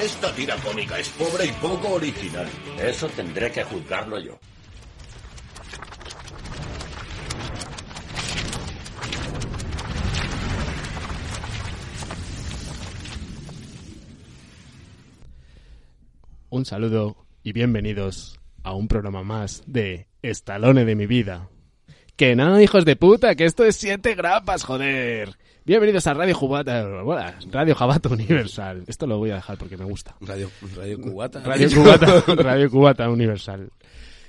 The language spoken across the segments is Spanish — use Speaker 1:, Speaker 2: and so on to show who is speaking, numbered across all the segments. Speaker 1: Esta tira cómica es pobre y poco original. Eso tendré que juzgarlo yo.
Speaker 2: Un saludo y bienvenidos a un programa más de Estalone de mi vida. Que no, hijos de puta, que esto es 7 grapas, joder. Bienvenidos a Radio Jubata, hola, Radio Jabato Universal. Esto lo voy a dejar porque me gusta.
Speaker 3: Radio, Radio Cubata.
Speaker 2: Radio Cubata, Radio Cubata Universal.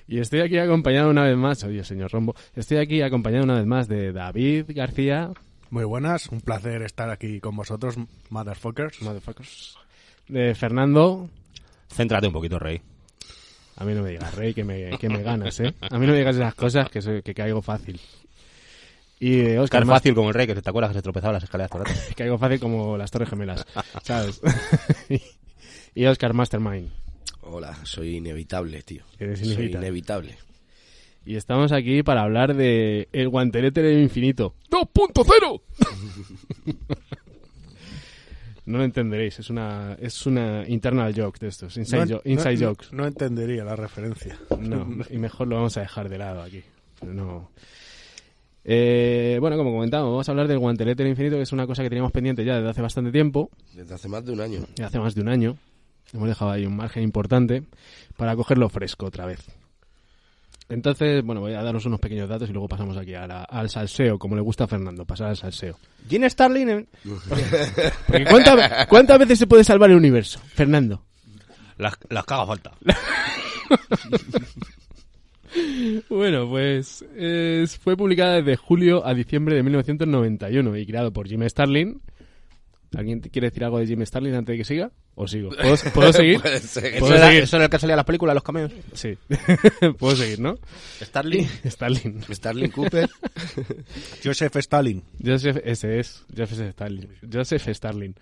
Speaker 2: Y estoy aquí acompañado una vez más, oye señor Rombo, estoy aquí acompañado una vez más de David García,
Speaker 4: Muy buenas, un placer estar aquí con vosotros, motherfuckers.
Speaker 2: motherfuckers, de Fernando,
Speaker 5: Céntrate un poquito, Rey.
Speaker 2: a mí no me digas rey que me, que me ganas, ¿eh? A mí no me digas esas cosas que, soy- que caigo fácil. Y de
Speaker 5: Tan
Speaker 2: Oscar,
Speaker 5: fácil como el Rey, que te acuerdas que se tropezaba en las escaleras todo el rato.
Speaker 2: que caigo fácil como las Torres Gemelas, ¿sabes? y Oscar Mastermind.
Speaker 3: Hola, soy inevitable, tío.
Speaker 2: Eres
Speaker 3: Soy
Speaker 2: inevitable.
Speaker 3: inevitable.
Speaker 2: Y estamos aquí para hablar de El guantelete del infinito 2.0. no lo entenderéis, es una es una internal joke de estos, inside, jo- inside
Speaker 4: no-
Speaker 2: jokes.
Speaker 4: no entendería la referencia.
Speaker 2: No, y mejor lo vamos a dejar de lado aquí. Pero no. Eh, bueno, como comentábamos, vamos a hablar del guantelete del infinito, que es una cosa que teníamos pendiente ya desde hace bastante tiempo.
Speaker 3: Desde hace más de un año.
Speaker 2: ya hace más de un año. Hemos dejado ahí un margen importante para cogerlo fresco otra vez. Entonces, bueno, voy a daros unos pequeños datos y luego pasamos aquí a la- al salseo, como le gusta a Fernando, pasar al salseo.
Speaker 5: Gene Starling. eh.
Speaker 2: Porque ¿cuánta- ¿Cuántas veces se puede salvar el universo, Fernando?
Speaker 5: Las, las caga falta.
Speaker 2: Bueno, pues es- fue publicada desde julio a diciembre de 1991 y creado por Jim Starlin. ¿Alguien te quiere decir algo de Jim Starlin antes de que siga? ¿O sigo? ¿Puedo, puedo seguir?
Speaker 3: Puede ser.
Speaker 5: Eh, Eso
Speaker 2: Puedo
Speaker 5: era,
Speaker 2: seguir.
Speaker 5: eso era el que salía en las películas, los cameos.
Speaker 2: Sí. puedo seguir, ¿no?
Speaker 5: Starling.
Speaker 2: Starlin.
Speaker 3: Starling Cooper.
Speaker 4: Joseph Stalin.
Speaker 2: Joseph, ese es, Joseph Starlin. Joseph Starlin.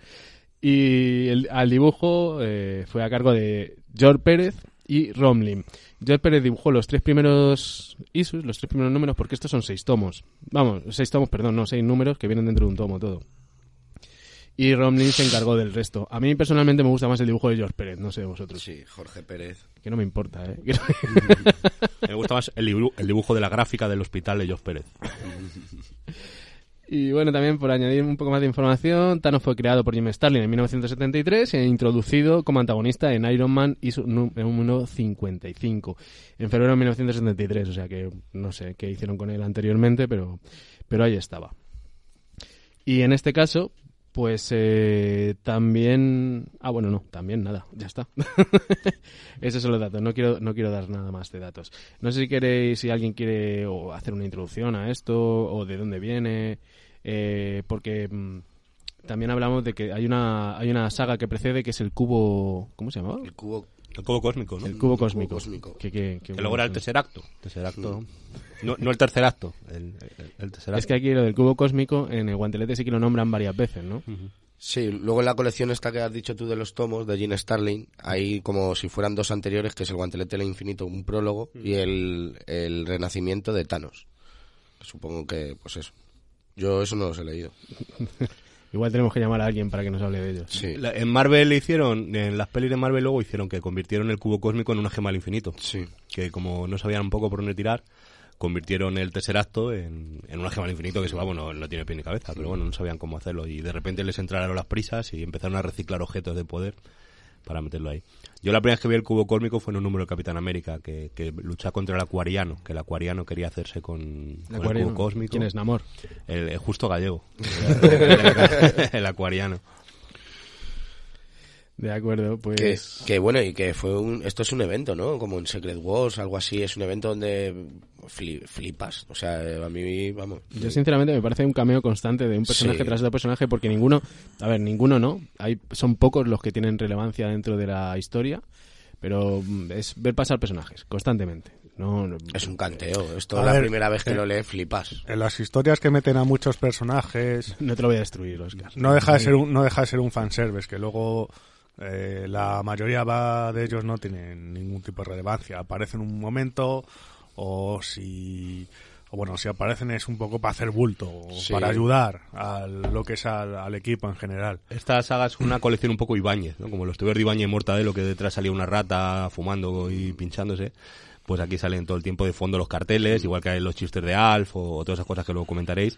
Speaker 2: Y el- al dibujo eh, fue a cargo de George Pérez y Romlin. George Pérez dibujó los tres primeros issues, los tres primeros números, porque estos son seis tomos. Vamos, seis tomos, perdón, no, seis números que vienen dentro de un tomo todo. Y Romlin se encargó del resto. A mí personalmente me gusta más el dibujo de George Pérez, no sé vosotros.
Speaker 3: Sí, Jorge Pérez.
Speaker 2: Que no me importa, ¿eh? Que no-
Speaker 5: Me gusta más el, libru- el dibujo de la gráfica del hospital de Josh Pérez.
Speaker 2: Y bueno, también por añadir un poco más de información, Thanos fue creado por Jim Starlin en 1973 e introducido como antagonista en Iron Man y su nú- número 55 en febrero de 1973. O sea que no sé qué hicieron con él anteriormente, pero, pero ahí estaba. Y en este caso, pues eh, también. Ah, bueno, no, también nada, ya está. Esos son los datos, no quiero, no quiero dar nada más de datos. No sé si queréis, si alguien quiere o hacer una introducción a esto, o de dónde viene, eh, porque mm, también hablamos de que hay una, hay una saga que precede que es el cubo. ¿Cómo se llamaba?
Speaker 3: El cubo.
Speaker 5: El cubo cósmico, ¿no?
Speaker 2: El cubo cósmico.
Speaker 3: cósmico.
Speaker 2: Que, que- que-
Speaker 5: Que luego era el tercer acto. Tercer acto. No, no el tercer acto. El, el- el tercer acto.
Speaker 2: Es que aquí lo del cubo cósmico en el guantelete sí que lo nombran varias veces, ¿no?
Speaker 5: Mm.
Speaker 3: Sí, luego en la colección esta que has dicho tú de los tomos de Gene Starling, hay como si fueran dos anteriores, que es el Guantelete del Infinito, un prólogo, y el, el Renacimiento de Thanos. Supongo que, pues eso. Yo eso no los he leído.
Speaker 2: Igual tenemos que llamar a alguien para que nos hable de ellos.
Speaker 3: Sí,
Speaker 5: La- en Marvel hicieron, en las pelis de Marvel luego hicieron que convirtieron el cubo cósmico en una gema al infinito.
Speaker 3: sí.
Speaker 5: que como no sabían un poco por dónde tirar, convirtieron el tercer acto en, en una gema al infinito que se va, bueno, no tiene pie ni cabeza, pero bueno, no sabían cómo hacerlo y de repente les entraron las prisas y empezaron a reciclar objetos de poder para meterlo ahí. Yo la primera vez que vi el cubo cósmico fue en un número de Capitán América, que, que lucha contra el acuariano, que el acuariano quería hacerse con, con el cubo cósmico.
Speaker 2: ¿Quién es Namor?
Speaker 5: El, el justo gallego. El, acuariano.
Speaker 2: De acuerdo, pues...
Speaker 3: Que, que bueno, y que fue un. Esto es un evento, ¿no? Como en Secret Wars, algo así. Es un evento donde fli- flipas. O sea, eh, a mí, vamos.
Speaker 2: Yo sinceramente me parece un cameo constante de un personaje
Speaker 3: Sí.
Speaker 2: tras otro personaje porque ninguno, a ver, ninguno no, hay son pocos los que tienen relevancia dentro de la historia, pero mm, es ver pasar personajes constantemente. No, no-
Speaker 3: Es un canteo. Esto
Speaker 4: A
Speaker 3: la
Speaker 4: ver, eh,
Speaker 3: primera vez que lo lees, flipas.
Speaker 4: En las historias que meten a muchos personajes,
Speaker 2: no te lo voy a destruir, Oscar.
Speaker 4: no deja de ser un, no deja de ser un fanservice, que luego eh, la mayoría va de ellos no tienen ningún tipo de relevancia. Aparecen un momento, o si o bueno, si aparecen es un poco para hacer bulto, o
Speaker 3: Sí.
Speaker 4: para ayudar a lo que es al, al equipo en general.
Speaker 5: Esta saga es una colección un poco Ibáñez, ¿no? Como los tuberos de Ibáñez y Mortadelo, que detrás salía una rata fumando y pinchándose. Pues aquí salen todo el tiempo de fondo los carteles, igual que hay los chistes de Alf o, o todas esas cosas que luego comentaréis.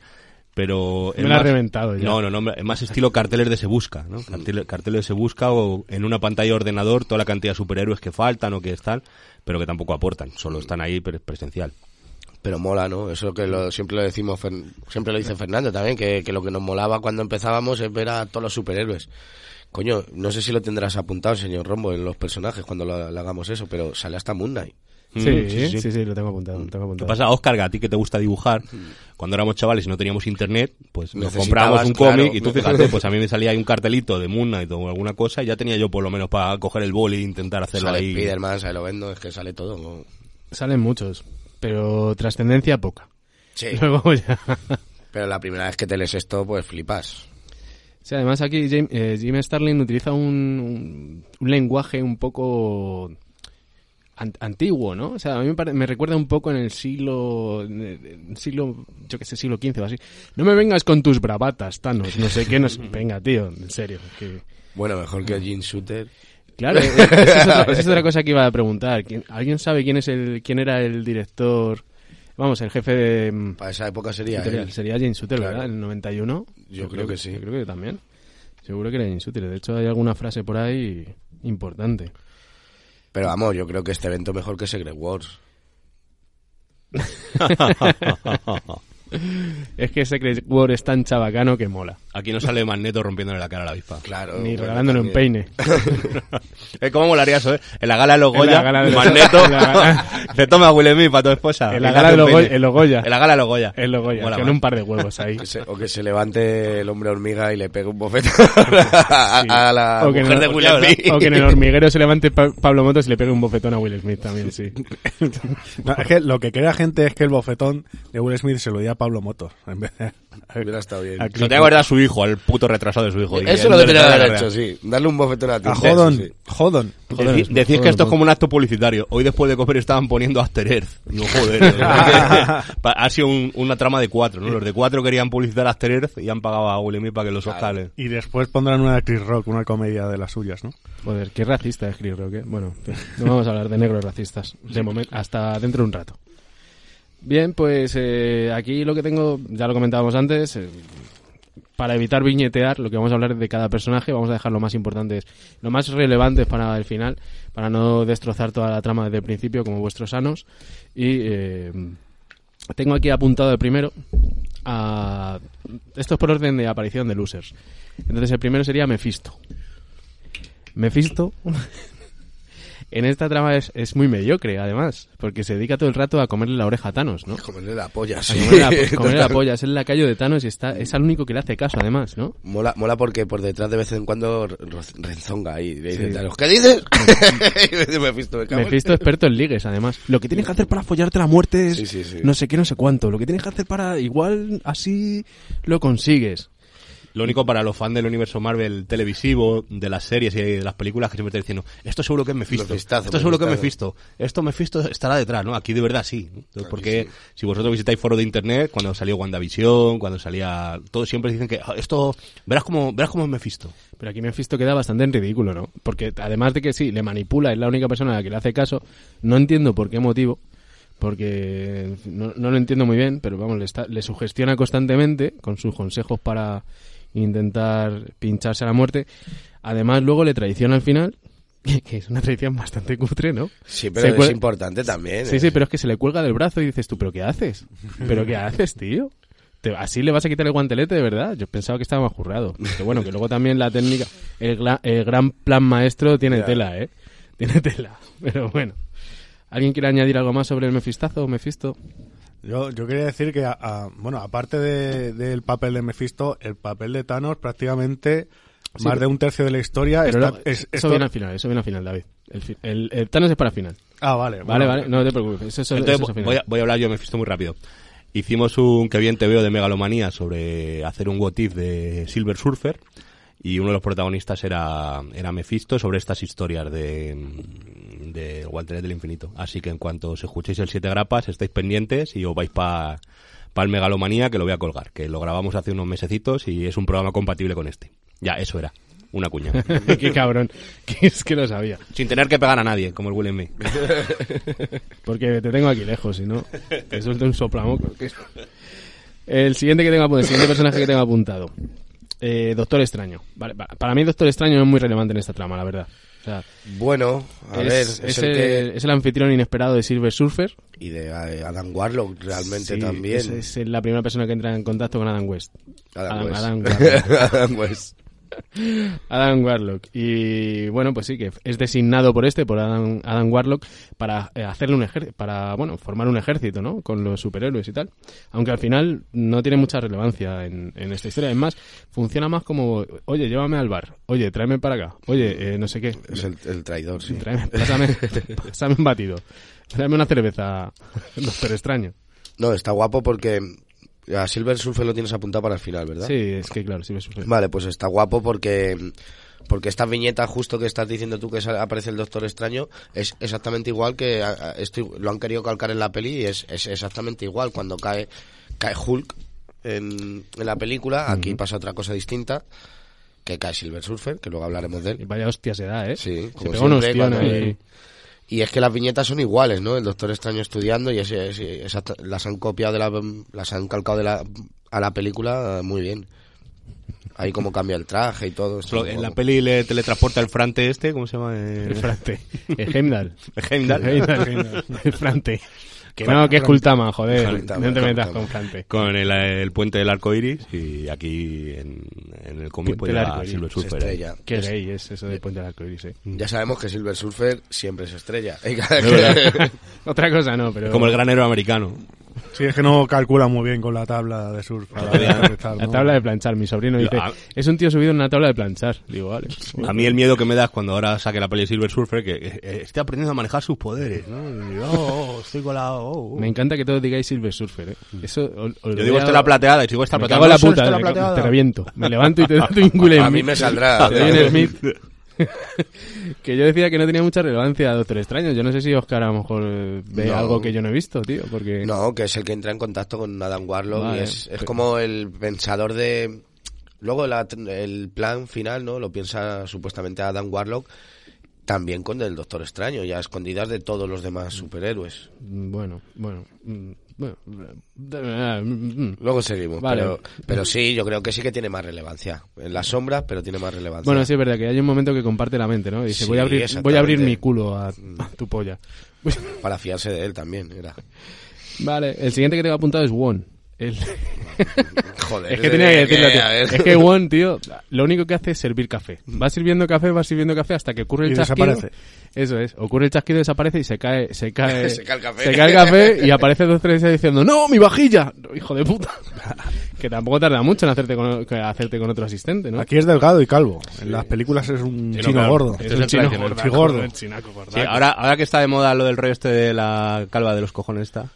Speaker 5: Pero
Speaker 2: Me
Speaker 5: es
Speaker 2: la has
Speaker 5: más-
Speaker 2: reventado ya.
Speaker 5: No, no, no, es más estilo carteles de Se Busca, ¿no? Cartel- carteles de Se Busca o en una pantalla de ordenador toda la cantidad de superhéroes que faltan o que están, pero que tampoco aportan, solo están ahí pre- presencial.
Speaker 3: Pero mola, ¿no? Eso que lo, siempre lo decimos, Fer- siempre lo
Speaker 4: eh.
Speaker 3: dice Fernando también, que, que lo que nos molaba cuando empezábamos es ver a todos los superhéroes. Coño, no sé si lo tendrás apuntado, señor Rombo, en los personajes cuando lo, lo hagamos eso, pero sale hasta Moon Knight.
Speaker 2: Sí,
Speaker 5: Mm,
Speaker 2: sí, sí, sí, lo tengo apuntado, lo tengo
Speaker 5: ¿Qué
Speaker 2: apuntado.
Speaker 5: pasa, Oscar? A ti que te gusta dibujar, cuando éramos chavales y no teníamos internet, pues nos
Speaker 3: Necesitabas,
Speaker 5: comprábamos un
Speaker 3: claro.
Speaker 5: cómic y tú fíjate, pues a mí me salía ahí un cartelito de Moon Knight o alguna cosa y ya tenía yo por lo menos para coger el boli e intentar hacerlo
Speaker 3: Sale
Speaker 5: ahí.
Speaker 3: Spiderman, sale Lovendo, es que sale todo. ¿no?
Speaker 2: Salen muchos, pero trascendencia poca.
Speaker 3: Sí,
Speaker 5: Eh.
Speaker 2: Luego ya.
Speaker 3: pero la primera vez que te lees esto, pues flipas.
Speaker 2: Sí, además aquí Jim, eh, Jim Starlin utiliza un, un- un lenguaje un poco an- antiguo, ¿no? O sea, a mí me, pare- me recuerda un poco en el siglo, en el- en el siglo, yo qué sé, siglo XV o así. No me vengas con tus bravatas, Thanos, no sé qué, no sé- venga, tío, en serio. que-
Speaker 3: Bueno, mejor que Gene Shooter.
Speaker 2: Claro, eh, eh, esa es, otra, esa es otra cosa que iba a preguntar. ¿Quién- ¿Alguien sabe quién es el, quién era el director, vamos, el jefe de... mm,
Speaker 3: Para esa época sería
Speaker 2: editorial?
Speaker 3: él.
Speaker 2: Sería James Sutter,
Speaker 3: Claro.
Speaker 2: ¿verdad? En el 91.
Speaker 3: Yo creo que sí.
Speaker 2: Yo creo que también. Seguro que era James Sutter. De hecho, hay alguna frase por ahí importante.
Speaker 3: Pero vamos, yo creo que este evento mejor que Secret Wars.
Speaker 2: Es que Secret War es tan chabacano que mola.
Speaker 5: Aquí no sale Magneto rompiéndole la cara a la avispa.
Speaker 3: Claro.
Speaker 2: Ni
Speaker 3: Oh, bueno,
Speaker 2: regalándole un
Speaker 3: también.
Speaker 2: peine.
Speaker 5: Eh, ¿Cómo molaría eso, eh? En la gala de los
Speaker 2: En la
Speaker 5: Goya,
Speaker 2: gala de los-
Speaker 5: Magneto
Speaker 2: en la gala-
Speaker 5: le toma a Will Smith para tu esposa.
Speaker 2: En la
Speaker 5: Y le
Speaker 2: gala
Speaker 5: hace
Speaker 2: de
Speaker 5: un
Speaker 2: los Goy-
Speaker 5: peine.
Speaker 2: en los Goya.
Speaker 5: En la gala de los Goya.
Speaker 2: Es lo Goya,
Speaker 5: Mola
Speaker 2: con
Speaker 5: más.
Speaker 2: un par de huevos ahí.
Speaker 3: Que se- o que se levante el hombre hormiga y le pegue un bofetón a, a la
Speaker 2: O que
Speaker 3: ah, mujer
Speaker 2: no-
Speaker 3: de William Smith.
Speaker 2: O que en el hormiguero se levante Pa- Pablo Motos y le pegue un bofetón a Will Smith también, sí.
Speaker 4: No, es que lo que crea gente es que el bofetón de Will Smith se lo di a Pablo Motos. En vez de-
Speaker 3: Hubiera estado bien.
Speaker 2: A-
Speaker 5: Se lo tenía que haber dado a su hijo, al puto retrasado de su hijo.
Speaker 3: Eso lo
Speaker 5: no
Speaker 3: que
Speaker 5: le
Speaker 3: tenía que
Speaker 5: da la
Speaker 3: haber
Speaker 5: gana.
Speaker 3: hecho, sí. Darle un bofetón a ti.
Speaker 4: A
Speaker 3: Sí,
Speaker 4: Jodon,
Speaker 3: sí, sí.
Speaker 4: Jodon.
Speaker 2: Joder,
Speaker 5: Decí-
Speaker 2: es-
Speaker 5: decís que
Speaker 2: joder,
Speaker 5: esto es
Speaker 2: joder.
Speaker 5: como un acto publicitario. Hoy después de comer estaban poniendo After Earth. Digo, joder. eh, pa- ha sido un- una trama de cuatro, ¿no? Los de cuatro querían publicitar After Earth y han pagado a Will Smith para que los Oscar... le-
Speaker 4: Y después pondrán una de Chris Rock, una comedia de las suyas, ¿no?
Speaker 2: Joder, qué racista es Chris Rock, ¿eh? Bueno, pues, no vamos a hablar de negros racistas. De momento, hasta dentro de un rato. Bien, pues eh, aquí lo que tengo, ya lo comentábamos antes, eh, para evitar viñetear lo que vamos a hablar de cada personaje, vamos a dejar lo más importante, lo más relevante para el final, para no destrozar toda la trama desde el principio como vuestros sanos. Y eh, tengo aquí apuntado de primero a... Esto es por orden de aparición de losers. Entonces el primero sería Mephisto. Mephisto en esta trama es, es muy mediocre, además, porque se dedica todo el rato a comerle la oreja a Thanos, ¿no?
Speaker 3: Comerle la polla,
Speaker 2: A
Speaker 3: sí.
Speaker 2: comerle la, po- comerle la polla, es el lacayo de Thanos y está, es al único que le hace caso, además, ¿no?
Speaker 3: Mola, mola porque por detrás de vez en cuando r- r- renzonga y le dice,
Speaker 2: Sí.
Speaker 3: "Thanos, ¿qué dices? y me dice, Mephisto, me cago en-".
Speaker 2: Mephisto experto en ligues, además. Lo que tienes que hacer para follarte la muerte es
Speaker 3: Sí, sí, sí.
Speaker 2: no sé qué, no sé cuánto. Lo que tienes que hacer para... Igual así lo consigues.
Speaker 5: Lo único para los fans del universo Marvel televisivo, de las series y de las películas que siempre te diciendo, esto seguro que es Mephisto,
Speaker 3: Mephistazo,
Speaker 5: esto seguro que es
Speaker 3: Mephistazo".
Speaker 5: Mephisto, esto Mephisto estará detrás, ¿no? Aquí de verdad sí, ¿no? Entonces,
Speaker 3: Aquí
Speaker 5: porque
Speaker 3: sí.
Speaker 5: si vosotros visitáis foros de internet, cuando salió WandaVision, cuando salía... Todos siempre dicen que "Ah, esto... Verás como, verás como es Mephisto.
Speaker 2: Pero aquí Mephisto queda bastante en ridículo, ¿no? Porque además de que sí, le manipula, es la única persona a la que le hace caso, no entiendo por qué motivo, porque no, no lo entiendo muy bien, pero vamos, le, está- le sugestiona constantemente con sus consejos para intentar pincharse a la muerte. Además, luego le traiciona al final que, que es una tradición bastante cutre, ¿no?
Speaker 3: Sí,
Speaker 2: Se
Speaker 3: pero es
Speaker 2: cuel-
Speaker 3: importante también.
Speaker 2: Sí,
Speaker 3: ¿eh?
Speaker 2: sí, pero es que se le cuelga del brazo y dices tú, ¿pero qué haces? ¿Pero qué haces, tío? ¿Te- ¿Así le vas a quitar el guantelete, de verdad? Yo pensaba que estaba más currado. Que bueno, que luego también la técnica, el, gla- el gran plan maestro tiene
Speaker 3: Ya.
Speaker 2: tela, ¿eh? Tiene tela. Pero bueno. ¿Alguien quiere añadir algo más sobre el mefistazo o mefisto?
Speaker 4: Yo, yo quería decir que, a- a- bueno, aparte de- del papel de Mephisto, el papel de Thanos prácticamente
Speaker 2: Sí,
Speaker 4: más
Speaker 2: pero-
Speaker 4: de un tercio de la historia
Speaker 2: Pero
Speaker 4: Ah, está-
Speaker 2: luego-
Speaker 4: es-
Speaker 2: eso
Speaker 4: esto-
Speaker 2: viene al final, eso viene al final, David. El, fi- el- el Thanos es para final.
Speaker 4: Ah, vale.
Speaker 2: Vale,
Speaker 4: bueno.
Speaker 2: vale, no te preocupes. Eso, eso-
Speaker 5: Entonces,
Speaker 2: eso es al final.
Speaker 5: voy, a, voy a hablar yo, me fisto muy rápido. Hicimos un que bien te veo de megalomanía sobre hacer un what if de Silver Surfer y uno de los protagonistas era, era Mephisto sobre estas historias de, de Walter del Infinito. Así que en cuanto os escuchéis el Siete Grapas, estáis pendientes y os vais para el Megalomanía que lo voy a colgar, que lo grabamos hace unos mesecitos y es un programa compatible con este. Ya, eso era. Una cuña.
Speaker 2: qué cabrón. Que es que lo sabía.
Speaker 5: Sin tener que pegar a nadie, como el Will and Me.
Speaker 2: Porque te tengo aquí lejos, si no, te suelto un soplamoco. El siguiente que tengo apuntado, el siguiente personaje que tengo apuntado. Eh, Doctor Extraño. Vale, pa- para mí Doctor Extraño no es muy relevante en esta trama, la verdad. O sea,
Speaker 3: Bueno, a ver,
Speaker 2: es,
Speaker 3: es,
Speaker 2: es
Speaker 3: el
Speaker 2: el,
Speaker 3: que...
Speaker 2: es el anfitrión inesperado de Silver Surfer.
Speaker 3: Y de eh, Adam Warlock realmente
Speaker 2: Sí,
Speaker 3: también.
Speaker 2: Es, es la primera persona que entra en contacto con Adam West.
Speaker 3: Adam,
Speaker 2: Adam
Speaker 3: West.
Speaker 2: Warlock.
Speaker 3: Adam West.
Speaker 2: Adam Warlock. Y bueno, pues sí, que es designado por este, por Adam, Adam Warlock, para eh, hacerle un ejer- para, bueno, formar un ejército, ¿no? Con los superhéroes y tal. Aunque al final no tiene mucha relevancia en, en esta historia. Es más, funciona más como, oye, llévame al bar, oye, tráeme para acá, oye, eh, no sé qué.
Speaker 3: Es el, el traidor, sí.
Speaker 2: Tráeme, pásame, pásame un batido. Tráeme una cerveza, doctor extraño.
Speaker 3: No, está guapo porque a Silver Surfer lo tienes apuntado para el final, ¿verdad?
Speaker 2: Sí, es que claro, sí me sucede.
Speaker 3: Vale, pues está guapo porque porque esta viñeta justo que estás diciendo tú que sale- aparece el Doctor Extraño es exactamente igual que a- a- estoy- lo han querido calcar en la peli y es, es exactamente igual cuando cae cae Hulk en, en la película aquí pasa otra cosa distinta que cae Silver Surfer que luego hablaremos de
Speaker 2: Y
Speaker 3: él
Speaker 2: vaya hostia se da, ¿eh?
Speaker 3: sí
Speaker 2: se
Speaker 3: como
Speaker 2: pegó un
Speaker 3: siempre,
Speaker 2: hostión
Speaker 3: cuando-
Speaker 2: ahí.
Speaker 3: y es que las viñetas son iguales no el Doctor Extraño estudiando y ese- ese- exacta- las han copiado de la, las han calcado de la, a la película muy bien Ahí como cambia el traje y todo. está
Speaker 5: Solo En la
Speaker 3: guapo.
Speaker 5: peli le teletransporta el frante este, ¿cómo se llama? Eh,
Speaker 2: El frante. El Heimdall.
Speaker 5: Heimdall.
Speaker 2: Heimdall. El frante. Que no, que es Kultama, joder.
Speaker 3: Kultama,
Speaker 2: no te metas
Speaker 3: Kultama.
Speaker 2: con frante.
Speaker 5: con el, el puente del arco iris y aquí en, en el cómic
Speaker 2: Puente
Speaker 5: pues
Speaker 2: del
Speaker 5: ya
Speaker 2: arcoiris,
Speaker 5: Silver
Speaker 3: Se
Speaker 5: Surfer. ¿eh?
Speaker 3: estrella.
Speaker 2: Qué gay es eso de Puente del Arcoiris, eh.
Speaker 3: Ya sabemos que Silver Surfer siempre se estrella.
Speaker 2: Otra cosa no, pero...
Speaker 5: Como el granero americano.
Speaker 4: Sí, es que no calcula muy bien con la tabla de surf. para aterrizar,
Speaker 2: La
Speaker 4: ¿no?
Speaker 2: tabla de planchar. Mi sobrino
Speaker 5: Yo,
Speaker 2: dice,
Speaker 5: a-
Speaker 2: es un tío subido en una tabla de planchar. Digo, vale.
Speaker 5: A mí el miedo que me da es cuando ahora saque la peli Silver Surfer que eh, eh, esté aprendiendo a manejar sus poderes. ¿no? Y, oh, oh, estoy colado. oh, oh.
Speaker 2: Me encanta que todos digáis Silver Surfer, eh. Eso...
Speaker 5: Yo digo, esto la plateada y sigo esta
Speaker 2: Me
Speaker 5: plateada.
Speaker 2: cago en la
Speaker 5: "No,
Speaker 2: puta, eh.
Speaker 5: esto es
Speaker 2: me
Speaker 5: la
Speaker 2: cago-
Speaker 5: plateada".
Speaker 2: te reviento. Me levanto y te doy un culé.
Speaker 3: A mí me saldrá.
Speaker 2: Te doy un Smith. que yo decía que no tenía mucha relevancia a Doctor Extraño. Yo no sé si Oscar a lo mejor eh, ve
Speaker 3: No.
Speaker 2: algo que yo no he visto, tío, porque...
Speaker 3: No, que es el que entra en contacto con Adam Warlock. y
Speaker 2: Vale.
Speaker 3: es, es como el pensador de... Luego la- el plan final, ¿no? Lo piensa supuestamente Adam Warlock. También con el Doctor Extraño, ya escondidas de todos los demás superhéroes.
Speaker 2: Mm, Bueno, bueno, mm, bueno. eh, mm, mm.
Speaker 3: Luego seguimos,
Speaker 2: Vale.
Speaker 3: pero, pero sí, yo creo que sí que tiene más relevancia. En las sombras, pero tiene más relevancia.
Speaker 2: Bueno, sí es verdad que hay un momento que comparte la mente, ¿no? Y dice,
Speaker 3: Sí,
Speaker 2: voy a abrir, voy a abrir
Speaker 3: exactamente. Mm.
Speaker 2: mi culo a, a tu polla.
Speaker 3: Para fiarse de él también, era.
Speaker 2: Vale, el siguiente que tengo apuntado es Won. El-
Speaker 3: Joder.
Speaker 2: es que tenía que decirlo,
Speaker 3: a ver.
Speaker 2: tío. Es que Won, tío, lo único que hace es servir café. Va sirviendo café, va sirviendo café hasta que ocurre el
Speaker 4: Y
Speaker 2: chasquido.
Speaker 4: desaparece.
Speaker 2: Eso es. Ocurre el chasquido, desaparece y se cae, se cae.
Speaker 3: Se cae el café.
Speaker 2: se cae el café y aparece dos tres diciendo, ¡No, mi vajilla! Hijo de puta. que tampoco tarda mucho en hacerte con, que hacerte con otro asistente, ¿no?
Speaker 4: Aquí es delgado y calvo. En las películas es un
Speaker 5: Sí, no,
Speaker 4: Este chino
Speaker 5: claro.
Speaker 4: gordo.
Speaker 5: Es
Speaker 2: Es un
Speaker 5: el
Speaker 2: chino
Speaker 5: tradicional.
Speaker 4: Sí, gordo.
Speaker 2: Un chinaco gordo.
Speaker 5: Sí, ahora, ahora que está de moda lo del rollo este de la calva de los cojones esta.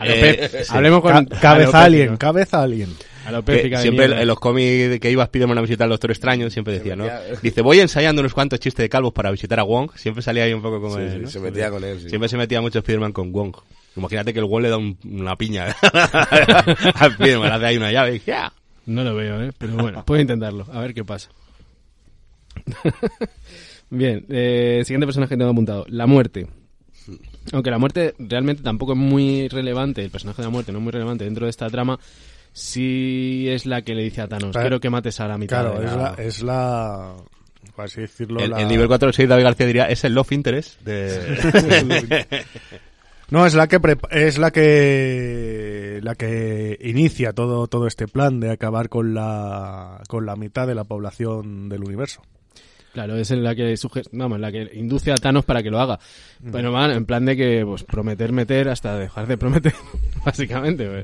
Speaker 5: Eh,
Speaker 2: Alope- Hablemos con
Speaker 4: Ca- cabeza
Speaker 2: alopécico.
Speaker 4: alien, cabeza alien.
Speaker 5: Que
Speaker 2: Alopécica de
Speaker 5: siempre
Speaker 2: mierda.
Speaker 5: en los cómics que iba Spiderman a visitar al Doctor Extraño, siempre decía, ¿no? Dice, voy ensayando unos cuantos chistes de calvos para visitar a Wong. Siempre salía ahí un poco como...
Speaker 3: Sí,
Speaker 5: de,
Speaker 3: sí,
Speaker 5: ¿no?
Speaker 3: se metía con él, sí.
Speaker 5: Siempre se metía mucho Spiderman con Wong. Imagínate que el Wong le da un- una piña a Spiderman, le hace ahí una llave. y, "Ya".
Speaker 2: No lo veo, ¿eh? Pero bueno, puedo intentarlo. A ver qué pasa. Bien, eh, siguiente personaje que tengo apuntado. La muerte. Aunque la muerte realmente tampoco es muy relevante, el personaje de la muerte no es muy relevante dentro de esta trama, sí es la que le dice a Thanos,
Speaker 4: Claro.
Speaker 2: quiero que mates a la mitad
Speaker 4: Claro,
Speaker 2: de
Speaker 4: es
Speaker 2: la-
Speaker 4: la, es la. por así decirlo.
Speaker 5: El,
Speaker 4: la-
Speaker 5: el nivel 4.6 David García diría, es el love interest de...
Speaker 4: No, es la que prepa- es la que la que inicia todo todo este plan de acabar con la con la mitad de la población del universo.
Speaker 2: Claro, es en la que suge- vamos, en la que induce a Thanos para que lo haga. Bueno, man, en plan de que pues prometer meter hasta dejar de prometer, básicamente. güey.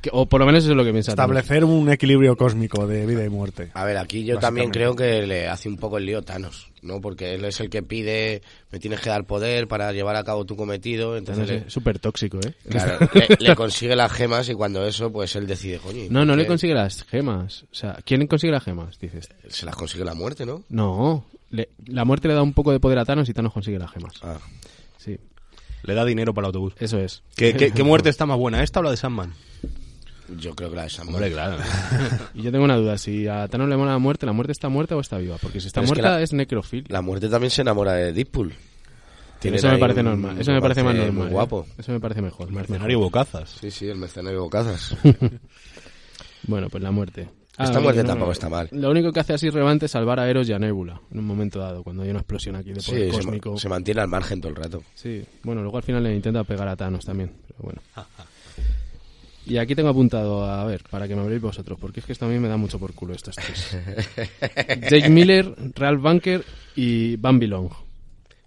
Speaker 2: Que- o por lo menos eso es lo que piensa. Thanos.
Speaker 4: Establecer un equilibrio cósmico de vida y muerte.
Speaker 3: A ver, aquí yo también creo que le hace un poco el lío Thanos, ¿no? Porque él es el que pide, me tienes que dar poder para llevar a cabo tu cometido, entonces
Speaker 2: Thanos
Speaker 3: le,
Speaker 2: es súper tóxico, ¿eh?
Speaker 3: claro, le- le consigue las gemas y cuando eso, pues él decide, coño. ¿y
Speaker 2: No,
Speaker 3: por
Speaker 2: no le
Speaker 3: qué?
Speaker 2: consigue las gemas. O sea, ¿quién consigue las gemas? Dices.
Speaker 3: Se las consigue la muerte, ¿no?
Speaker 2: No, le- la muerte le da un poco de poder a Thanos y Thanos consigue las gemas.
Speaker 3: Ah.
Speaker 2: Sí,
Speaker 5: Le da dinero para el autobús.
Speaker 2: eso es.
Speaker 5: ¿Qué, qué, qué muerte está más buena, esta o la de Sandman?
Speaker 3: Yo creo que la de San
Speaker 5: Hombre, claro.
Speaker 2: Y yo tengo una duda, si a Thanos le mola la muerte, ¿la muerte está muerta o está viva? Porque si está
Speaker 3: Pero es que
Speaker 2: muerta
Speaker 3: la-
Speaker 2: es necrofilia.
Speaker 3: La muerte también se enamora de Deadpool. Tienen
Speaker 2: Eso me
Speaker 3: ahí
Speaker 2: parece
Speaker 3: un
Speaker 2: normal, eso me parece más
Speaker 3: romance
Speaker 2: normal.
Speaker 3: Muy
Speaker 2: ¿eh?
Speaker 3: guapo.
Speaker 2: Eso me parece mejor. más
Speaker 5: Escenario
Speaker 2: mejor.
Speaker 5: bocazas.
Speaker 3: Sí, sí, el mercenario Bocazas.
Speaker 2: Bueno, pues la muerte.
Speaker 3: Esta
Speaker 2: bueno,
Speaker 3: muerte tampoco está mal.
Speaker 2: Lo único que hace así relevante es salvar a Eros y a Nebula en un momento dado, cuando hay una explosión aquí de
Speaker 3: Sí,
Speaker 2: poder
Speaker 3: se ma-
Speaker 2: Pues cósmico.
Speaker 3: se mantiene al margen todo el rato.
Speaker 2: Sí, bueno, luego al final le intenta pegar a Thanos también, pero bueno. Y aquí tengo apuntado, a ver, para que me habléis vosotros, porque es que esto a mí me da mucho por culo estos tres. Jake Miller, Ralph Bunker y Bambi Long.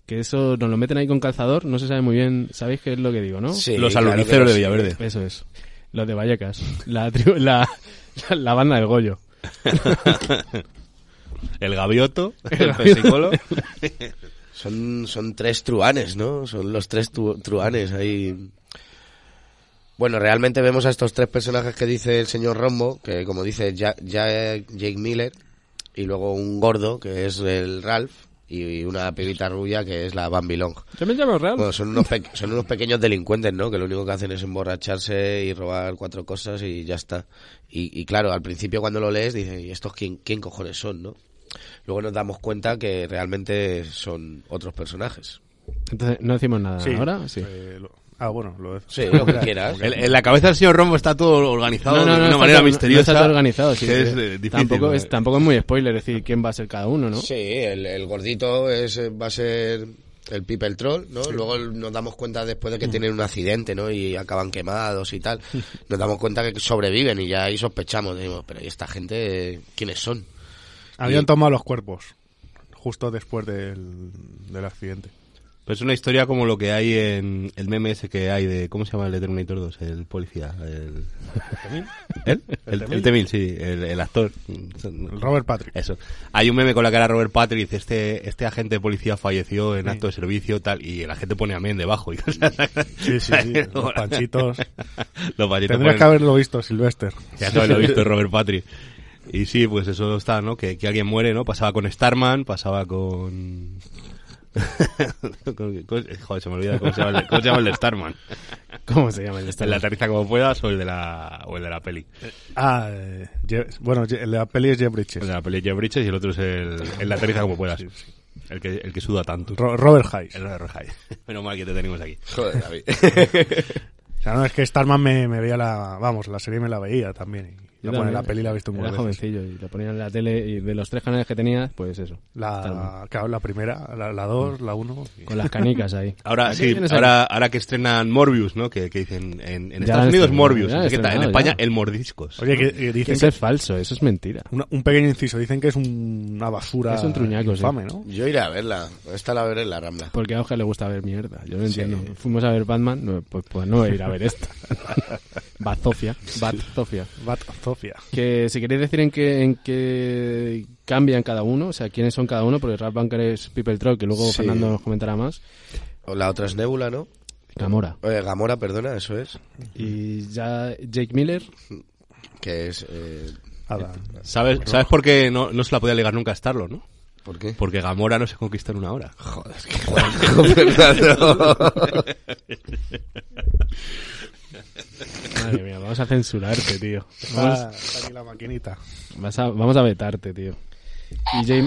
Speaker 2: Que eso nos lo meten ahí con calzador, no se sabe muy bien, sabéis qué es lo que digo, ¿no?
Speaker 3: Sí,
Speaker 5: Los
Speaker 3: claro que
Speaker 5: aluniceros
Speaker 3: los-
Speaker 5: de Villaverde.
Speaker 2: Eso es. Los de Vallecas, la, tribu- la, la, la banda del Goyo.
Speaker 5: El gavioto, el pesicolo.
Speaker 3: Son, son tres truanes, ¿no? Son los tres tu- truanes ahí. Bueno, realmente vemos a estos tres personajes que dice el señor Rombo, que como dice ya, ya- Jake Miller, y luego un gordo, que es el Ralph, y una pibita rubia, que es la Bambi Long.
Speaker 2: Yo me llamo Ralph.
Speaker 3: Bueno, son unos, pe- son unos pequeños delincuentes, ¿no? Que lo único que hacen es emborracharse y robar cuatro cosas y ya está. Y, y claro, al principio cuando lo lees dices, ¿y estos quién, quién cojones son, no? Luego nos damos cuenta que realmente son otros personajes.
Speaker 2: Entonces, no decimos nada ahora, sí.
Speaker 4: Eh, lo- ah, bueno, lo de-
Speaker 3: Sí, lo que quieras.
Speaker 5: El- en la cabeza del señor Rombo está todo organizado
Speaker 2: No, no,
Speaker 5: de
Speaker 2: no,
Speaker 5: una
Speaker 2: está
Speaker 5: manera
Speaker 2: todo-
Speaker 5: misteriosa.
Speaker 2: no está todo organizado, sí,
Speaker 5: que
Speaker 2: sí.
Speaker 5: es eh, difícil.
Speaker 2: tampoco,
Speaker 5: ¿no?
Speaker 2: es, tampoco es muy spoiler decir quién va a ser cada uno, ¿no?
Speaker 3: Sí, el, el gordito es, va a ser el People Troll, ¿no? Luego el- nos damos cuenta después de que tienen un accidente, ¿no? Y acaban quemados y tal. Nos damos cuenta que sobreviven y ya ahí sospechamos. Digo, pero ¿y esta gente quiénes son?
Speaker 4: Habían
Speaker 3: Y-
Speaker 4: tomado los cuerpos justo después del, del accidente.
Speaker 5: Pero Pues es una historia como lo que hay en el meme ese que hay de. ¿Cómo se llama el de Terminator 2? El policía. El... ¿El? El, el T-1000, sí. El, el actor.
Speaker 4: El Robert Patrick.
Speaker 5: Eso. Hay un meme con la cara de Robert Patrick. dice, Este, este agente de policía falleció en acto de servicio, tal. Y la gente pone amén debajo. Y,
Speaker 4: Sí, sí, sí. Los panchitos.
Speaker 5: Los panchitos
Speaker 4: Tendrías
Speaker 5: ponen-
Speaker 4: que haberlo visto, Sylvester.
Speaker 5: Ya todo lo he visto, Robert Patrick. Y sí, pues eso está, ¿no? Que, que alguien muere, ¿no? Pasaba con Starman, pasaba con... con- con- Joder, se me olvida cómo se llama el, cómo se llama el de Starman.
Speaker 2: ¿Cómo se llama el de esta?
Speaker 5: El de aterriza como puedas o el de la, o el de la peli.
Speaker 4: Ah, eh, Je- bueno, Je- la peli es Jeff Bridges.
Speaker 5: El de la peli Jeff Bridges y el otro es el, el de aterriza como puedas. El, que, el que suda
Speaker 2: Pues,
Speaker 5: tanto.
Speaker 4: Ro- Robert Hayes.
Speaker 5: El de Rojai. Menos mal que te tenemos aquí.
Speaker 3: Joder, David.
Speaker 4: O sea, no, es que Starman me, me veía la... Vamos, la serie me la veía también. Y
Speaker 2: Yo
Speaker 4: la, bueno,
Speaker 2: también.
Speaker 4: la peli la he visto
Speaker 2: Era
Speaker 4: muchas veces.
Speaker 2: jovencillo y lo ponían en la tele y de los tres canales que tenía, pues eso. Starman.
Speaker 4: La, claro, la primera, la, la dos, la uno. y-
Speaker 2: Con las canicas ahí.
Speaker 5: Ahora
Speaker 2: ¿Qué
Speaker 5: sí,
Speaker 2: tienes ahí?
Speaker 5: ahora, ahora que estrenan Morbius, ¿no? Que, que dicen en,
Speaker 2: Ya
Speaker 5: en Estados
Speaker 2: han
Speaker 5: Unidos
Speaker 2: estrenado,
Speaker 5: Morbius,
Speaker 2: ya
Speaker 5: no
Speaker 2: han
Speaker 5: sé qué tal. En
Speaker 2: estrenado,
Speaker 5: España
Speaker 2: ya.
Speaker 5: el Mordiscos.
Speaker 4: Oye, que, que
Speaker 2: Que
Speaker 4: dicen
Speaker 2: Eso
Speaker 4: que...
Speaker 2: es falso, eso es mentira.
Speaker 4: una- un pequeño inciso, dicen que es un- una basura
Speaker 2: Es un truñaco, sí.
Speaker 4: infame, ¿no?
Speaker 3: Yo iré a verla. Esta la veré en la Rambla.
Speaker 2: Porque a Oscar le gusta ver mierda, yo no entiendo. Fuimos a ver Batman, no, pues, pues no voy a ir a ver esta. Bazofia, Bazofia.
Speaker 4: Bat Sofia.
Speaker 2: Que si queréis decir en qué, en qué cambian cada uno, o sea, quiénes son cada uno, porque Ralph Bunker es People Troll, que luego
Speaker 3: Sí.
Speaker 2: Fernando nos comentará más,
Speaker 3: O la otra es Nebula, ¿no?
Speaker 2: Gamora.
Speaker 3: Eh, Gamora, perdona, eso es.
Speaker 2: Y ya Jake Miller,
Speaker 3: Que es... eh,
Speaker 4: Ada.
Speaker 5: ¿Sabes, ¿Sabes por qué no, no se la podía alegar nunca a Starlo, no?
Speaker 3: ¿Por qué?
Speaker 5: Porque Gamora no se conquista en una hora.
Speaker 3: Joder, qué Juanjo, Fernando.
Speaker 2: madre mía, vamos a censurarte, tío. Pues Vamos,
Speaker 4: Está, está aquí la maquinita.
Speaker 2: vas a, vamos a vetarte, tío. Y Jake,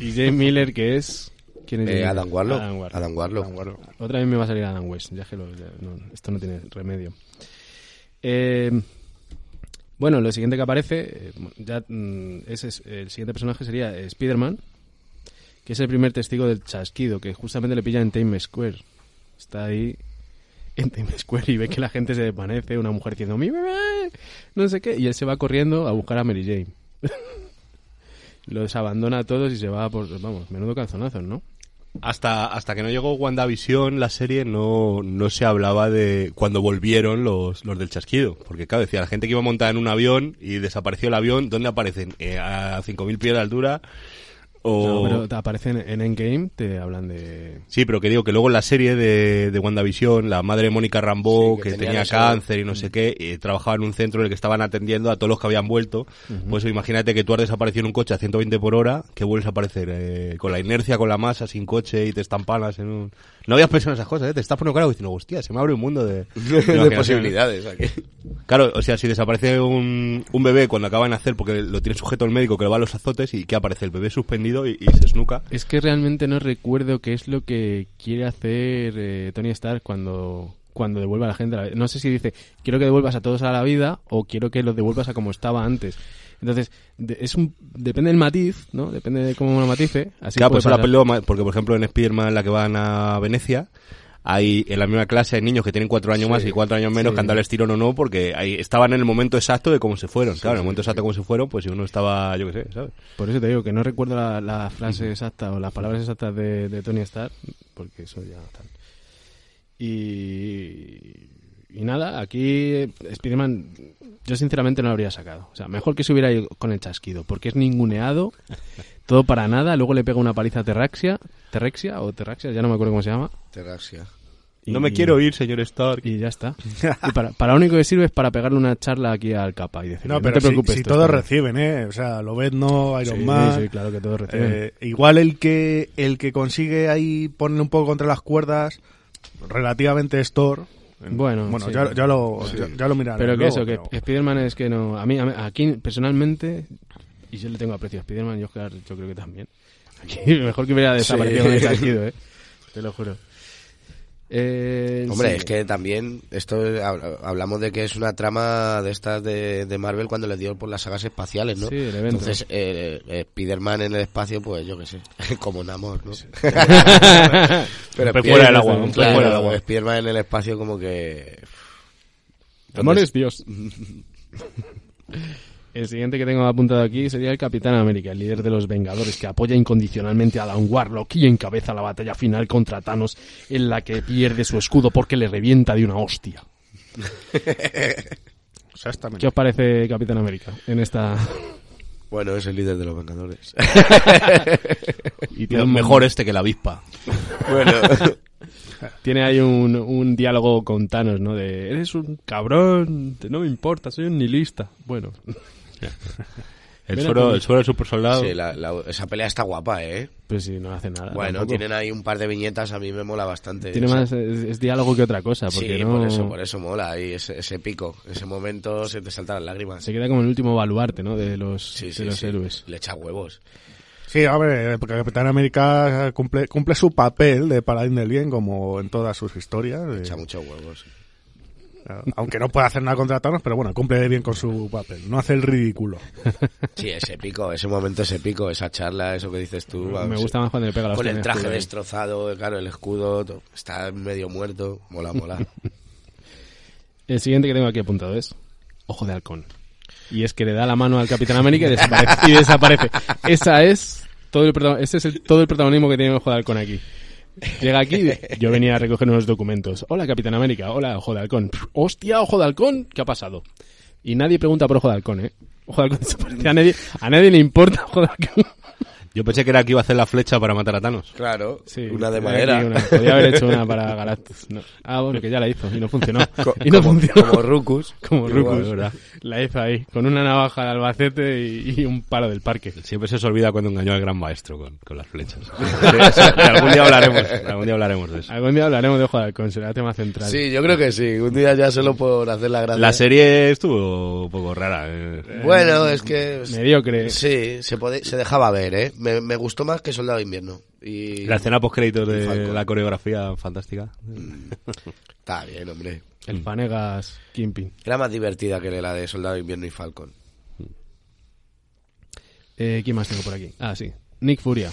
Speaker 2: y Jake Miller, que es... ¿Quién es
Speaker 3: Eh,
Speaker 2: Jake Miller?
Speaker 3: Adam Warlock.
Speaker 2: Adam Warlock.
Speaker 3: Adam Warlock.
Speaker 2: Otra vez me va a salir Adam West, ya que lo- ya- no, esto no tiene remedio. Eh, bueno, lo siguiente que aparece, eh, ya, mm, ese es- el siguiente personaje sería eh, Spider-Man, que es el primer testigo del chasquido, que justamente le pilla en Times Square. Está ahí en Times Square y ve que la gente se desvanece, una mujer diciendo "Mi bebé", no sé qué, y él se va corriendo a buscar a Mary Jane. Los abandona a todos y se va por, vamos, menudo canzonazos, ¿no?
Speaker 5: Hasta, hasta que no llegó WandaVision, la serie no, no se hablaba de cuando volvieron los, los del chasquido. Porque, claro, decía la gente que iba montada en un avión y desapareció el avión, ¿dónde aparecen? Eh, ¿A 5.000 pies de altura? O...
Speaker 2: No, pero te aparecen en Endgame, te hablan de...
Speaker 5: Sí, pero que digo que luego en la serie de, de WandaVision, la madre de Mónica Rambó,
Speaker 3: Sí, que
Speaker 5: que,
Speaker 3: tenía Mm.
Speaker 5: tenía
Speaker 3: esa-
Speaker 5: cáncer y no sé qué, eh, trabajaba en un centro en el que estaban atendiendo a todos los que habían vuelto. Pues imagínate que tú has desaparecido en un coche a 120 por hora, que vuelves a aparecer eh, con la inercia, con la masa, sin coche y te estampanas en un... No habías pensado en esas cosas, ¿eh? Te estás poniendo cara diciendo, hostia, se me abre un mundo de,
Speaker 3: De
Speaker 5: imaginación".
Speaker 3: posibilidades. aquí.
Speaker 5: Claro, o sea, si desaparece un, un bebé cuando acaba de nacer porque lo tiene sujeto el médico que le va a los azotes y que aparece el bebé suspendido y, y se snuca.
Speaker 2: Es que realmente no recuerdo qué es lo que quiere hacer eh, Tony Stark cuando, cuando devuelve a la gente. a la- No sé si dice, quiero que devuelvas a todos a la vida o quiero que los devuelvas a como estaba antes. Entonces, de- es un, depende del matiz, ¿no? Depende de cómo lo matice. Así
Speaker 5: claro,
Speaker 2: puede
Speaker 5: pues ahora
Speaker 2: pasar.
Speaker 5: peleo ma- porque por ejemplo en Spiderman la que van a Venecia, hay en la misma clase hay niños que tienen cuatro años más y cuatro años menos que han dado el estirón o no porque ahí estaban en el momento exacto de cómo se fueron. claro, en el momento exacto de cómo se fueron, pues si uno estaba, yo qué sé, ¿sabes?
Speaker 2: Por eso te digo que no recuerdo la, la frase exacta o las palabras exactas de, de Tony Stark, porque eso ya tal. Y, y nada, aquí Spider-Man yo sinceramente no lo habría sacado. O sea, mejor que se hubiera ido con el chasquido, porque es ninguneado, todo para nada, luego le pega una paliza a Terraxia, Terrexia o Terraxia, ya no me acuerdo cómo se llama.
Speaker 3: Terraxia.
Speaker 5: No me quiero ir, señor Stark.
Speaker 2: Y ya está. Y para, para lo único que sirve es para pegarle una charla aquí al capa y decirle,
Speaker 4: No,
Speaker 2: no,
Speaker 4: pero
Speaker 2: te
Speaker 4: si-
Speaker 2: preocupes.
Speaker 4: si,
Speaker 2: esto
Speaker 4: todos
Speaker 2: está bien".
Speaker 4: reciben, ¿eh? O sea, lo ves, no, Iron
Speaker 2: Sí,
Speaker 4: Man.
Speaker 2: sí, claro que todos reciben.
Speaker 4: Eh, igual el que el que consigue ahí poner un poco contra las cuerdas, relativamente es Thor.
Speaker 2: Bueno, sí.
Speaker 4: ya, ya lo, ya, ya lo miraré
Speaker 2: Pero que
Speaker 4: luego,
Speaker 2: eso, que
Speaker 4: pero-
Speaker 2: Spider-Man es que no. A mí, a mí- aquí personalmente, y yo le tengo aprecio a Spider-Man y Oscar, yo creo que también. Aquí mejor que hubiera desaparecido
Speaker 3: Sí.
Speaker 2: con el chasquido, ¿eh? Te lo juro. Eh,
Speaker 3: Hombre,
Speaker 2: sí.
Speaker 3: es que también esto es- hab- hablamos de que es una trama de estas de, de Marvel cuando les dio por las sagas espaciales, ¿no?
Speaker 2: Sí, el evento.
Speaker 3: Entonces, eh, eh, Spider-Man en el espacio, pues yo qué sé, como un amor, ¿no? Pero
Speaker 5: pez
Speaker 3: Spider-
Speaker 5: fuera del agua, un pez
Speaker 3: claro,
Speaker 5: fuera del agua.
Speaker 3: Spider-Man en el espacio como que...
Speaker 2: Amor es Dios. El siguiente que tengo apuntado aquí sería el Capitán América, el líder de los Vengadores, que apoya incondicionalmente a Alan Warlock y encabeza la batalla final contra Thanos, en la que pierde su escudo porque le revienta de una hostia.
Speaker 4: Exactamente.
Speaker 2: ¿Qué os parece Capitán América en esta
Speaker 3: Bueno, es el líder de los Vengadores.
Speaker 5: Y tiene- mejor este que la avispa.
Speaker 3: bueno,
Speaker 2: Tiene ahí un, un diálogo con Thanos, ¿no? De, eres un cabrón, te- no me importa, soy un nihilista. Bueno,
Speaker 5: El
Speaker 2: Ven
Speaker 5: suero,
Speaker 2: aquí.
Speaker 5: el suero del super soldado.
Speaker 3: sí, la- la- esa pelea está guapa, ¿eh?
Speaker 2: pues si no hace nada.
Speaker 3: Bueno,
Speaker 2: tampoco.
Speaker 3: tienen ahí un par de viñetas, a mí me mola bastante.
Speaker 2: Tiene
Speaker 3: O sea,
Speaker 2: más, es, es diálogo que otra cosa, porque
Speaker 3: Sí,
Speaker 2: no...
Speaker 3: por eso, por eso mola, ahí ese, ese pico, ese momento se te saltan las lágrimas.
Speaker 2: Se queda como el último baluarte, ¿no? De los,
Speaker 3: Sí,
Speaker 2: de
Speaker 3: sí,
Speaker 2: los
Speaker 3: sí.
Speaker 2: héroes.
Speaker 3: Le echa huevos.
Speaker 4: Sí, hombre, porque Capitán América cumple, cumple su papel de paladín del bien, como en todas sus historias. eh,
Speaker 3: Echa muchos huevos.
Speaker 4: aunque no pueda hacer nada contra Thanos, pero bueno, cumple bien con su papel. No hace el ridículo.
Speaker 3: Sí, ese pico, ese momento, ese pico, esa charla, eso que dices tú.
Speaker 2: Me
Speaker 3: vamos,
Speaker 2: gusta más cuando le pega la
Speaker 3: Con
Speaker 2: hostia en
Speaker 3: el traje este
Speaker 2: escudo.
Speaker 3: destrozado, claro, el escudo, to- está medio muerto. Mola, mola.
Speaker 2: El siguiente que tengo aquí apuntado es Ojo de Halcón. Y es que le da la mano al Capitán América y desaparece. y desaparece. Esa es todo el, protago- ese es el- todo el protagonismo que tiene Ojo de Halcón aquí. Llega aquí, y dice, yo venía a recoger unos documentos. Hola Capitán América, hola Ojo de Halcón. Pff, Hostia, Ojo de Halcón, ¿qué ha pasado? Y nadie pregunta por Ojo de Halcón, ¿eh? Ojo de Halcón desaparece. A nadie, a nadie le importa Ojo de Halcón.
Speaker 5: Yo pensé que era que iba a hacer la flecha para matar a Thanos.
Speaker 3: Claro,
Speaker 2: Sí,
Speaker 3: una de
Speaker 2: aquí
Speaker 3: madera.
Speaker 2: una. Podía haber hecho una para Galactus. no. Ah, bueno, que ya la hizo y no funcionó.
Speaker 3: Co-
Speaker 2: y no
Speaker 3: como,
Speaker 2: funcionó.
Speaker 3: como Rucus.
Speaker 2: Como
Speaker 3: Igual,
Speaker 2: Rucus,
Speaker 3: es verdad.
Speaker 2: la hizo ahí, con una navaja de Albacete y, y un palo del parque.
Speaker 5: Siempre se os olvida cuando engañó al gran maestro con, con las flechas. De eso, que algún día hablaremos, algún día hablaremos de eso.
Speaker 2: Algún día hablaremos de Ojo de Halcón, será tema central.
Speaker 3: Sí, yo creo que sí. Un día ya solo por hacer la gracia.
Speaker 5: La serie estuvo un poco rara. eh.
Speaker 3: Bueno, es que...
Speaker 2: Mediocre.
Speaker 3: Sí, se, pode- se dejaba ver, ¿eh? Me, me gustó más que Soldado de Invierno. Y...
Speaker 5: La escena post créditos de
Speaker 3: Falcon.
Speaker 5: la coreografía fantástica.
Speaker 3: Está bien, hombre.
Speaker 2: El Fanegas Kimping.
Speaker 3: Era más divertida que la de Soldado de Invierno y Falcon.
Speaker 2: Eh, ¿Quién más tengo por aquí? Ah, sí. Nick Furia.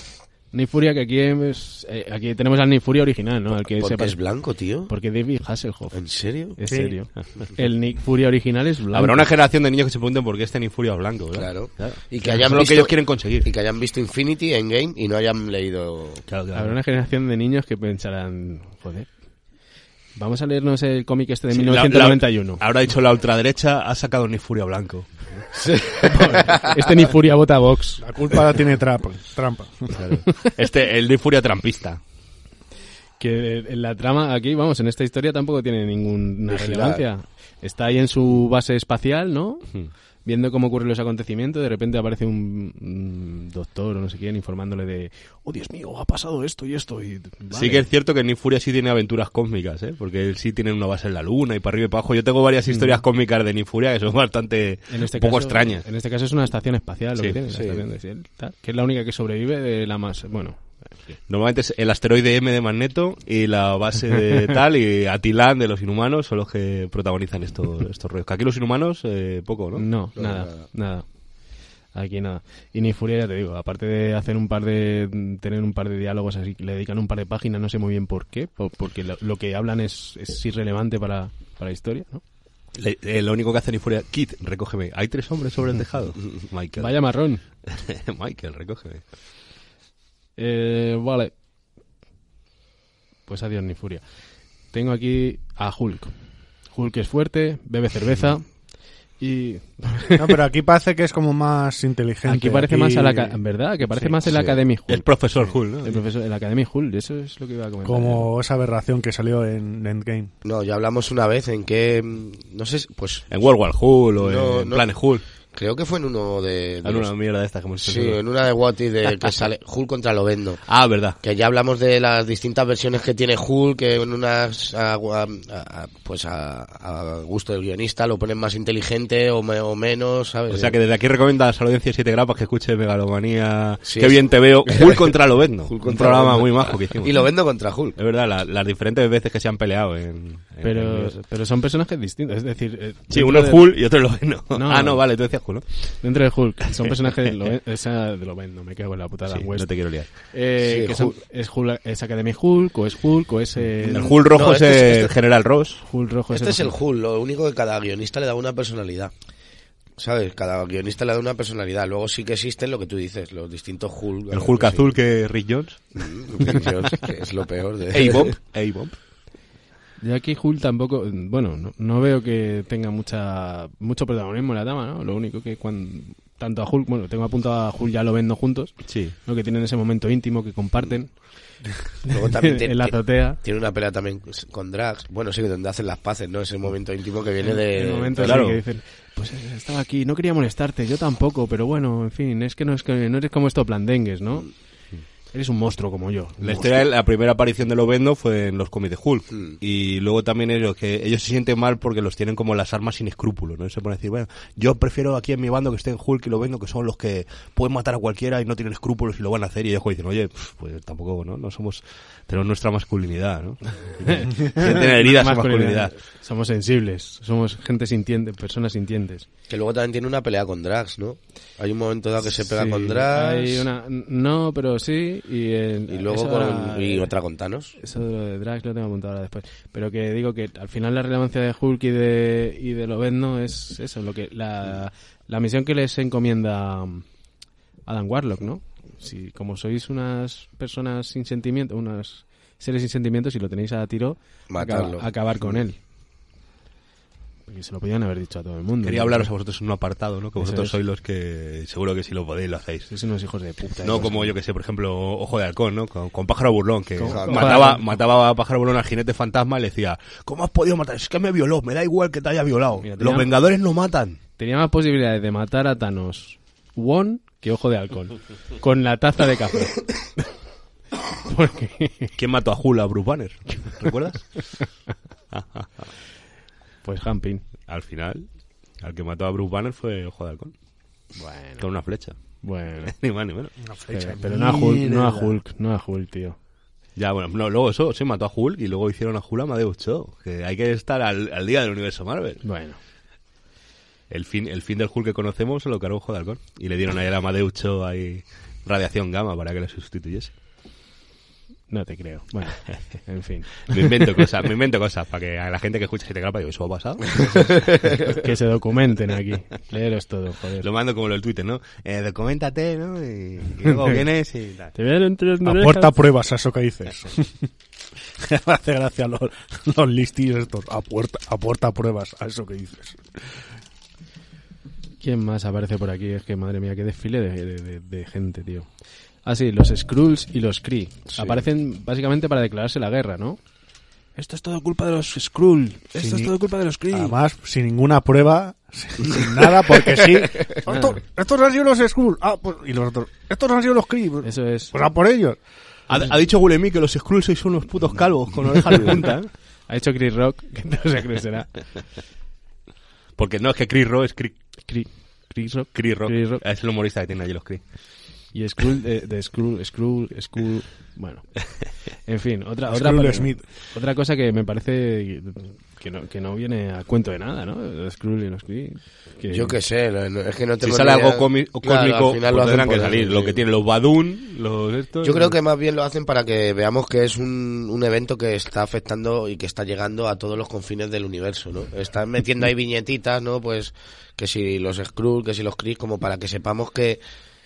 Speaker 2: Nick Furia, que aquí, es, eh, aquí tenemos al Nick Furia original, ¿no? Al que
Speaker 3: Porque
Speaker 2: se
Speaker 3: es blanco, tío.
Speaker 2: Porque David Hasselhoff.
Speaker 3: ¿En serio?
Speaker 2: Es
Speaker 4: Sí.
Speaker 2: serio. El Nick Furia original es blanco.
Speaker 5: Habrá una generación de niños que se pregunten por qué este Infuria es blanco, ¿verdad?
Speaker 3: Claro.
Speaker 5: Y
Speaker 3: Y
Speaker 5: que
Speaker 3: que
Speaker 5: hayan
Speaker 3: hayan
Speaker 5: lo que
Speaker 3: visto-
Speaker 5: ellos quieren conseguir.
Speaker 3: Y que hayan visto Infinity Endgame y no hayan leído.
Speaker 5: Claro, claro.
Speaker 2: Habrá una generación de niños que pensarán, joder, vamos a leernos el cómic este de
Speaker 5: Sí, la-
Speaker 2: 1991.
Speaker 5: la- habrá dicho la ultraderecha, ha sacado Nick Furia blanco.
Speaker 2: Este Nick Furia vota a Vox.
Speaker 4: La culpa la tiene trampa. trampa.
Speaker 5: Este, el Nick Furia trampista.
Speaker 2: Que en la trama aquí, vamos, en esta historia tampoco tiene ninguna
Speaker 3: Vigilar.
Speaker 2: relevancia. Está ahí en su base espacial, ¿no?
Speaker 5: Hmm.
Speaker 2: Viendo cómo ocurren los acontecimientos, de repente aparece un, un doctor o no sé quién informándole de, oh Dios mío, ha pasado esto y esto. Y,
Speaker 5: Sí
Speaker 2: vale.
Speaker 5: que es cierto que Nick Furia sí tiene aventuras cósmicas, ¿eh? Porque él sí tiene una base en la luna y para arriba y para abajo. Yo tengo varias historias cósmicas de Nick Furia que son bastante
Speaker 2: Mm. En este
Speaker 5: un poco
Speaker 2: caso-
Speaker 5: extrañas.
Speaker 2: En este caso es una estación espacial, lo
Speaker 5: Sí,
Speaker 2: que tiene, la
Speaker 5: sí.
Speaker 2: estación de Ciel, tal, que es la única que sobrevive de la más... Bueno,
Speaker 5: Normalmente es el asteroide M de Magneto y la base de tal y Atilán de los Inhumanos son los que protagonizan estos, estos rollos. Que aquí los Inhumanos, eh, poco, ¿no?
Speaker 2: No, nada, nada, Aquí nada. Y ni Furia, ya te digo, aparte de hacer un par de. tener un par de diálogos así, le dedican un par de páginas, no sé muy bien por qué, po- porque lo, lo que hablan es, es irrelevante para, para la historia, ¿no?
Speaker 5: Le- eh, lo único que hace Nick Furia, Kit, recógeme. Hay tres hombres sobre el tejado. Michael.
Speaker 2: Vaya marrón.
Speaker 5: Michael, recógeme.
Speaker 2: Eh, vale. Pues adiós, ni Furia. Tengo aquí a Hulk. Hulk es fuerte, bebe cerveza y
Speaker 4: No, pero aquí parece que es como más inteligente.
Speaker 2: aquí parece más a la ca- ¿verdad? Que parece
Speaker 4: Sí,
Speaker 2: más el
Speaker 4: sí.
Speaker 2: Academy
Speaker 5: El
Speaker 2: Hulk.
Speaker 5: profesor Hull, ¿no?
Speaker 2: El profesor, el Academy Hulk, eso es lo que iba a comentar.
Speaker 4: Como esa aberración que salió en Endgame.
Speaker 3: No, ya hablamos una vez en que. mm, No sé, si- pues.
Speaker 5: En World War Hull o
Speaker 3: No,
Speaker 5: en
Speaker 3: no.
Speaker 5: Planet Hull.
Speaker 3: Creo que fue en uno de. de
Speaker 5: Era
Speaker 3: los-
Speaker 5: una mierda de estas como
Speaker 3: sí, en una de Watty de que sale Hulk contra Lovendo.
Speaker 5: Ah, verdad.
Speaker 3: Que ya hablamos de las distintas versiones que tiene Hulk, que en unas, a, a- a- pues a, a gusto del guionista lo ponen más inteligente o, me- o menos, ¿sabes?
Speaker 5: O sea que desde aquí recomiendas a la audiencia de 7 grapas que escuche Megalomanía.
Speaker 3: Sí,
Speaker 5: Qué
Speaker 3: es-
Speaker 5: bien te veo. Hulk contra Lobezno. un
Speaker 3: contra
Speaker 5: programa
Speaker 3: Lobezno.
Speaker 5: muy majo que hicimos.
Speaker 3: Y lo vendo contra Hulk.
Speaker 5: Es verdad, la- las diferentes veces que se han peleado en. en-
Speaker 2: Pero,
Speaker 5: en-
Speaker 2: pero son personajes distintos, es decir... eh,
Speaker 5: Sí,
Speaker 2: dentro
Speaker 5: uno es
Speaker 2: de-
Speaker 5: Hulk y otro es Lobezno.
Speaker 2: No.
Speaker 5: Ah, no, vale, tú decías Hulk, ¿no?
Speaker 2: Dentro de Hulk, son personajes de Loven, esa de Loven, no me cago en la puta de
Speaker 5: Sí,
Speaker 2: Adam West.
Speaker 5: no te quiero liar.
Speaker 2: Eh,
Speaker 3: Sí,
Speaker 2: que son-
Speaker 3: Hulk.
Speaker 2: es, Hulk, es Academy Hulk, o es Hulk, o es... eh,
Speaker 5: El Hulk rojo
Speaker 3: no,
Speaker 5: es,
Speaker 3: este es-
Speaker 5: el
Speaker 3: este es-
Speaker 5: General Ross.
Speaker 2: Hulk rojo.
Speaker 3: Este es el Hulk, lo único que cada guionista le da una personalidad. ¿Sabes? Cada guionista le da una personalidad. Luego sí que existen lo que tú dices, los distintos Hulk.
Speaker 5: El Hulk
Speaker 3: Sí.
Speaker 5: azul que es Rick Jones.
Speaker 3: Mm, Rick Jones, que es lo peor de...
Speaker 5: A-Bomb. A-Bomb.
Speaker 2: Yo aquí Hulk tampoco... mm, Bueno, no, no veo que tenga mucha mucho protagonismo en la dama, ¿no? Lo único que cuando... Tanto a Hulk, bueno, tengo apuntado a Hulk ya lo vendo juntos,
Speaker 5: Sí.
Speaker 2: lo que tienen ese momento íntimo que comparten
Speaker 3: Luego también tiene,
Speaker 2: en la azotea.
Speaker 3: tiene una pelea también con Drax. Bueno, sí, que donde hacen las paces, ¿no? Ese momento íntimo que viene de...
Speaker 2: el momento
Speaker 5: claro.
Speaker 2: en el que dicen pues eh, estaba aquí no quería molestarte yo tampoco pero bueno en fin es que no es que no eres como estos blandengues no eres un monstruo como yo
Speaker 5: La historia, la primera aparición de Lobendo fue en los cómics de Hulk. Y luego también ellos, que ellos se sienten mal porque los tienen como las armas sin escrúpulos, ¿no? Y Se ponen a decir, bueno, yo prefiero aquí en mi bando que estén Hulk y Lobendo, que son los que pueden matar a cualquiera y no tienen escrúpulos y lo van a hacer. Y ellos como dicen, oye, pf, pues tampoco, ¿no? No somos, tenemos nuestra masculinidad, ¿no? Tienen heridas su masculinidad.
Speaker 2: somos sensibles somos gente sintiente personas sintientes
Speaker 3: Que luego también tiene una pelea con Drax, ¿no? Hay un momento dado que se pega
Speaker 2: Sí,
Speaker 3: con Drax
Speaker 2: hay una- no pero sí y, el-
Speaker 3: y luego
Speaker 2: esa-
Speaker 3: con, y otra con Thanos.
Speaker 2: Eso de lo de Drax lo tengo apuntado ahora después. Pero que digo que al final la relevancia de Hulk y de, y de Lobezno es eso, lo que la, la misión que les encomienda um, Adam Warlock, ¿no? Si como sois unas personas sin sentimiento, unas seres sin sentimiento, si lo tenéis a tiro,
Speaker 3: Matarlo.
Speaker 2: acaba- acabar con él. Porque se lo podían haber dicho a todo el mundo.
Speaker 5: Quería hablaros a vosotros en un apartado, ¿no? Que
Speaker 2: Eso
Speaker 5: vosotros
Speaker 2: es.
Speaker 5: sois los que seguro que si lo podéis lo hacéis.
Speaker 2: Sois unos hijos de puta.
Speaker 5: No
Speaker 2: hijos
Speaker 5: como
Speaker 2: de-
Speaker 5: yo que sé, por ejemplo, Ojo de Halcón, ¿no? Con, con Pájaro Burlón, que
Speaker 3: Con-
Speaker 5: mataba,
Speaker 2: con-
Speaker 5: mataba a Pájaro Burlón al jinete fantasma y le decía, ¿cómo has podido matar? Es que me violó, me da igual que te haya violado.
Speaker 2: Mira, tenía-
Speaker 5: Los Vengadores no matan.
Speaker 2: Tenía más posibilidades de matar a Thanos Won que ojo de halcón. Con la taza de café. Porque
Speaker 5: ¿Quién mató a Hula Bruce Banner? ¿Recuerdas?
Speaker 2: Pues Hampin.
Speaker 5: al final, al que mató a Bruce Banner fue Ojo de Halcón,
Speaker 2: Bueno.
Speaker 5: con una flecha.
Speaker 2: Bueno.
Speaker 5: ni más ni menos.
Speaker 2: Pero, pero no a Hulk, no a Hulk, no a Hulk, tío.
Speaker 5: Ya, bueno, no, luego eso, sí, mató a Hulk y luego hicieron a Hulk a Amadeus Cho, que hay que estar al, al día del universo Marvel.
Speaker 2: Bueno.
Speaker 5: El fin, el fin del Hulk que conocemos se lo cargó Ojo de Halcón y le dieron ahí al Amadeus Cho ahí radiación gamma para que le sustituyese.
Speaker 2: No te creo. Bueno, en fin.
Speaker 5: Me invento cosas, me invento cosas para que a la gente que escucha este grapa digo, ¿eso ha pasado?
Speaker 2: Que se documenten aquí. Leeros todo, joder.
Speaker 5: Lo mando como lo del Twitter, ¿no? Eh, documentate, ¿no? Y, y luego vienes y tal.
Speaker 2: Te veo entre las
Speaker 4: Aporta
Speaker 2: orejas.
Speaker 4: pruebas a eso que dices. Me hace gracia los, los listillos estos. Aporta, aporta pruebas a eso que dices.
Speaker 2: ¿Quién más aparece por aquí? Es que madre mía, qué desfile de, de- de- de gente, tío. Ah, sí, los Skrulls y los Kree. Aparecen básicamente para declararse la guerra, ¿no? Esto es todo culpa de los Skrull. Esto
Speaker 4: Sin
Speaker 2: es
Speaker 4: ni-
Speaker 2: todo culpa de los Kree.
Speaker 4: Además, sin ninguna prueba, sin, sin nada, porque sí. Esto- estos han sido los Skull. Ah, pues, y los otros. Estos han sido los Creep.
Speaker 2: Eso es.
Speaker 4: Pues a por ellos.
Speaker 5: Ha, ha dicho Gulemí que los Skrulls sois unos putos calvos con orejas de punta. ¿eh?
Speaker 2: Ha hecho Chris Rock, que no sé quién será.
Speaker 5: Porque no, es que Chris Rock es Chris,
Speaker 2: Kree. Chris Rock.
Speaker 5: Chris Rock.
Speaker 2: Chris Rock.
Speaker 5: Es el humorista que tienen allí los Chris.
Speaker 2: Y Skrull, de, de Skrull, Skrull, Skrull. Bueno. En fin, otra, otra,
Speaker 4: Skrull
Speaker 2: pa-
Speaker 4: Smith.
Speaker 2: otra cosa que me parece que no, que no viene a cuento de nada, ¿no? Los Skrull y los Kree. Que-
Speaker 3: Yo qué sé, no- no- es que no
Speaker 5: Si
Speaker 3: tengo
Speaker 5: sale
Speaker 3: ni idea.
Speaker 5: algo cómi- o
Speaker 3: Claro, al
Speaker 5: cósmico,
Speaker 3: final lo
Speaker 5: pues
Speaker 3: hacen
Speaker 5: tendrán que
Speaker 3: por
Speaker 5: salir.
Speaker 3: eso,
Speaker 5: Lo
Speaker 3: sí.
Speaker 5: que tienen los Badun, los estos.
Speaker 3: Yo creo que más bien lo hacen para que veamos que es un, un evento que está afectando y que está llegando a todos los confines del universo, ¿no? Están metiendo ahí viñetitas, ¿no? Pues que si los Skrull, que si los Kree, como para que sepamos que,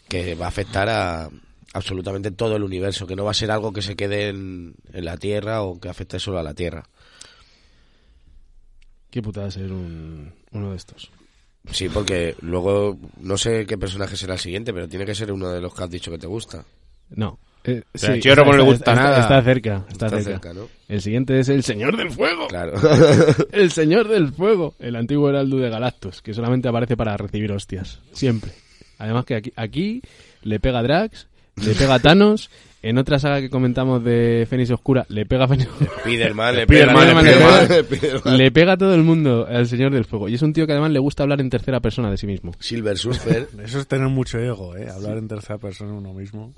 Speaker 3: que va a afectar a absolutamente todo el universo, que no va a ser algo que se quede en, en la Tierra o que afecte solo a la Tierra.
Speaker 2: Qué putada ser un, uno de estos.
Speaker 3: Sí, porque luego no sé qué personaje será el siguiente, pero tiene que ser uno de los que has dicho que te gusta.
Speaker 2: No. Eh,
Speaker 3: sea, Chiro no le gusta
Speaker 2: está-
Speaker 3: nada.
Speaker 2: Está cerca, está,
Speaker 3: Está
Speaker 2: cerca.
Speaker 3: cerca, ¿no?
Speaker 2: El siguiente es el Señor del Fuego.
Speaker 3: Claro.
Speaker 2: El Señor del Fuego. El antiguo heraldo de Galactus, que solamente aparece para recibir hostias. Siempre. Además que aquí, aquí le pega a Drax, le pega a Thanos. En otra saga que comentamos de Fénix Oscura, le pega a Fénix
Speaker 3: Spiderman, le
Speaker 2: Spiderman,
Speaker 3: Spiderman,
Speaker 2: le pega-
Speaker 3: Spiderman, Spiderman.
Speaker 2: Le pega a todo el mundo al Señor del Fuego. Y es un tío que además le gusta hablar en tercera persona de sí mismo.
Speaker 3: Silver Surfer.
Speaker 4: Eso es tener mucho ego, ¿eh? Hablar en tercera persona uno mismo.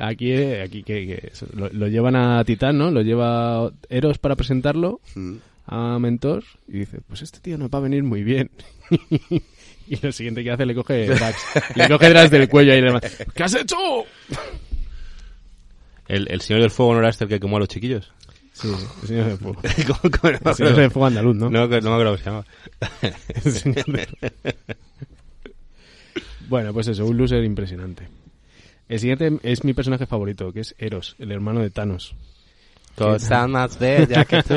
Speaker 2: Aquí, eh, aquí que, que eso, lo, lo llevan a Titán, ¿no? Lo lleva Eros para presentarlo
Speaker 3: Mm.
Speaker 2: a Mentor y dice, pues este tío nos va a venir muy bien. y lo siguiente que hace le coge Drax, le coge Drax del cuello y le manda, ¿qué has hecho?
Speaker 5: El, el Señor del Fuego no era este el que quemó a los chiquillos.
Speaker 2: Sí, el señor del fuego.
Speaker 5: ¿Cómo- cómo era?
Speaker 2: El señor del fuego andaluz, ¿no?
Speaker 5: No, que- no me acuerdo cómo se llama.
Speaker 2: El señor del- bueno, pues eso, un loser impresionante. El siguiente es mi personaje favorito, que es Eros, el hermano de Thanos.
Speaker 5: Cosas más bellas que tú.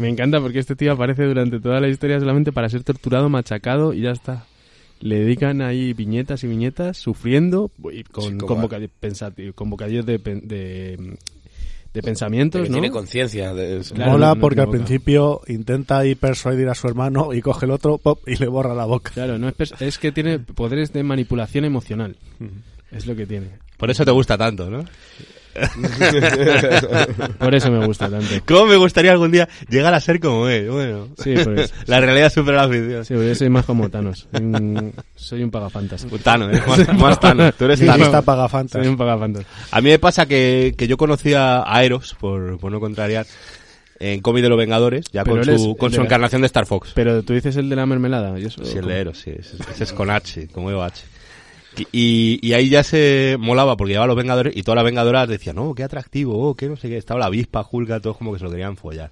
Speaker 2: Me encanta porque este tío aparece durante toda la historia solamente para ser torturado, machacado y ya está. Le dedican ahí viñetas y viñetas, sufriendo, y con,
Speaker 3: Sí, como
Speaker 2: con
Speaker 3: a-
Speaker 2: bocadi- pensati- con bocadillos de, pen- de, de pensamientos,
Speaker 3: Que
Speaker 2: ¿no?
Speaker 3: Tiene conciencia de eso.
Speaker 2: Claro,
Speaker 4: Mola
Speaker 2: no
Speaker 4: porque al
Speaker 2: equivoca.
Speaker 4: principio intenta ahí persuadir a su hermano y coge el otro pop, y le borra la boca.
Speaker 2: Claro, no es, pers- es que tiene poderes de manipulación emocional. Es lo que tiene.
Speaker 5: Por eso te gusta tanto, ¿no?
Speaker 2: Por eso me gusta tanto.
Speaker 5: ¿Cómo me gustaría algún día llegar a ser como él? Bueno,
Speaker 2: Sí, por eso.
Speaker 5: la realidad supera la ficción.
Speaker 2: Sí, porque yo soy más como Thanos. Soy un- Soy un pagafantas.
Speaker 5: Un Thanos, ¿eh? Más, más Thanos. Tú eres
Speaker 4: Y
Speaker 5: Thanos.
Speaker 4: está pagafantas.
Speaker 2: Soy un pagafantas.
Speaker 5: A mí me pasa que, que yo conocía a Eros, por, por no contrariar, en cómic de los Vengadores, ya
Speaker 2: Pero
Speaker 5: con
Speaker 2: él es
Speaker 5: su, con
Speaker 2: el
Speaker 5: su
Speaker 2: de-
Speaker 5: encarnación de Star Fox.
Speaker 2: Pero tú dices el de la mermelada. Yo soy-
Speaker 5: Sí, el de Eros, sí. Ese, ese es con H, como Evo H. Y, y ahí ya se molaba porque llevaba los Vengadores y todas las Vengadoras decían, no, qué atractivo, oh, qué no sé qué. Estaba la avispa, Julga, todos como que se lo querían follar.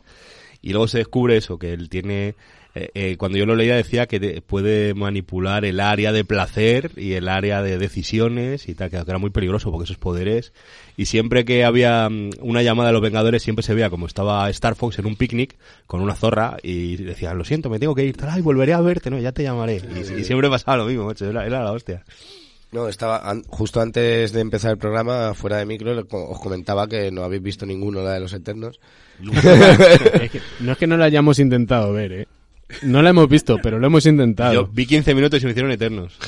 Speaker 5: Y luego se descubre eso, que él tiene... eh, eh, cuando yo lo leía decía que te- puede manipular el área de placer y el área de decisiones y tal, que que era muy peligroso porque esos poderes... Y siempre que había mm, una llamada de los Vengadores siempre se veía como estaba Star Fox en un picnic con una zorra y decían, lo siento, me tengo que ir, tal, ay, volveré a verte, no, ya te llamaré. Y, y siempre pasaba lo mismo, macho, era, era la hostia.
Speaker 3: No, estaba an- justo antes de empezar el programa, fuera de micro, le co- os comentaba que no habéis visto ninguno la de los Eternos.
Speaker 2: Es que- no es que no la hayamos intentado ver, ¿eh? No la hemos visto, pero lo hemos intentado.
Speaker 5: Yo vi 15 minutos y me hicieron eternos.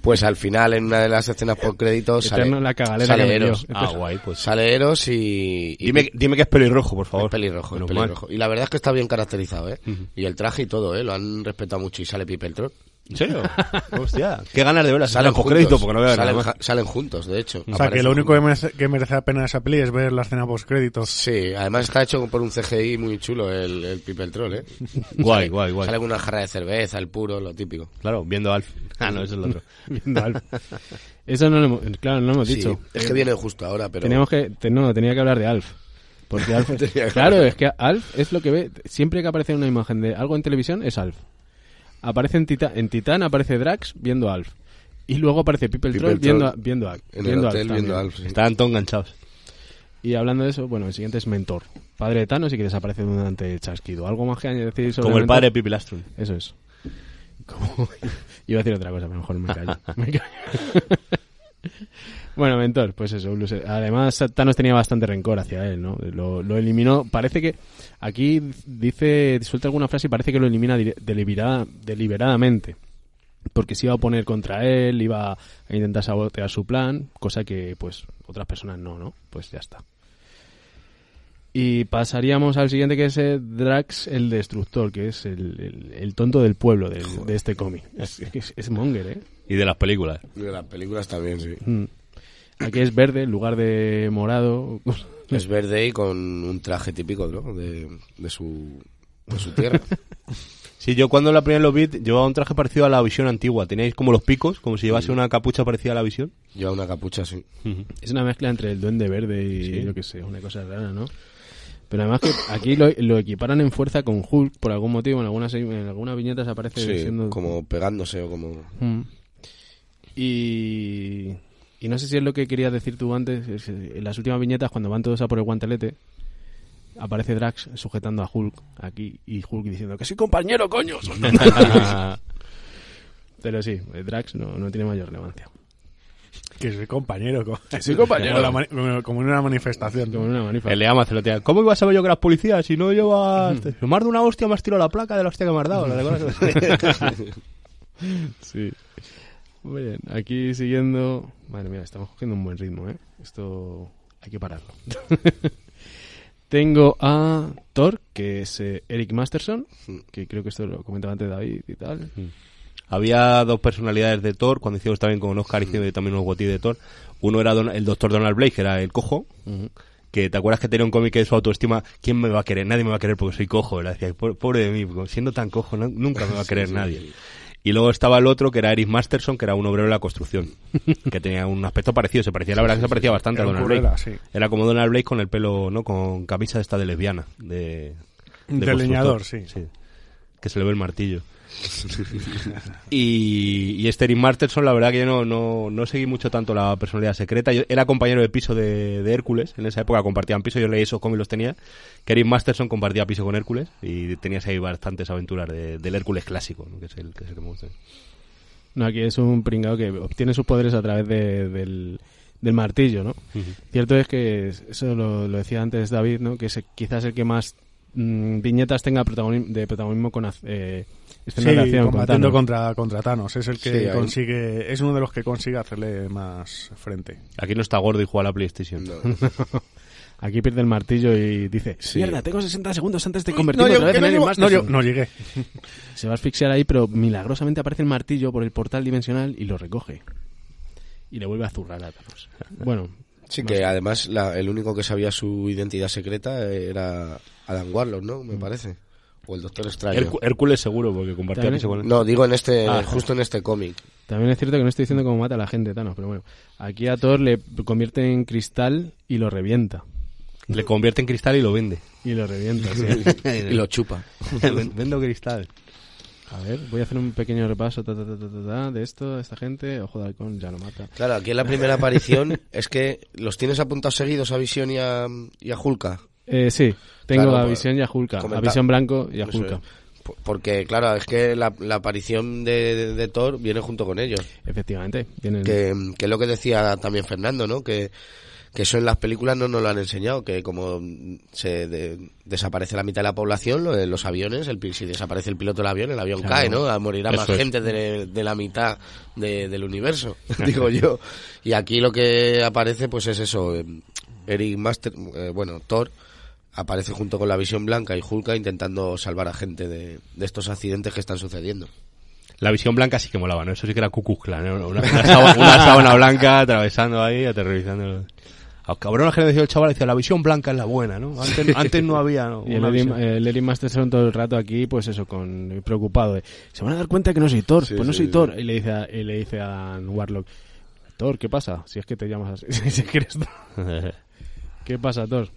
Speaker 3: Pues al final, en una de las escenas por créditos, sale,
Speaker 2: Eterno, la cagalera
Speaker 3: sale
Speaker 2: que me dio.
Speaker 3: Eros.
Speaker 5: Ah, guay, pues.
Speaker 3: Sale Eros y... y-
Speaker 5: Dime, dime que es pelirrojo, por favor.
Speaker 3: es pelirrojo, es
Speaker 5: Menos mal.
Speaker 3: pelirrojo. Y la verdad es que está bien caracterizado, ¿eh? Y el traje y todo, ¿eh? Lo han respetado mucho y sale Pipertron.
Speaker 5: ¿En serio? Hostia, qué ganas de verla. Salen post crédito
Speaker 3: juntos,
Speaker 5: porque no veo nada
Speaker 3: salen,
Speaker 5: más.
Speaker 3: ja- salen juntos, de hecho.
Speaker 4: O sea, que
Speaker 3: Aparecen
Speaker 4: lo único que
Speaker 3: juntos.
Speaker 4: merece, que merece la pena de esa peli es ver la escena post-créditos.
Speaker 3: Sí, además está hecho por un CGI muy chulo el, el People Troll, ¿eh?
Speaker 5: Guay, guay, guay.
Speaker 3: Sale con una jarra de cerveza, el puro, lo típico.
Speaker 5: Claro, viendo Alf. Ah, no, ese es el otro.
Speaker 2: Viendo algo. Eso no lo hemos, claro, no lo hemos
Speaker 3: Sí,
Speaker 2: dicho. Eh,
Speaker 3: es que viene justo ahora, pero...
Speaker 2: Teníamos que, te- no, tenía que hablar de Alf. Porque Alf,
Speaker 3: Tenía que
Speaker 2: claro,
Speaker 3: hablar.
Speaker 2: es que Alf es lo que ve, siempre que aparece una imagen de algo en televisión es Alf. Aparece en Titán, en Titán aparece Drax viendo a Alf. Y luego aparece People,
Speaker 3: People
Speaker 2: Troll,
Speaker 3: Troll.
Speaker 2: viendo, a- viendo, a-
Speaker 3: En el
Speaker 2: viendo a
Speaker 3: hotel
Speaker 2: Alf
Speaker 3: viendo
Speaker 2: también.
Speaker 3: Alf. sí.
Speaker 5: Estaban todos enganchados.
Speaker 2: Y hablando de eso, bueno, el siguiente es Mentor. Padre de Thanos y que desaparece durante el chasquido. ¿Algo más que decir sobre
Speaker 5: Como el
Speaker 2: Mentor?
Speaker 5: padre de Pipi Lastrum.
Speaker 2: Eso es. Como- Iba a decir otra cosa, pero mejor me callo. Me callo. bueno, mentor, pues eso. Luce- Además, Thanos tenía bastante rencor hacia él, ¿no? Lo, lo eliminó. Parece que aquí dice, suelta alguna frase y parece que lo elimina dire- deliberada- deliberadamente. Porque se iba a oponer contra él, iba a intentar sabotear su plan, cosa que, pues, otras personas no, ¿no? Pues ya está. Y pasaríamos al siguiente que es eh, Drax el Destructor, que es el, el- el tonto del pueblo del- de este cómic. Es, es- es Monger, ¿eh?
Speaker 5: Y de las películas.
Speaker 3: De las películas también, sí.
Speaker 2: Mm. Aquí es verde en lugar de morado.
Speaker 3: Es verde y con un traje típico, ¿no? De, de su, de su tierra.
Speaker 5: Sí, yo cuando la primera lo vi llevaba un traje parecido a la visión antigua. Teníais como los picos, como si llevase una capucha parecida a la visión.
Speaker 3: Lleva una capucha, sí.
Speaker 2: Es una mezcla entre el duende verde y yo qué sé, una cosa rara, ¿no? Pero además que aquí lo, lo equiparan en fuerza con Hulk por algún motivo, en algunas, en algunas viñetas aparece
Speaker 3: Sí,
Speaker 2: siendo...
Speaker 3: como pegándose o como...
Speaker 2: Mm. Y, y no sé si es lo que querías decir tú antes. es- En las últimas viñetas, cuando van todos a por el guantelete, aparece Drax sujetando a Hulk aquí y Hulk diciendo que soy compañero, coño. Pero sí, Drax no, no tiene mayor relevancia.
Speaker 4: Que soy compañero. co-
Speaker 3: soy compañero.
Speaker 4: Como, la mani- como- como en una manifestación.
Speaker 2: Como en una manifa.
Speaker 5: El de Amazon lo tenía. ¿Cómo iba a saber yo que eras policía si no llevas... Más de una hostia me has tirado la placa de la hostia que me has dado. ¿la recuerdas?
Speaker 2: Sí. Muy bien, aquí siguiendo. Madre mía, estamos cogiendo un buen ritmo, ¿eh? Esto hay que pararlo. Tengo a Thor, que es eh, Eric Masterson,
Speaker 4: Hmm.
Speaker 2: que creo que esto lo comentaba antes David y tal.
Speaker 5: Había dos personalidades de Thor, cuando hicimos también con Oscar hicimos también unos gotis de Thor. Uno era Don- el doctor Donald Blake, que era el cojo. Que te acuerdas que tenía un cómic que su autoestima, ¿quién me va a querer? Nadie me va a querer porque soy cojo. ¿verdad? Decía, "Po- pobre de mí, porque siendo tan cojo, no- nunca me va a querer nadie. Y luego estaba el otro que era Eric Masterson, que era un obrero de la construcción, que tenía un aspecto parecido, se parecía, la verdad que se parecía bastante
Speaker 4: Era
Speaker 5: a
Speaker 4: un
Speaker 5: Donald
Speaker 4: currela,
Speaker 5: Blake.
Speaker 4: sí.
Speaker 5: Era como Donald Blake con el pelo, ¿no? Con camisa esta de lesbiana, de,
Speaker 4: De
Speaker 5: constructor.
Speaker 4: leñador, sí.
Speaker 5: Que se le ve el martillo. y, y este Eric Martenson, la verdad que yo no, no, no seguí mucho tanto la personalidad secreta. Yo era compañero de piso de, de Hércules. En esa época compartían piso. Yo leí esos cómics, los tenía. Que Eric Masterson compartía piso con Hércules. Y tenías ahí bastantes aventuras de- del Hércules clásico, ¿no? que, es el, que es el que me gusta.
Speaker 2: No, aquí es un pringado que obtiene sus poderes a través de- del, del martillo, ¿no?
Speaker 4: Hmm.
Speaker 2: Cierto es que, eso lo, lo decía antes David, ¿no? Que es quizás el que más mm, viñetas tenga protagoni- de protagonismo con ac- eh, escenas de
Speaker 4: Sí,
Speaker 2: acción, con
Speaker 4: combatiendo
Speaker 2: Thanos.
Speaker 4: contra, contra Thanos. Es el que
Speaker 3: Sí, ahí.
Speaker 4: consigue, es uno de los que consigue hacerle más frente.
Speaker 5: Aquí no está gordo y juega a la PlayStation.
Speaker 3: No.
Speaker 2: Aquí pierde el martillo y dice:
Speaker 3: Sí.
Speaker 2: Mierda, tengo 60 segundos antes de convertirme otra vez en Iron
Speaker 4: no,
Speaker 2: Masterson".
Speaker 4: no llegué.
Speaker 2: Se va a asfixiar ahí, pero milagrosamente aparece el martillo por el portal dimensional y lo recoge. Y le vuelve a zurrar a Thanos. Bueno,
Speaker 3: Sí, que además la- el único que sabía su identidad secreta era Adam Warlock, ¿no?
Speaker 2: Mm.
Speaker 3: Me parece. O el Doctor Extraño.
Speaker 5: Hércu- Hércules seguro, porque compartía
Speaker 2: También-
Speaker 5: piso con él.
Speaker 3: No, digo en este,
Speaker 5: Ah.
Speaker 3: justo en este cómic.
Speaker 2: También es cierto que no estoy diciendo cómo mata a la gente Thanos, pero bueno. Aquí a Thor le convierte en cristal y lo revienta.
Speaker 5: Le convierte en cristal y lo vende.
Speaker 2: Y lo revienta, sí.
Speaker 3: y lo chupa.
Speaker 5: Ven- Vendo cristal.
Speaker 2: A ver, voy a hacer un pequeño repaso ta, ta, ta, ta, ta, ta, de esto, de esta gente. Ojo de halcón, ya lo mata.
Speaker 3: Claro, aquí en la primera aparición es que los tienes apuntados seguidos a Visión y a, y a Hulka.
Speaker 2: Eh, sí, tengo
Speaker 3: Claro,
Speaker 2: a
Speaker 3: pues,
Speaker 2: Visión y a Hulka. A
Speaker 3: comenta-
Speaker 2: Visión Blanco y a
Speaker 3: Eso
Speaker 2: Hulka.
Speaker 3: es. P- Porque, claro, es que la, la aparición de, de- de Thor viene junto con ellos.
Speaker 2: Efectivamente. Tienen...
Speaker 3: Que, que es lo que decía también Fernando, ¿no? Que, que eso en las películas no nos lo han enseñado. Que como se de- desaparece la mitad de la población, lo de los aviones, el, pi- si desaparece el piloto del avión, el avión cae, ¿no? A- Morirá
Speaker 5: Eso
Speaker 3: más
Speaker 5: es.
Speaker 3: gente de, de la mitad de- del universo, digo yo. Y aquí lo que aparece, pues es eso. eh, Eric Master, eh, bueno, Thor. Aparece junto con la visión blanca y Hulka intentando salvar a gente de, de estos accidentes que están sucediendo.
Speaker 5: La visión blanca sí que molaba, ¿no? Eso sí que era cucuzcla, ¿no? Una, una sábana, una sábana blanca atravesando ahí, aterrorizando. Habrá una generación del chaval decía, la visión blanca es la buena, ¿no? Antes, antes no había, ¿no?
Speaker 2: Y
Speaker 5: una
Speaker 2: el
Speaker 5: visión.
Speaker 2: Erin- el Erin Masterson todo el rato aquí, pues eso, con preocupado de, se van a dar cuenta que no soy Thor,
Speaker 6: Sí,
Speaker 2: pues no
Speaker 6: sí,
Speaker 2: soy
Speaker 6: sí.
Speaker 2: Thor. Y le dice a, y le dice a Warlock, Thor, ¿qué pasa? Si es que te llamas así, si es que eres Thor. ¿Qué pasa, Thor?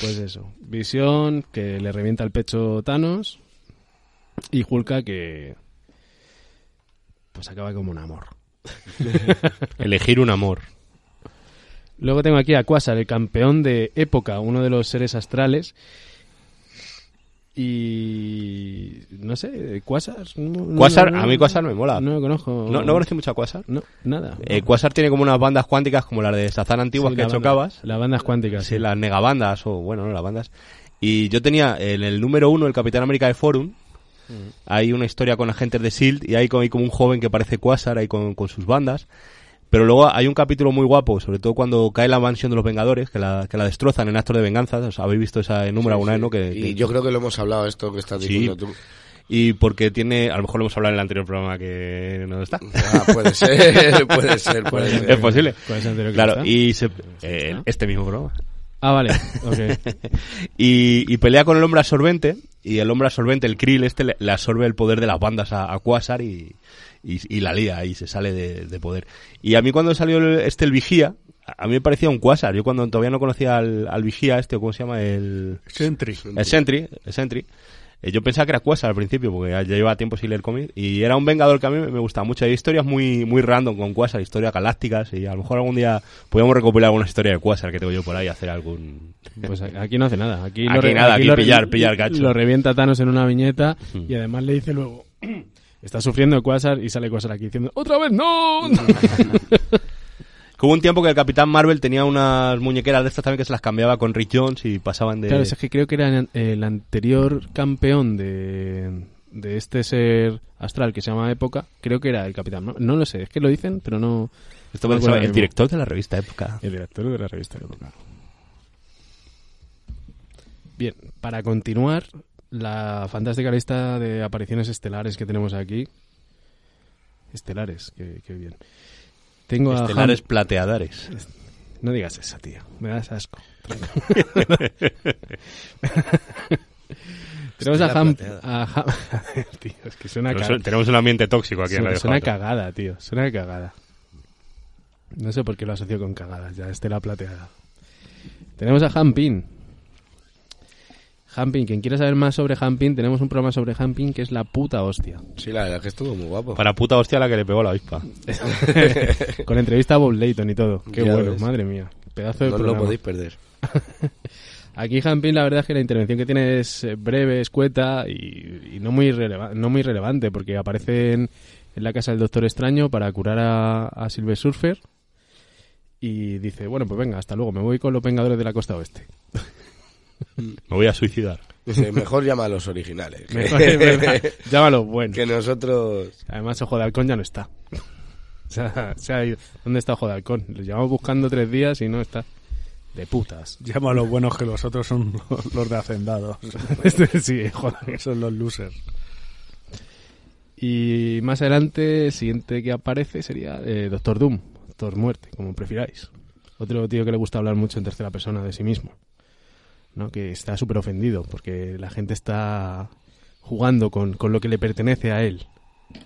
Speaker 2: Pues eso, Visión que le revienta el pecho Thanos y Hulka que pues acaba como un amor.
Speaker 5: Elegir un amor.
Speaker 2: Luego tengo aquí a Quasar, el campeón de época, uno de los seres astrales. Y. No sé, Quasar. no- no-
Speaker 5: Quasar,
Speaker 2: no-
Speaker 5: a mí Quasar me mola.
Speaker 2: No lo conozco.
Speaker 5: ¿No, no conocí mucho a Quasar?
Speaker 2: No, nada.
Speaker 5: Eh, Quasar tiene como unas bandas cuánticas como las de Sazán antiguas
Speaker 2: Sí,
Speaker 5: que
Speaker 2: la banda-
Speaker 5: chocabas.
Speaker 2: Las bandas cuánticas.
Speaker 5: Sí, las negabandas, o bueno, no, las bandas. Y yo tenía en el número uno, el Capitán América de Forum.
Speaker 2: Mm.
Speaker 5: Hay una historia con agentes de Shield E y hay como, hay como un joven que parece Quasar ahí con, con sus bandas. Pero luego hay un capítulo muy guapo, sobre todo cuando cae la mansión de los Vengadores, que la, que la destrozan en actos de venganza. Os habéis visto ese número alguna vez, ¿no? Que,
Speaker 3: Y
Speaker 5: que-
Speaker 3: yo creo que lo hemos hablado esto que estás
Speaker 5: Sí.
Speaker 3: diciendo tú.
Speaker 5: y porque tiene, a lo mejor lo hemos hablado en el anterior programa que no está.
Speaker 3: Ah, puede ser, puede ser, puede
Speaker 2: Puede
Speaker 3: ser.
Speaker 2: ser.
Speaker 5: es posible.
Speaker 2: ¿Cuál es el anterior que
Speaker 5: Claro,
Speaker 2: está?
Speaker 5: y se-
Speaker 2: que
Speaker 5: eh,
Speaker 2: está.
Speaker 5: este mismo programa.
Speaker 2: Ah, vale. ok.
Speaker 5: y, y pelea con el hombre absorbente. Y el hombre absorbente, el Krill, este le, le absorbe el poder de las bandas a, a Quasar y, y, y la lía y se sale de, de poder. Y a mí cuando salió el- este el Vigía, a a mí me parecía un Quasar. Yo cuando todavía no conocía al, al Vigía este, o ¿cómo se llama? El,
Speaker 4: Sentry.
Speaker 5: el Sentry. El Sentry. Eh, Yo pensaba que era Quasar al principio, porque ya llevaba tiempo sin leer cómics. Y era un vengador que a mí me gustaba mucho. Hay historias muy, muy random con Quasar, historias galácticas. Y a lo mejor algún día podríamos recopilar alguna historia de Quasar que tengo yo por ahí, hacer algún,
Speaker 2: Pues a- aquí no hace nada. Aquí,
Speaker 5: Aquí
Speaker 2: re-
Speaker 5: nada, aquí
Speaker 2: re-
Speaker 5: pillar, pillar gacho.
Speaker 2: Lo revienta Thanos en una viñeta y además le dice luego. Está sufriendo Quasar y sale Quasar aquí diciendo ¡Otra vez no!
Speaker 5: Que hubo un tiempo que el Capitán Marvel tenía unas muñequeras de estas también que se las cambiaba con Rick Jones y pasaban de...
Speaker 2: Claro, es que creo que era el- el anterior campeón de, de este ser astral que se llama Época. Creo que era el capitán. No, no lo sé, es que lo dicen, pero no.
Speaker 5: Esto
Speaker 2: no recuerdo
Speaker 5: me pensaba,
Speaker 2: ahora
Speaker 5: el
Speaker 2: mismo.
Speaker 5: director de la revista Época.
Speaker 2: El director de la revista Época. Bien, para continuar, la fantástica lista de apariciones estelares que tenemos aquí. Estelares, qué, qué bien. Tengo a
Speaker 5: Estelares
Speaker 2: Ham-
Speaker 5: plateadares.
Speaker 2: No digas eso, tío. Me das asco. Tenemos a
Speaker 6: Estela
Speaker 2: Ham.
Speaker 6: plateada.
Speaker 2: A Ham- tío, es que suena
Speaker 5: Pero
Speaker 2: ca-
Speaker 5: su- Tenemos un ambiente tóxico aquí en
Speaker 2: suena-
Speaker 5: Radio
Speaker 2: suena
Speaker 5: Jota.
Speaker 2: cagada, tío. Suena cagada. No sé por qué lo asocio con cagadas ya. Estela plateada. Tenemos a Hampin. Hampin, quien quiera saber más sobre Hampin, tenemos un programa sobre Hampin que es la puta hostia.
Speaker 3: Sí, la verdad es que estuvo muy guapo.
Speaker 5: Para puta hostia la que le pegó la avispa.
Speaker 2: Con entrevista a Bob Layton y todo. Qué
Speaker 3: Ya
Speaker 2: bueno,
Speaker 3: ves.
Speaker 2: madre mía. Pedazo de
Speaker 3: No os lo
Speaker 2: programa.
Speaker 3: podéis perder.
Speaker 2: Aquí Hampin la verdad es que la intervención que tiene es eh, breve, escueta y, y no, muy releva- no muy relevante porque aparece en, en la casa del Doctor Extraño para curar a, a Silver Surfer y dice, bueno, pues venga, hasta luego, me voy con los Vengadores de la Costa Oeste.
Speaker 5: Me voy a suicidar.
Speaker 3: Dice, mejor llama a los originales. que-
Speaker 2: Mejor, es verdad, Llámalo bueno.
Speaker 3: que nosotros...
Speaker 2: Además, Ojo de Halcón ya no está. O sea, se ha ido. ¿Dónde está Ojo de Halcón? Lo llevamos buscando tres días y no está. De putas.
Speaker 4: Llama a los buenos que los otros son los- los de hacendados.
Speaker 2: Este sí, joder.
Speaker 4: Son los losers.
Speaker 2: Y más adelante, el siguiente que aparece sería eh, Doctor Doom, Doctor Muerte, como prefiráis. Otro tío que le gusta hablar mucho en tercera persona de sí mismo. ¿no? Que está súper ofendido porque la gente está jugando con, con lo que le pertenece a él,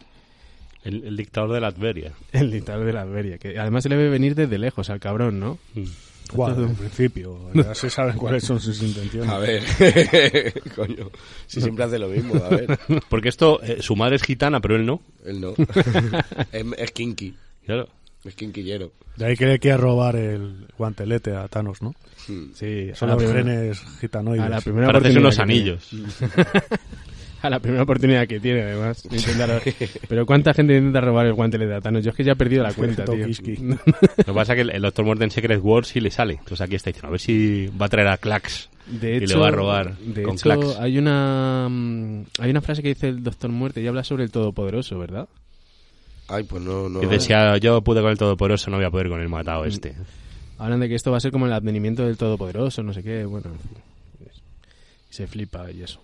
Speaker 5: El, el dictador de la Adveria.
Speaker 2: el dictador de la Alberia. Que además se le ve venir desde lejos al cabrón, ¿no?
Speaker 4: Guau, en principio. Ya se saben cuáles son sus intenciones.
Speaker 3: A ver, coño, si siempre hace lo mismo, a ver,
Speaker 5: Porque esto, eh, su madre es gitana, pero él no.
Speaker 3: él no. es, es kinky,
Speaker 5: Claro.
Speaker 3: es kinkyero.
Speaker 4: De ahí que le quiera robar el guantelete a Thanos, ¿no?
Speaker 2: Sí,
Speaker 4: Son
Speaker 2: a la
Speaker 4: los
Speaker 2: primera-
Speaker 4: genes
Speaker 2: a la
Speaker 4: gitanoides.
Speaker 2: primera
Speaker 5: Para hacerse
Speaker 2: oportunidad
Speaker 5: unos
Speaker 2: que tiene.
Speaker 5: anillos.
Speaker 2: A la primera oportunidad que tiene, además. de intentar- Pero ¿cuánta gente intenta robar el guantelete de Thanos? Yo es que ya he perdido la cuenta, tío.
Speaker 4: Tokiski.
Speaker 5: Lo que pasa es que el, el Doctor Muerte en Secret Wars sí le sale. Entonces aquí está diciendo, a ver si va a traer a Clax.
Speaker 2: De
Speaker 5: y
Speaker 2: hecho,
Speaker 5: le va a robar
Speaker 2: de
Speaker 5: con
Speaker 2: hecho,
Speaker 5: Clax.
Speaker 2: hay una mm, hay una frase que dice el Doctor Muerte y habla sobre el Todopoderoso, ¿verdad?
Speaker 3: Ay, pues no, no.
Speaker 5: Que decía, yo pude con el Todopoderoso, no voy a poder con el matado este.
Speaker 2: Mm. Hablan de que esto va a ser como el advenimiento del Todopoderoso, no sé qué, bueno, en fin. Se flipa y eso.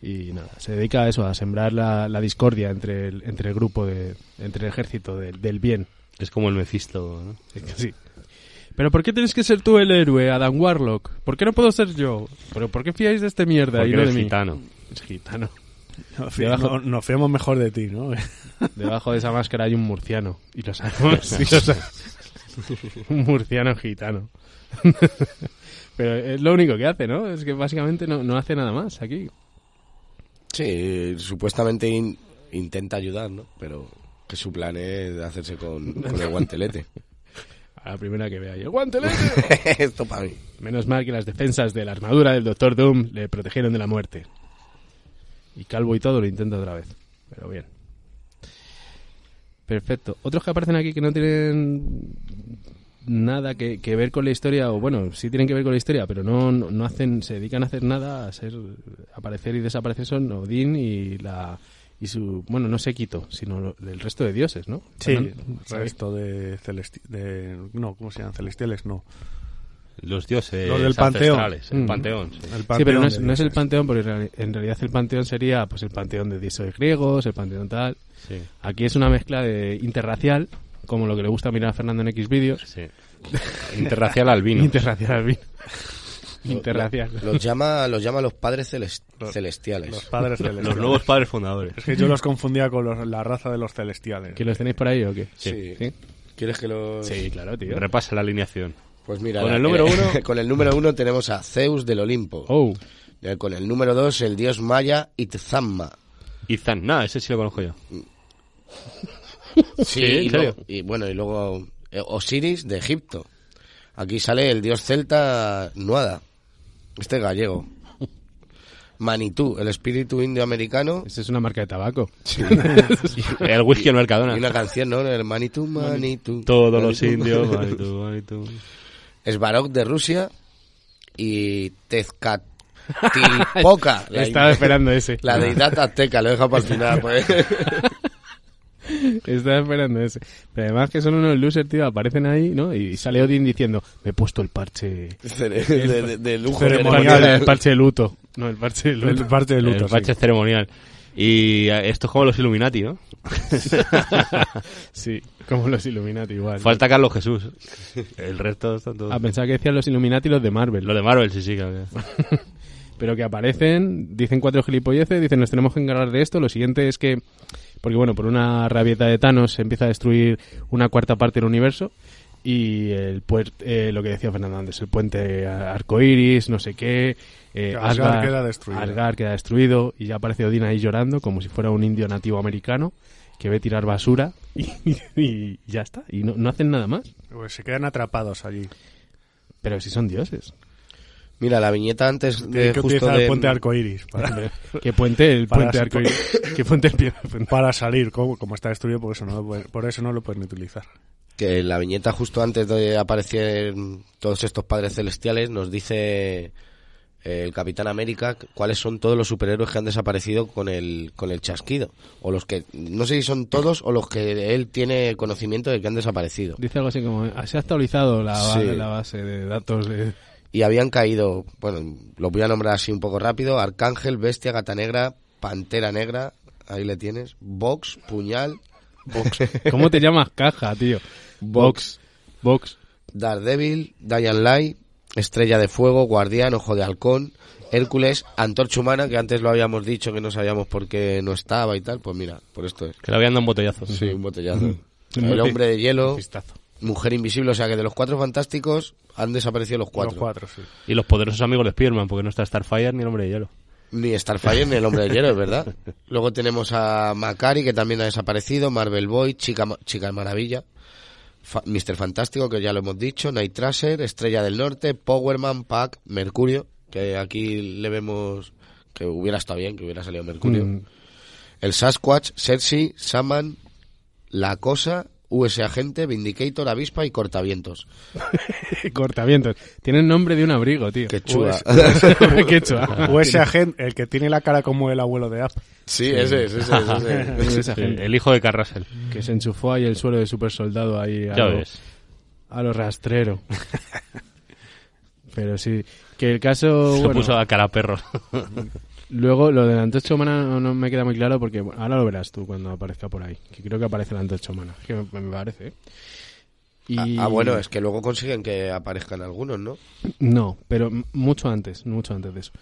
Speaker 2: Y nada, se dedica a eso, a sembrar la, la discordia entre el, entre el grupo, de, entre el ejército del- del bien.
Speaker 5: Es como el Mephisto, ¿no?
Speaker 2: Es que sí. Pero ¿por qué tienes que ser tú el héroe, Adam Warlock? ¿Por qué no puedo ser yo? ¿Pero por qué fiáis de este mierda
Speaker 5: Porque
Speaker 2: y no de
Speaker 5: eres
Speaker 2: mí?
Speaker 5: gitano.
Speaker 2: Es gitano.
Speaker 4: Nos,
Speaker 2: Debajo-
Speaker 4: no- nos fiamos mejor de ti, ¿no?
Speaker 2: Debajo de esa máscara hay un murciano. Y lo sabemos. y lo sabemos. un murciano gitano. Pero es lo único que hace, ¿no? Es que básicamente no, no hace nada más aquí.
Speaker 3: Sí, supuestamente in- intenta ayudar, ¿no? Pero que su plan es hacerse con, con el guantelete.
Speaker 2: A la primera que vea yo. ¡Guantelete!
Speaker 3: Esto para mí.
Speaker 2: Menos mal que las defensas de la armadura del Doctor Doom le protegieron de la muerte. Y Calvo y todo lo intenta otra vez. Pero bien. Perfecto. Otros que aparecen aquí que no tienen nada que, que ver con la historia, o bueno, sí tienen que ver con la historia, pero no, no, no hacen, se dedican a hacer nada, a ser, aparecer y desaparecer son Odín y la y su, bueno, no sé Quito, sino lo- el resto de dioses, ¿no?
Speaker 4: Sí,
Speaker 2: ¿Sabes?
Speaker 4: resto de, celesti de. No, ¿cómo se llaman? Celestiales, no.
Speaker 5: Los dioses
Speaker 4: Los del panteón.
Speaker 5: ancestrales,
Speaker 2: Mm.
Speaker 5: El panteón. sí.
Speaker 4: El
Speaker 2: Sí, pero
Speaker 4: panteón
Speaker 2: no es,
Speaker 4: de
Speaker 2: no es el
Speaker 4: dioses.
Speaker 2: panteón, porque en reali- en realidad el panteón sería pues el panteón de dioses griegos, el panteón tal.
Speaker 5: Sí,
Speaker 2: Aquí es una mezcla de interracial, como lo que le gusta mirar a Fernando en X vídeos,
Speaker 5: sí. Interracial albino.
Speaker 2: interracial al vino. interracial.
Speaker 3: Los llama, los llama los padres celes- celestiales.
Speaker 4: Los padres
Speaker 5: Los
Speaker 4: celestiales.
Speaker 5: nuevos padres fundadores.
Speaker 4: Es que yo los confundía con los- la raza de los celestiales.
Speaker 2: ¿Que los tenéis por ahí o qué?
Speaker 3: Sí.
Speaker 2: ¿Sí?
Speaker 3: ¿Quieres que los...?
Speaker 2: Sí, claro, tío.
Speaker 5: ¿eh? Repasa la alineación.
Speaker 3: Pues mira,
Speaker 5: Con
Speaker 3: la-
Speaker 5: el número uno-
Speaker 3: con el número uno tenemos a Zeus del Olimpo.
Speaker 2: Oh,
Speaker 3: Eh, Con el número dos, el dios maya Itzamma.
Speaker 5: Izan, nada, ese sí lo conozco yo.
Speaker 3: Sí,
Speaker 5: ¿en
Speaker 3: y,
Speaker 5: serio?
Speaker 3: luego- y bueno, y luego eh, Osiris de Egipto. Aquí sale el dios celta Nuada, este gallego. Manitú, el espíritu indioamericano.
Speaker 2: esa es una marca de tabaco.
Speaker 5: El whisky en Mercadona.
Speaker 3: Y una canción, ¿no? El Manitú, Manitú.
Speaker 5: Todos los
Speaker 3: Manitú.
Speaker 5: indios. vale, tú, vale, tú.
Speaker 3: Svarok de Rusia y Tezcatlipoca. la
Speaker 2: Estaba
Speaker 3: in-
Speaker 2: esperando ese.
Speaker 3: La deidad azteca, lo he dejado para el final. Pues.
Speaker 2: Estaba esperando ese. Pero además que son unos losers, tío, aparecen ahí, ¿no? Y sale Odín diciendo, me he puesto el parche...
Speaker 3: De, de- de lujo.
Speaker 4: Ceremonial.
Speaker 2: El parche de luto. No, el parche de luto.
Speaker 4: El parte de luto.
Speaker 5: El bache ceremonial. Y eh, esto es como los Illuminati, ¿no?
Speaker 2: Sí, como los Illuminati igual.
Speaker 5: Falta Carlos Jesús. El resto están todos.
Speaker 2: A pensar que decían los Illuminati y los de Marvel.
Speaker 5: Lo de Marvel, sí, sí, claro. que-
Speaker 2: Pero que aparecen, dicen cuatro gilipolleces, dicen nos tenemos que encargar de esto. Lo siguiente es que, porque bueno, por una rabieta de Thanos se empieza a destruir una cuarta parte del universo. Y el puer- eh, lo que decía Fernando antes, el puente a- arcoiris, no sé qué. eh,
Speaker 4: Asgard queda destruido.
Speaker 2: Asgard queda destruido y ya aparece Odín ahí llorando como si fuera un indio nativo americano que ve tirar basura y, y ya está. Y no, no hacen nada más.
Speaker 4: Pues se quedan atrapados allí.
Speaker 2: Pero si son dioses.
Speaker 3: Mira, la viñeta antes de
Speaker 2: Eh,
Speaker 4: Tienen que
Speaker 3: justo
Speaker 4: utilizar
Speaker 3: de...
Speaker 4: el puente arcoiris para,
Speaker 2: Que puente el
Speaker 4: Para
Speaker 2: puente
Speaker 4: su-
Speaker 2: arcoíris. Que puente el pie. puente-
Speaker 4: para salir. Como, como está destruido, por eso, no lo pueden, por eso no lo pueden utilizar.
Speaker 3: que la viñeta justo antes de aparecer todos estos padres celestiales nos dice eh, el Capitán América cu- cuáles son todos los superhéroes que han desaparecido con el con el chasquido o los que no sé si son todos o los que él tiene conocimiento de que han desaparecido
Speaker 2: Dice algo así como, "Ah, se ha actualizado la, ba-
Speaker 3: Sí.
Speaker 2: la base de datos de...
Speaker 3: y habían caído bueno los voy a nombrar así un poco rápido Arcángel Bestia Gata Negra Pantera Negra ahí le tienes Vox Puñal Vox
Speaker 2: ¿Cómo te llamas caja, tío?
Speaker 3: Vox.
Speaker 2: Vox.
Speaker 3: Daredevil, Diane Light, Estrella de Fuego, Guardián, Ojo de Halcón, Hércules, Antorcha Humana, que antes lo habíamos dicho que no sabíamos por qué no estaba y tal, pues mira, por esto es.
Speaker 5: Que lo habían dado un botellazo.
Speaker 3: Sí, un botellazo. El Hombre de Hielo,
Speaker 2: Vistazo.
Speaker 3: Mujer Invisible, o sea que de los cuatro fantásticos han desaparecido los cuatro.
Speaker 4: Los cuatro, sí.
Speaker 5: Y los poderosos amigos de Spearman, porque no está Starfire ni el hombre de hielo.
Speaker 3: Ni Starfire ni el Hombre de Hielo, es verdad. Luego tenemos a Macari, que también ha desaparecido, Marvel Boy, Chica, Ma- Chica Maravilla, Fa- Mr. Fantástico, que ya lo hemos dicho, Night Trasher, Estrella del Norte, Powerman, Pac, Mercurio, que aquí le vemos que hubiera estado bien, que hubiera salido Mercurio.
Speaker 2: Mm.
Speaker 3: El Sasquatch, Cersei, Saman, La Cosa, US Agente, Vindicator, Avispa y Cortavientos.
Speaker 2: Cortavientos. Tienen nombre de un abrigo, tío. Pues,
Speaker 3: Qué chula.
Speaker 2: Qué chua.
Speaker 4: O ese agente, el que tiene la cara como el abuelo de App.
Speaker 3: sí, ese es, ese es, ese es.
Speaker 2: Es esa
Speaker 5: Sí,
Speaker 2: gente
Speaker 5: El hijo de Carrasel.
Speaker 2: que se enchufó ahí el suelo de super soldado ahí a,
Speaker 5: Ya
Speaker 2: lo,
Speaker 5: ves.
Speaker 2: a lo rastrero. Pero sí, que el caso...
Speaker 5: Se
Speaker 2: bueno,
Speaker 5: puso a cara a perro.
Speaker 2: Luego, lo de la antorcha humana no, no me queda muy claro porque bueno, ahora lo verás tú cuando aparezca por ahí. Que creo que aparece la antorcha humana. Que me, me parece. ¿eh? Y-
Speaker 3: Ah, ah, bueno, es que luego consiguen que aparezcan algunos, ¿no?
Speaker 2: No, pero m- mucho antes, mucho antes de eso.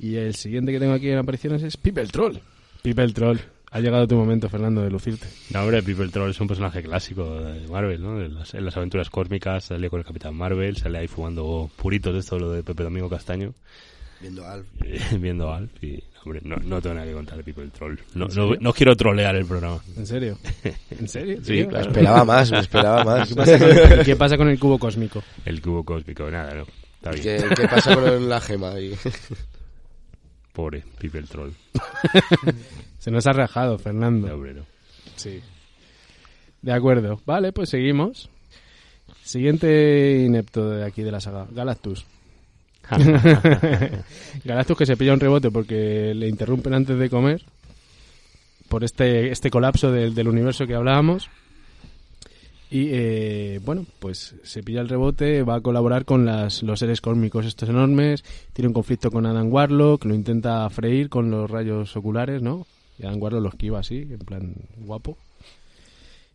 Speaker 2: Y el siguiente que tengo aquí en apariciones es Pipe el Troll. Pipe el Troll. Ha llegado tu momento, Fernando, de lucirte.
Speaker 5: No, hombre, People Troll es un personaje clásico de Marvel, ¿no? En las, en las aventuras cósmicas sale con el Capitán Marvel, sale ahí fumando puritos de esto, lo de Pepe Domingo Castaño,
Speaker 3: Viendo a Alf.
Speaker 5: viendo a Alf y, hombre, no, no tengo nada que contar de People Troll. No, no, no quiero trolear el programa.
Speaker 2: ¿En serio? ¿En serio?
Speaker 5: Sí,
Speaker 2: tío?
Speaker 5: claro.
Speaker 3: Esperaba más, me esperaba más.
Speaker 2: ¿Qué pasa con- ¿Qué pasa con el cubo cósmico?
Speaker 5: El cubo cósmico, nada, no. Está bien.
Speaker 3: ¿Qué, qué pasa con la gema ahí?
Speaker 5: Pobre People Troll,
Speaker 2: Se nos ha rajado, Fernando.
Speaker 5: de obrero.
Speaker 2: Sí. De acuerdo. Vale, pues seguimos. Siguiente inepto de aquí de la saga, Galactus. Galactus que se pilla un rebote porque le interrumpen antes de comer por este, este colapso del, del universo que hablábamos. Y eh, bueno, pues se pilla el rebote, va a colaborar con las, los seres cósmicos estos enormes, tiene un conflicto con Adam Warlock, lo intenta freír con los rayos oculares, ¿no? Y Adam Warlock lo esquiva así, en plan guapo.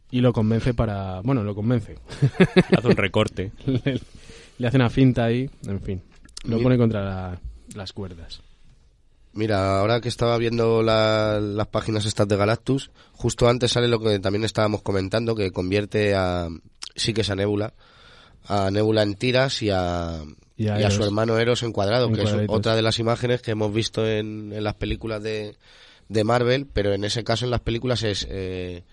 Speaker 2: Y lo convence para... Bueno, lo convence.
Speaker 5: Hace un recorte.
Speaker 2: le, le hace una finta ahí, en fin. Lo
Speaker 3: Mira.
Speaker 2: pone contra la- las cuerdas.
Speaker 3: Mira, ahora que estaba viendo la- las páginas estas de Galactus, justo antes sale lo que también estábamos comentando, que convierte a... sí que es a Nebula, a Nebula en tiras y a,
Speaker 2: Y a
Speaker 3: y a su
Speaker 2: Eros.
Speaker 3: hermano Eros en cuadrado,
Speaker 2: En
Speaker 3: que es
Speaker 2: cuadraditos.
Speaker 3: otra de las imágenes que hemos visto en, en las películas de, de Marvel, pero en ese caso en las películas es... eh,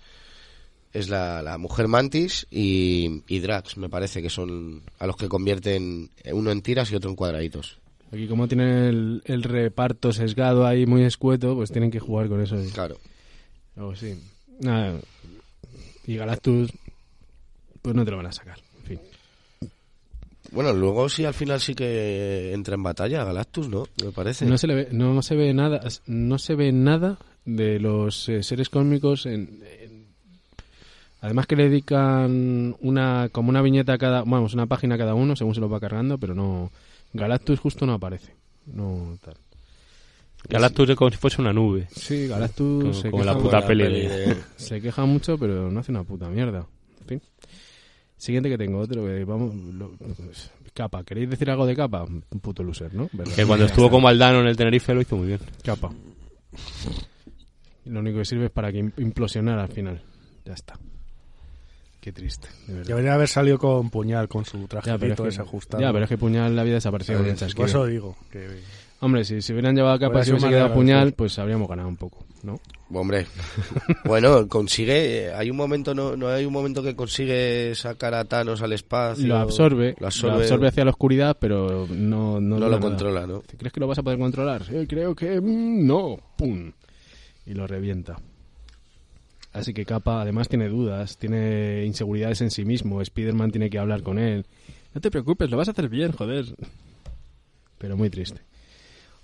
Speaker 3: es la, la mujer mantis y, y Drax, me parece, que son a los que convierten eh, uno en tiras y otro en cuadraditos.
Speaker 2: Aquí como tienen el, el reparto sesgado ahí muy escueto, pues tienen que jugar con eso. y-
Speaker 3: Claro.
Speaker 2: algo así. Nada, Ah, Y Galactus, pues no te lo van a sacar. En fin.
Speaker 3: Bueno, luego sí al final sí que entra en batalla Galactus, ¿no? Me parece.
Speaker 2: No se le ve, no se ve nada, no se ve nada de los eh, seres cósmicos en, en- además que le dedican una como una viñeta a cada, vamos, una página a cada uno según se lo va cargando, pero no Galactus justo no aparece. No tal.
Speaker 5: Galactus es como si fuese una nube.
Speaker 2: Sí,
Speaker 5: Como-
Speaker 2: Galactus eh, se
Speaker 5: como la
Speaker 2: queja-
Speaker 5: puta
Speaker 3: la
Speaker 5: peli
Speaker 3: peli
Speaker 5: de-
Speaker 3: de-
Speaker 2: Se queja mucho, pero no hace una puta mierda. En fin. Siguiente que tengo, otro que vamos... lo- capa, ¿queréis decir algo de capa? Un puto loser, ¿no? ¿Verdad?
Speaker 5: Que cuando estuvo con Maldano en el Tenerife lo hizo muy bien.
Speaker 2: Capa. Lo único que sirve es para que im- implosionar al final. Ya está. Qué triste, de verdad.
Speaker 4: Debería haber salido con puñal, con su
Speaker 2: Ya, pero es
Speaker 4: trajecito
Speaker 2: que-
Speaker 4: desajustado.
Speaker 2: ya, pero es que Puñal la había desaparecido con el
Speaker 4: Por
Speaker 2: chasquido.
Speaker 4: eso digo. Que...
Speaker 2: Hombre, si se hubieran llevado a capa
Speaker 4: Hubiera
Speaker 2: y se
Speaker 4: sido
Speaker 2: hubiese
Speaker 4: más
Speaker 2: quedado
Speaker 4: agradable.
Speaker 2: Puñal, pues habríamos ganado un poco, ¿no?
Speaker 3: Hombre. bueno, consigue. eh, Hay un momento, no, no hay un momento que consigue sacar a Thanos al espacio.
Speaker 2: Lo absorbe,
Speaker 3: Lo absorbe.
Speaker 2: hacia la oscuridad, pero no, no,
Speaker 3: no,
Speaker 2: dura
Speaker 3: lo
Speaker 2: nada.
Speaker 3: controla, ¿no?
Speaker 2: Dice, ¿Crees que lo vas a poder controlar? "Eh, creo que mm, no. ¡Pum! Y lo revienta. Así que Capa además tiene dudas, tiene inseguridades en sí mismo. Spider-Man tiene que hablar con él. No te preocupes, lo vas a hacer bien, joder. Pero muy triste.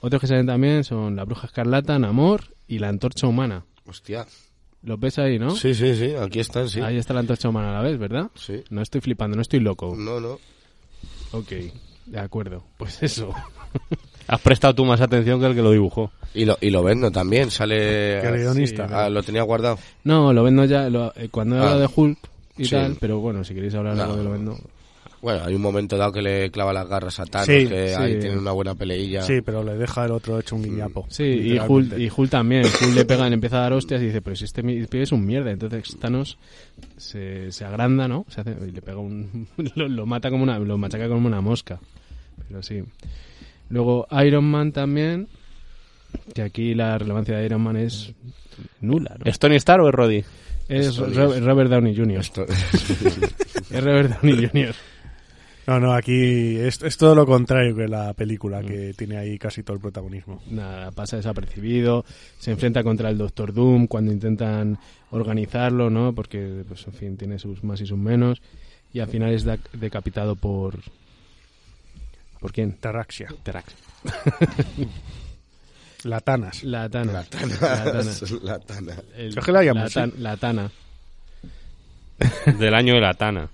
Speaker 2: Otros que salen también son la Bruja Escarlata, Namor y la Antorcha Humana.
Speaker 3: Hostia.
Speaker 2: ¿Los ves ahí, no?
Speaker 3: Sí, sí, sí. Aquí están, sí.
Speaker 2: Ahí está la Antorcha Humana a la vez, ¿verdad?
Speaker 3: Sí.
Speaker 2: No estoy flipando, no estoy loco.
Speaker 3: No, no.
Speaker 2: Ok, de acuerdo. Pues eso.
Speaker 5: Has prestado tú más atención que el que lo dibujó.
Speaker 3: Y lo, y lo vendo también. Sale.
Speaker 4: Que el guionista.
Speaker 3: Ah, lo tenía guardado.
Speaker 2: No, lo vendo ya lo- eh, cuando he
Speaker 3: Ah.
Speaker 2: hablado de Hulk y
Speaker 3: Sí.
Speaker 2: tal, pero bueno, si queréis hablar algo
Speaker 3: No.
Speaker 2: de lo vendo.
Speaker 3: Bueno, hay un momento dado que le clava las garras a Thanos.
Speaker 4: Sí,
Speaker 3: que
Speaker 2: sí.
Speaker 3: ahí tiene una buena peleilla.
Speaker 4: Sí, pero le deja el otro hecho un guiñapo.
Speaker 2: Sí, y Hulk,
Speaker 4: literalmente.
Speaker 2: y Hulk también. Hulk le pega, le empieza a dar hostias y dice, pero si este mi- pibe es un mierda. Entonces Thanos se, se agranda, ¿no? Se hace, y le pega un... lo, lo mata como una... lo machaca como una mosca. Pero sí. Luego Iron Man también, que aquí la relevancia de Iron Man es nula, ¿no?
Speaker 5: ¿Es Tony Stark o es Roddy?
Speaker 2: Es
Speaker 3: esto
Speaker 2: Ro-
Speaker 3: es-
Speaker 2: Robert Downey Jr.
Speaker 3: Esto-
Speaker 2: Es Robert Downey Jr.
Speaker 4: No, no, aquí es, es todo lo contrario que la película,
Speaker 2: Mm.
Speaker 4: que tiene ahí casi todo el protagonismo.
Speaker 2: nada, pasa desapercibido, se enfrenta contra el Doctor Doom cuando intentan organizarlo, ¿no? Porque, pues, en fin, tiene sus más y sus menos. Y al final es da- decapitado por... ¿Por quién?
Speaker 4: Terraxia.
Speaker 2: Terax.
Speaker 4: Latanas.
Speaker 2: La Tana.
Speaker 3: La Tana.
Speaker 2: La Tana.
Speaker 3: La Tana.
Speaker 2: El-
Speaker 4: Es que la llaman así.
Speaker 2: Tan- la Tana.
Speaker 5: Del año de la Tana.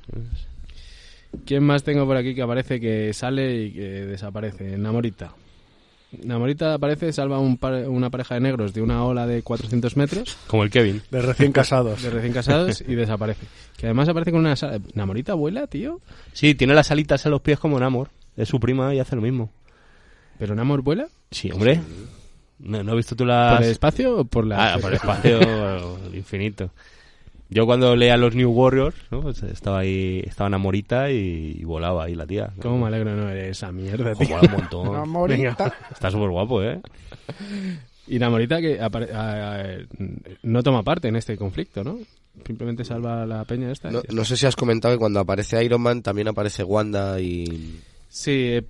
Speaker 2: ¿Quién más tengo por aquí que aparece, que sale y que desaparece? Namorita. La morita aparece, salva un par- una pareja de negros de una ola de 400 metros,
Speaker 5: Como el Kevin.
Speaker 4: De recién casados.
Speaker 2: de recién casados, y desaparece. Que además aparece con una... sa- ¿La morita vuela, tío?
Speaker 5: Sí, tiene las alitas a los pies como Namor. Es su prima y hace lo mismo.
Speaker 2: ¿Pero Namor vuela?
Speaker 5: Sí, hombre. ¿No, no has visto tú las...
Speaker 2: ¿Por el espacio o por la...?
Speaker 5: Ah, por el espacio infinito. Yo cuando leía los New Warriors, ¿no? Pues estaba ahí, estaba Namorita y, y volaba ahí la tía.
Speaker 2: ¿Cómo me alegro de no ver esa mierda,
Speaker 5: Ojo,
Speaker 2: tío?
Speaker 5: mola un montón.
Speaker 2: Venga.
Speaker 5: Está súper guapo, ¿eh?
Speaker 2: Y la morita que apare- a- a- no toma parte en este conflicto, ¿no? Simplemente salva a la peña esta. y
Speaker 3: No,
Speaker 2: ya está.
Speaker 3: no sé si has comentado que cuando aparece Iron Man también aparece Wanda y...
Speaker 2: Sí, he,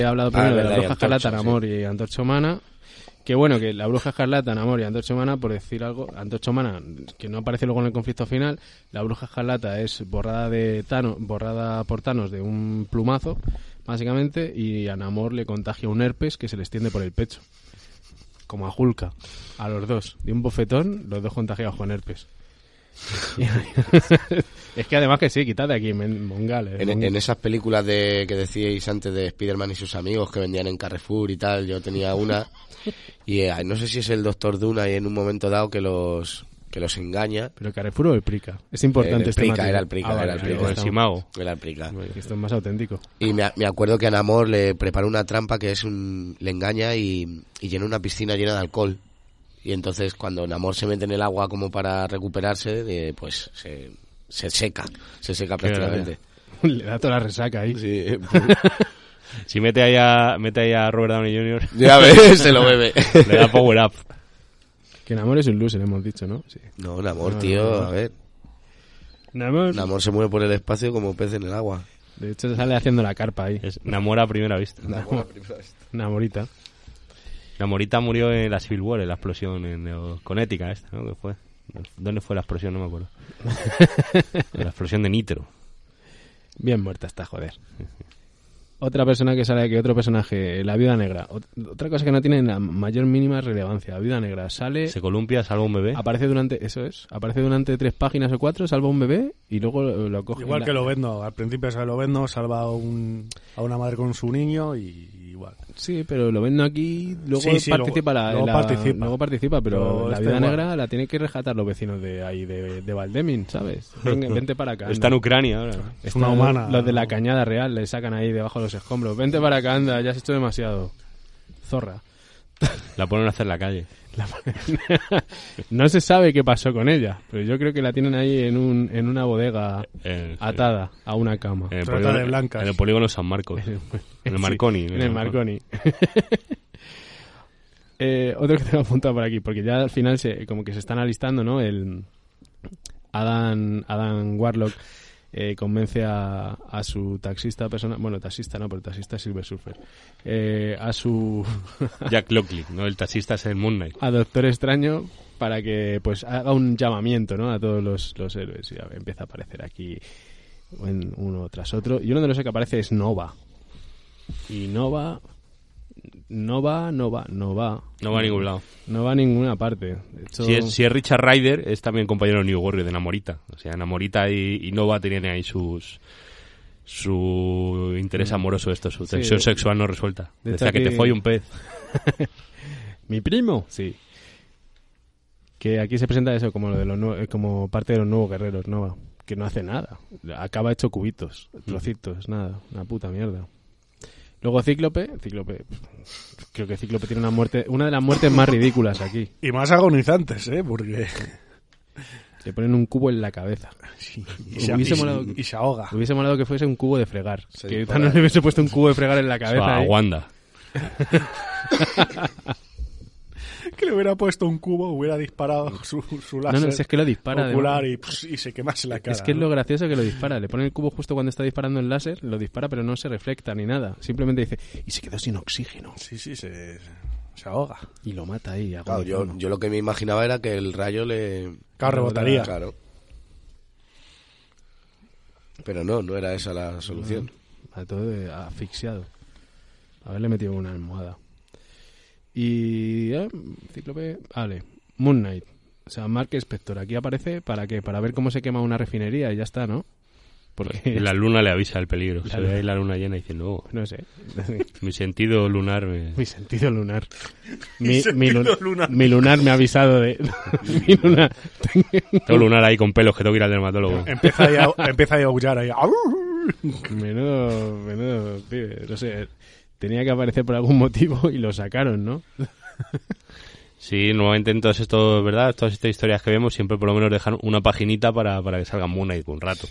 Speaker 2: he hablado primero de
Speaker 3: Ah, verdad,
Speaker 2: la
Speaker 3: y
Speaker 2: bruja
Speaker 3: Antorcha,
Speaker 2: escarlata,
Speaker 3: sí.
Speaker 2: Namor y Antorcha Humana. Que bueno, que la bruja escarlata, Namor y Antorcha Humana, por decir algo, Antorcha Humana, que no aparece luego en el conflicto final, la bruja escarlata es borrada, de Thanos, borrada por Thanos de un plumazo, básicamente, y a Namor le contagia un herpes que se le extiende por el pecho. Como a Hulka, a los dos. De un bofetón, los dos contagiados con herpes. es que además que sí, quitad de aquí, men- mongal. eh,
Speaker 3: En,
Speaker 2: mongal.
Speaker 3: en esas películas de, que decíais antes de Spider-Man y sus amigos que vendían en Carrefour y tal, yo tenía una. Y eh, no sé si es el Doctor Duna y en un momento dado que los, que los engaña.
Speaker 2: ¿Pero Carrefour o el Prica? Es importante
Speaker 3: El
Speaker 2: este
Speaker 3: Prica,
Speaker 2: matiz.
Speaker 3: era el Prica,
Speaker 2: Ah, vale,
Speaker 3: era el
Speaker 2: ahí
Speaker 3: Prica.
Speaker 5: Con el
Speaker 2: está.
Speaker 5: Simago.
Speaker 3: Era el prica.
Speaker 2: Esto es más auténtico.
Speaker 3: Y me, me acuerdo que a Namor le preparó una trampa que es un... le engaña y, y llena una piscina llena de alcohol. Y entonces cuando Namor se mete en el agua como para recuperarse, eh, pues se, se seca, se seca
Speaker 5: Qué
Speaker 3: prácticamente.
Speaker 2: Le da toda la resaca ahí.
Speaker 3: Sí, eh,
Speaker 5: Si mete ahí a, mete ahí a Robert Downey Jr.,
Speaker 3: ya ves, se lo bebe.
Speaker 5: le da power up.
Speaker 2: Que Namor es un loser, hemos dicho, ¿no? Sí.
Speaker 3: No, Namor,
Speaker 2: No,
Speaker 3: tío,
Speaker 2: no, no.
Speaker 3: a ver.
Speaker 2: Namor.
Speaker 3: Namor se mueve por el espacio como pez en el agua.
Speaker 2: De hecho, sale haciendo la carpa ahí.
Speaker 5: Es Namor a primera vista.
Speaker 2: Namor- Namorita.
Speaker 5: Namorita murió en la Civil War, en la explosión en eh, Connecticut, esta, ¿no? ¿Qué fue? ¿Dónde fue la explosión? No me acuerdo. la explosión de Nitro.
Speaker 2: Bien muerta está, joder. Otra persona que sale aquí, otro personaje, la viuda negra. Ot- Otra cosa que no tiene la mayor mínima relevancia. La viuda negra sale,
Speaker 5: Se columpia, salva un bebé.
Speaker 2: aparece durante, eso es, aparece durante tres páginas o cuatro, salva a un bebé y luego lo, lo coge.
Speaker 4: Igual
Speaker 2: la-
Speaker 4: que lo vendo, al principio se lo vendo, salva a, un, a una madre con su niño y igual.
Speaker 2: Sí, pero lo vendo aquí, luego
Speaker 4: Sí, sí,
Speaker 2: participa
Speaker 4: luego-
Speaker 2: la,
Speaker 4: luego
Speaker 2: la-
Speaker 4: participa.
Speaker 2: luego participa, pero,
Speaker 4: Pero
Speaker 2: la
Speaker 4: este
Speaker 2: vida
Speaker 4: igual.
Speaker 2: negra la tienen que rescatar los vecinos de ahí de, de Valdemin, ¿sabes? Ven- Vente para acá.
Speaker 5: Está en
Speaker 2: anda.
Speaker 5: Ucrania ahora.
Speaker 4: Es
Speaker 2: Está-
Speaker 4: una humana.
Speaker 2: Los de la
Speaker 4: ¿no?
Speaker 2: cañada real le sacan ahí debajo de los escombros. Vente para acá, anda, ya has hecho demasiado. Zorra.
Speaker 5: La ponen a hacer la calle.
Speaker 2: La- no se sabe qué pasó con ella, pero yo creo que la tienen ahí en, un, en una bodega
Speaker 5: En-
Speaker 2: atada a una cama.
Speaker 5: en el
Speaker 4: Trata de blancas.
Speaker 5: En el polígono San Marcos. en el Marconi.
Speaker 2: En el Marconi. Eh, otro que tengo apuntado por aquí, porque ya al final se, como que se están alistando, ¿no? El Adam, Adam Warlock eh, convence a, a su taxista persona, bueno, taxista no, pero taxista es Silver Surfer, eh, a su
Speaker 5: Jack Lockley, ¿no? El taxista es el Moon Knight.
Speaker 2: a Doctor Extraño para que pues haga un llamamiento, ¿no? A todos los, los héroes. Y a- empieza a aparecer aquí en uno tras otro. Y uno de los que aparece es Nova. Y Nova, Nova, Nova, no va.
Speaker 5: No va a ningún lado.
Speaker 2: No va a ninguna parte. De hecho,
Speaker 5: Si es, si es Richard Ryder, es también compañero de New Warrior de Namorita. O sea, Namorita y, y Nova tienen ahí sus su interés amoroso esto, su
Speaker 2: Mm. Sí.
Speaker 5: tensión sexual no resuelta.
Speaker 2: De hecho,
Speaker 5: Decía que te
Speaker 2: aquí-
Speaker 5: folle un pez.
Speaker 2: mi primo, sí. Que aquí se presenta eso como lo de los nue- eh, como parte de los nuevos guerreros Nova, que no hace nada. Acaba hecho cubitos, trocitos, nada, una puta mierda. Luego Cíclope, Cíclope, pff, creo que Cíclope tiene una muerte, una de las muertes más ridículas aquí.
Speaker 4: Y más agonizantes, ¿eh? Porque...
Speaker 2: Le ponen un cubo en la cabeza.
Speaker 4: Ah. Y se,
Speaker 2: Hubiese
Speaker 4: y-
Speaker 2: molado-
Speaker 4: y se ahoga.
Speaker 2: Hubiese molado que fuese un cubo de fregar.
Speaker 3: Se
Speaker 2: que
Speaker 3: dispara.
Speaker 2: Thanos le hubiese puesto un cubo de fregar en la
Speaker 5: O sea,
Speaker 2: cabeza.
Speaker 5: a
Speaker 2: ahí.
Speaker 5: Wanda.
Speaker 4: Que le hubiera puesto un cubo, hubiera disparado su, su
Speaker 2: No,
Speaker 4: láser
Speaker 2: no, si es que lo dispara.
Speaker 4: ocular
Speaker 2: además.
Speaker 4: y, pss, y se quemase la cara.
Speaker 2: es que es
Speaker 4: ¿no?
Speaker 2: lo gracioso que lo dispara. Le pone el cubo justo cuando está disparando el láser, lo dispara, pero no se reflecta ni nada. Simplemente dice, y se quedó sin oxígeno.
Speaker 4: Sí, sí, se, se ahoga.
Speaker 2: Y lo mata ahí. a
Speaker 3: Claro, yo,
Speaker 2: golpe.
Speaker 3: yo lo que me imaginaba era que el rayo le...
Speaker 4: Claro, rebotaría.
Speaker 3: Claro. Pero no, no era esa la solución.
Speaker 2: A todo eh, asfixiado. Haberle metido una almohada. Y. eh, Cíclope. Vale. Moon Knight. O sea, Mark Spector. Aquí aparece para qué? Para ver cómo se quema una refinería y ya está, ¿no? Porque,
Speaker 5: La luna le avisa el peligro.
Speaker 2: La
Speaker 5: se ve
Speaker 2: luna.
Speaker 5: ahí la luna llena diciendo, "Oh,
Speaker 2: no sé,
Speaker 5: mi sentido lunar me...
Speaker 2: mi sentido lunar. Mi, mi
Speaker 4: sentido
Speaker 2: lun-
Speaker 4: lunar.
Speaker 2: mi lunar me ha avisado de... mi lunar.
Speaker 5: Tengo lunar ahí con pelos que tengo que ir al dermatólogo.
Speaker 2: Em.
Speaker 4: Empieza ahí a, empieza ahí a aullar ahí. ¡Au!
Speaker 2: Menudo, menudo, pibe. No sé, tenía que aparecer por algún motivo y lo sacaron, ¿no?
Speaker 5: Sí, normalmente en todas estos, ¿verdad? Todas estas historias que vemos siempre por lo menos dejan una paginita para, para que salga Moon Knight un rato.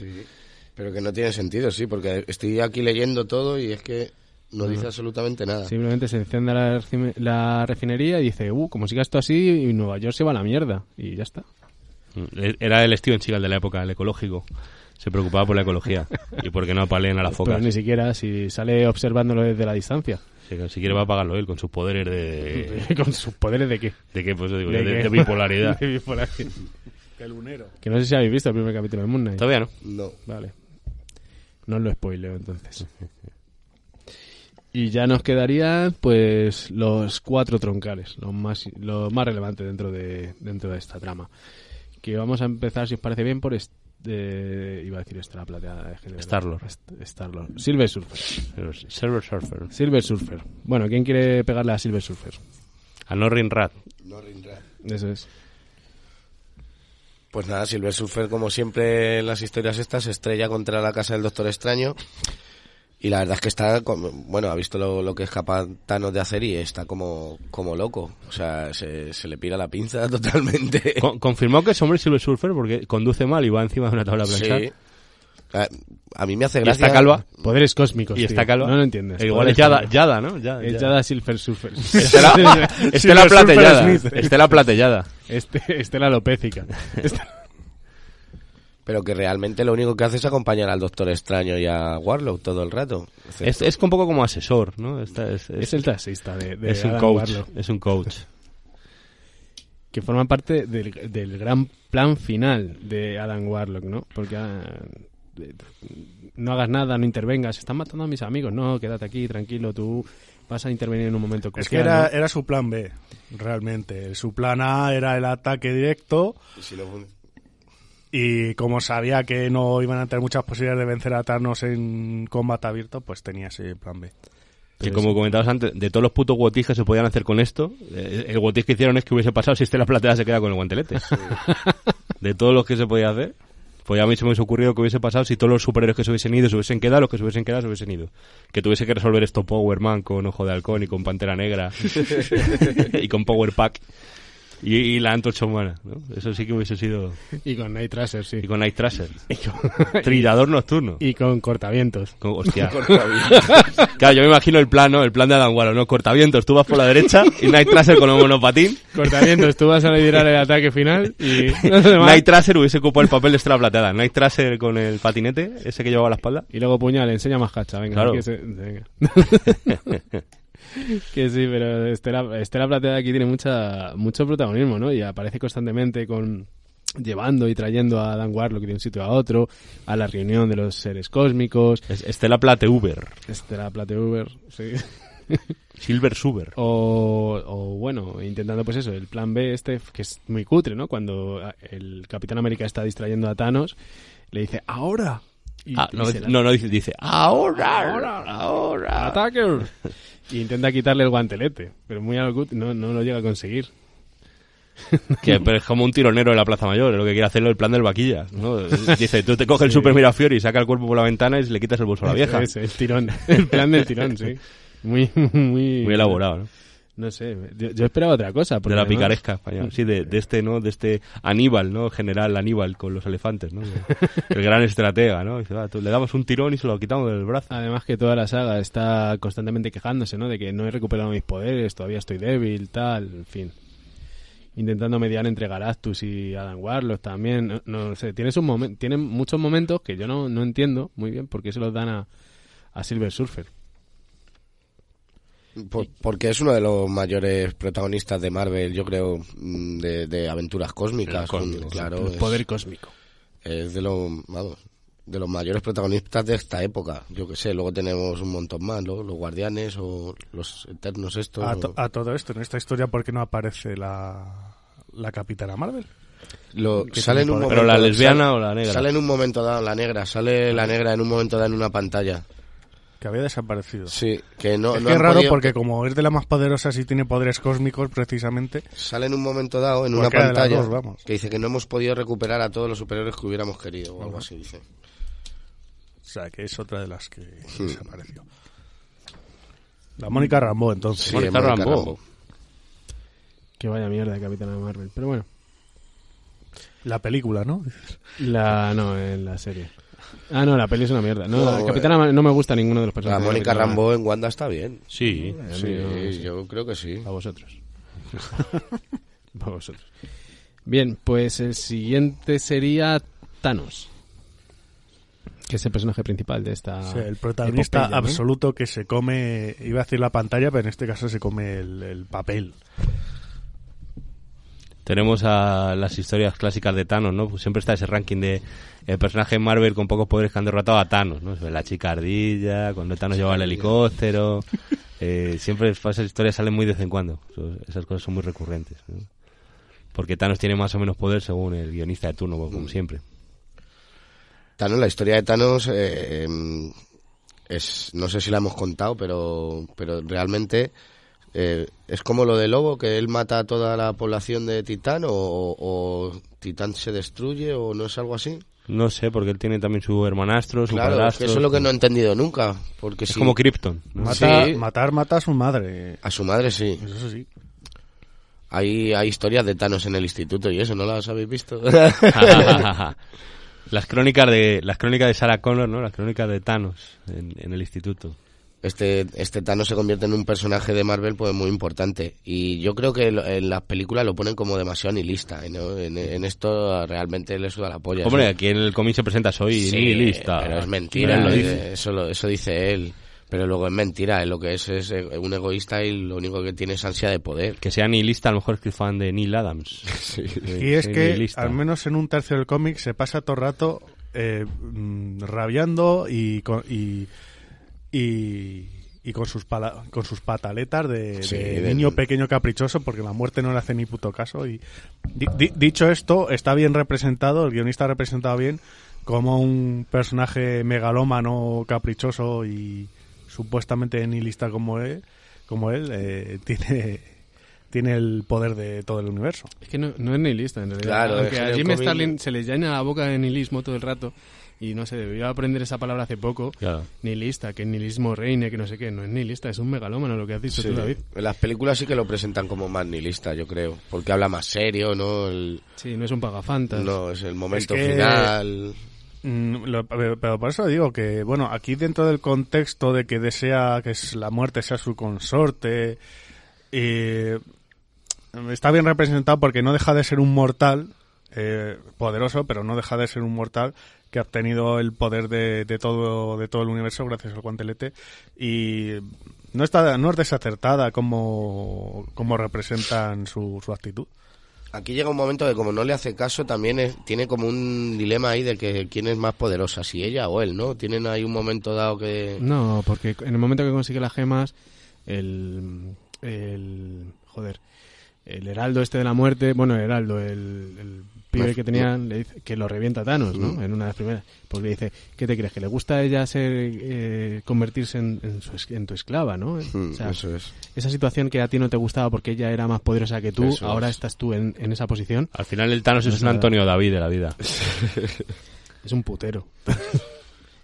Speaker 3: Pero que no tiene sentido, sí, porque estoy aquí leyendo todo y es que no dice absolutamente nada.
Speaker 2: Simplemente se enciende la, refine- la refinería y dice, uh, como siga esto así, Nueva York se va a la mierda. Y ya está.
Speaker 5: Mm, e-, Era el Steven Seagal de la época, el ecológico. Se preocupaba por la ecología y porque no apalean a las
Speaker 2: Pero
Speaker 5: focas.
Speaker 2: ni siquiera si sale observándolo desde la distancia.
Speaker 5: Si, si quiere va a pagarlo él con sus poderes de...
Speaker 2: ¿Con sus poderes de qué?
Speaker 5: ¿De qué? Pues yo digo,
Speaker 2: De
Speaker 5: de, de
Speaker 2: que-
Speaker 5: bipolaridad.
Speaker 2: De bipolaridad.
Speaker 4: Qué lunero.
Speaker 2: Que no sé si habéis visto el primer capítulo de Moon Knight.
Speaker 5: Todavía no.
Speaker 3: No.
Speaker 2: Vale. No os lo spoileo entonces. Y ya nos quedarían pues los cuatro troncales, los más, los más relevantes dentro de, dentro de esta trama. Que vamos a empezar, si os parece bien, por est- eh, iba a decir Estrella Plateada de género.
Speaker 5: Star-Lord.
Speaker 2: Est- Star-Lord. Silver Surfer.
Speaker 5: Pero es Server Surfer.
Speaker 2: Silver Surfer. Bueno, ¿quién quiere pegarle a Silver Surfer?
Speaker 5: A Norrin Rat.
Speaker 2: Eso es.
Speaker 3: Pues nada, Silver Surfer, como siempre en las historias estas, se estrella contra la casa del Doctor Extraño. Y la verdad es que está, como- bueno, ha visto lo, lo que es capaz Thanos de hacer y está como, como loco. O sea, se, se le pira la pinza totalmente.
Speaker 5: Con- confirmó que es hombre Silver Surfer porque conduce mal y va encima de una tabla plancha.
Speaker 3: Sí. A, a mí me hace
Speaker 5: Y
Speaker 3: gracia.
Speaker 5: está calva.
Speaker 2: Poderes cósmicos.
Speaker 5: Y
Speaker 2: tío.
Speaker 5: está calva.
Speaker 2: No lo entiendes.
Speaker 5: Eh, igual es
Speaker 2: Poderes
Speaker 5: Yada,
Speaker 2: cósmicos.
Speaker 5: Yada, ¿no? Ya-
Speaker 2: Es
Speaker 5: ya.
Speaker 2: Yada Silver Surfer.
Speaker 5: Estela, Estela
Speaker 4: Silver Surfer
Speaker 5: platellada.
Speaker 4: Smith.
Speaker 5: Estela platellada.
Speaker 2: Este, Estela Lopécica.
Speaker 3: Pero que realmente lo único que hace es acompañar al Doctor Extraño y a Warlock todo el rato.
Speaker 5: Es, es un poco como asesor, ¿no? Esta- es, es-
Speaker 2: Es el taxista de, de
Speaker 5: es un
Speaker 2: Adam
Speaker 5: coach.
Speaker 2: Warlock,
Speaker 5: Es un coach.
Speaker 2: que forma parte del, del gran plan final de Adam Warlock, ¿no? Porque ah, de- no hagas nada, no intervengas, están matando a mis amigos, no, quédate aquí, tranquilo, tú vas a intervenir en un momento
Speaker 4: Es que
Speaker 2: crucial.
Speaker 4: era,
Speaker 2: ¿no?
Speaker 4: era su plan B, realmente. Su plan A era el ataque directo y como sabía que no iban a tener muchas posibilidades de vencer a Thanos en combate abierto, pues tenía ese plan B.
Speaker 5: Que como comentabas antes, de todos los putos guotis que se podían hacer con esto, eh, el guotis que hicieron es que hubiese pasado si Estela Plateada se queda con el guantelete. De todos los que se podía hacer, pues a mí se me hubiese ocurrido que hubiese pasado si todos los superhéroes que se hubiesen ido se hubiesen quedado, los que se hubiesen quedado se hubiesen ido. Que tuviese que resolver esto Power Man con Ojo de Halcón y con Pantera Negra y con Power Pack y, y la Antorcha Humana, ¿no? Eso sí que hubiese sido...
Speaker 2: Y con Night Tracer, sí.
Speaker 5: eh, Y con Night Tracer. Trillador Nocturno.
Speaker 2: Y con cortavientos.
Speaker 5: Como, hostia. claro, yo me imagino el plano, el plan de Adam Warlock, ¿no? Cortavientos, tú vas por la derecha y Night Tracer con el monopatín.
Speaker 2: Cortavientos, tú vas a liderar el ataque final y los demás-
Speaker 5: Night Tracer hubiese ocupado el papel de Estrella Plateada. Night Tracer con el patinete, ese que llevaba a la espalda.
Speaker 2: Y luego puñal, enseña más cacha, venga.
Speaker 5: Claro.
Speaker 2: Que, se- venga. Que sí, pero Estela, Estela Plateada aquí tiene mucha, mucho protagonismo, ¿no? Y aparece constantemente con llevando y trayendo a Dan Warlock de un sitio a otro, a la reunión de los seres cósmicos,
Speaker 5: Es- Estela Plate Uber.
Speaker 2: Estela Plateada Uber, sí.
Speaker 5: Silver Suber.
Speaker 2: Oh, O, o, bueno, intentando pues eso, el plan B este, que es muy cutre, ¿no? Cuando ah, el Capitán América está distrayendo a Thanos, le dice, ¡ahora! Y-
Speaker 5: Ah,
Speaker 2: y
Speaker 5: no,
Speaker 2: se la-
Speaker 5: no, no, dice, dice, ahora,
Speaker 2: Ahora.
Speaker 5: ahora,
Speaker 2: ¡Attacker! Y intenta quitarle el guantelete, pero muy a lo cut- no, no lo llega a conseguir.
Speaker 5: Que pero es como un tironero de la Plaza Mayor, es lo que quiere hacerlo el plan del vaquilla. ¿no? Dice, tú te coges el Super Mirafiori, saca el cuerpo por la ventana y le quitas el bolso a la vieja.
Speaker 2: Es el tirón, el plan del tirón, sí. Muy, muy,
Speaker 5: Muy elaborado, ¿no?
Speaker 2: No sé, yo, yo esperaba otra cosa. porque
Speaker 5: de la
Speaker 2: además-
Speaker 5: picaresca española. Sí, de, de este, ¿no? De este Aníbal, ¿no? General Aníbal con los elefantes, ¿no? El gran estratega, ¿no? Dice, "Va, tú- le damos un tirón y se lo quitamos del brazo.
Speaker 2: Además que toda la saga está constantemente quejándose, ¿no? De que no he recuperado mis poderes, todavía estoy débil, tal, en fin. Intentando mediar entre Galactus y Adam Warlock también. No, no sé, tiene, sus momen- tiene muchos momentos que yo no, no entiendo muy bien por qué se los dan a, a Silver Surfer.
Speaker 3: Por- porque es uno de los mayores protagonistas de Marvel, yo creo, mm, de, de aventuras cósmicas.
Speaker 5: Cósmico,
Speaker 3: Mm, claro,
Speaker 2: el
Speaker 3: es-
Speaker 2: poder cósmico.
Speaker 3: Es de los, vamos, de los mayores protagonistas de esta época. Yo que sé, luego tenemos un montón más, ¿no? Los guardianes o los eternos estos.
Speaker 4: A,
Speaker 3: o-
Speaker 4: to- a todo esto, en esta historia, ¿por qué no aparece la, la Capitana Marvel?
Speaker 3: Lo,
Speaker 2: Que
Speaker 3: sale en un
Speaker 2: tiene
Speaker 3: momento,
Speaker 2: poder. Pero la lesbiana
Speaker 3: sale-
Speaker 2: o la negra.
Speaker 3: Sale en un momento dado la negra, sale la negra en un momento dado en una pantalla.
Speaker 4: Que había desaparecido.
Speaker 3: Sí, que no,
Speaker 4: es
Speaker 3: no
Speaker 4: que es
Speaker 3: han
Speaker 4: raro
Speaker 3: podido-
Speaker 4: porque como es de las más poderosas y tiene poderes cósmicos precisamente,
Speaker 3: sale en un momento dado en una
Speaker 4: Cualquiera de las
Speaker 3: pantalla
Speaker 4: dos, vamos.
Speaker 3: que dice que no hemos podido recuperar a todos los superhéroes que hubiéramos querido o algo así dice.
Speaker 4: o sea, que es otra de las que desapareció. La Mónica Rambo, entonces.
Speaker 3: Sí,
Speaker 2: está
Speaker 3: Mónica
Speaker 2: Rambo.
Speaker 3: Rambo.
Speaker 2: Que vaya mierda de Capitana Marvel. Pero bueno,
Speaker 4: La película, ¿no?
Speaker 2: la no, en la serie. Ah, no, la peli es una mierda. No,
Speaker 3: Joder.
Speaker 2: Capitana Mar- no me gusta ninguno de los
Speaker 3: eh, La
Speaker 2: personajes. de
Speaker 3: Mónica
Speaker 2: Capitana
Speaker 3: Rambo en Wanda está bien.
Speaker 5: Sí.
Speaker 2: Marvel. A
Speaker 3: Sí,
Speaker 2: mí no, sí.
Speaker 3: yo creo que sí.
Speaker 2: A vosotros. A vosotros. Bien, pues el siguiente sería Thanos. Que es el personaje principal de esta.
Speaker 4: Sí,
Speaker 3: Ah,
Speaker 4: el protagonista
Speaker 2: epopeya, ¿no?
Speaker 4: absoluto que se come, iba a decir la pantalla, pero en este caso se come el, el papel.
Speaker 5: Tenemos a las historias clásicas de Thanos, ¿no? Pues siempre está ese ranking de eh, personajes Marvel con pocos poderes que han derrotado a Thanos, ¿no? Pues La chica ardilla, cuando Thanos lleva el helicóptero. eh, siempre esas historias salen muy de vez en cuando. Eso- Esas cosas son muy recurrentes. ¿no? Porque Thanos tiene más o menos poder según el guionista de turno, pues,
Speaker 3: Mm.
Speaker 5: como siempre.
Speaker 3: Thanos, la historia de Thanos eh, em, es, no sé si la hemos contado, pero, pero realmente eh, es como lo de Lobo, que él mata a toda la población de Titán o, o Titán se destruye o no es algo así.
Speaker 5: No sé, porque él tiene también su hermanastro, su
Speaker 3: Claro, es que
Speaker 5: padrastro.
Speaker 3: eso es lo que no he entendido nunca, porque
Speaker 5: Es
Speaker 3: si-
Speaker 5: como Krypton. ¿no?
Speaker 4: Mata-
Speaker 3: Sí.
Speaker 4: Matar mata a su madre.
Speaker 3: a su madre sí.
Speaker 4: Pues eso sí.
Speaker 3: Hay, hay historias de Thanos en el instituto y eso, ¿no las habéis visto?
Speaker 5: las crónicas de las crónicas de Sarah Connor, ¿no? Las crónicas de Thanos en, en el instituto.
Speaker 3: este, este Thanos se convierte en un personaje de Marvel pues muy importante. Y yo creo que lo- en las películas lo ponen como demasiado nihilista. ¿no? En, en esto realmente le suda la polla.
Speaker 5: Hombre,
Speaker 3: ¿sí?
Speaker 5: aquí en el cómic se presenta soy
Speaker 3: Sí,
Speaker 5: nihilista.
Speaker 3: Pero es mentira,
Speaker 5: Él lo
Speaker 3: eh,
Speaker 5: dice.
Speaker 3: Eso, lo- eso dice él. Pero luego es mentira, eh, lo que es es eh, un egoísta y lo único que tiene es ansia de poder.
Speaker 5: Que sea nihilista, a lo mejor es que es fan de Neil Adams.
Speaker 4: Y es que, al menos en un tercio del cómic, se pasa todo el rato eh, mm, rabiando y con, y, y, y con, sus pala- con sus pataletas de,
Speaker 3: Sí,
Speaker 4: de
Speaker 3: del-
Speaker 4: niño pequeño caprichoso, porque la muerte no le hace ni puto caso. Y di- di- dicho esto, está bien representado, el guionista ha representado bien como un personaje megalómano, caprichoso y supuestamente nihilista como él, como él eh, tiene, tiene el poder de todo el universo.
Speaker 2: Es que no, no es nihilista en realidad.
Speaker 3: Claro,
Speaker 2: Aunque
Speaker 3: es que
Speaker 2: a
Speaker 3: en el
Speaker 2: Jim
Speaker 3: cómic-
Speaker 2: Starlin se le llena la boca de nihilismo todo el rato. Y no sé, debió aprender esa palabra hace poco.
Speaker 5: Claro.
Speaker 2: Nihilista, que el nihilismo reine, que no sé qué. No es nihilista, es un megalómano lo que has dicho tú, David.
Speaker 3: En las películas sí que lo presentan como más nihilista, yo creo. Porque habla más serio, ¿no? El-
Speaker 2: Sí, no es un pagafantas.
Speaker 3: no es el momento
Speaker 4: que-
Speaker 3: final.
Speaker 4: Mm, lo- pero, pero por eso digo que, bueno, aquí dentro del contexto de que desea que es- la muerte sea su consorte, eh, está bien representado porque no deja de ser un mortal eh, poderoso, pero no deja de ser un mortal que ha obtenido el poder de, de todo de todo el universo gracias al guantelete y no está no es desacertada como, como representan su, su actitud.
Speaker 3: Aquí llega un momento que como no le hace caso, también es- tiene como un dilema ahí de que quién es más poderosa, si ella o él, ¿no? Tienen ahí un momento dado que...
Speaker 2: No, porque en el momento que consigue las gemas, el. el joder. El heraldo este de la muerte, bueno, el heraldo, el, el pibe que tenían, le dice que lo revienta Thanos,
Speaker 3: Mm.
Speaker 2: ¿no? En una de las primeras. Porque le dice, ¿qué te crees? Que le gusta a ella ser, eh, convertirse en, en su es- en tu esclava, ¿no?
Speaker 3: Mm,
Speaker 2: O sea,
Speaker 3: eso es.
Speaker 2: Esa situación que a ti no te gustaba porque ella era más poderosa que tú,
Speaker 3: Eso
Speaker 2: ahora
Speaker 3: es.
Speaker 2: estás tú en, en esa posición,
Speaker 5: Al final el Thanos es un Antonio David de la vida.
Speaker 2: es un putero.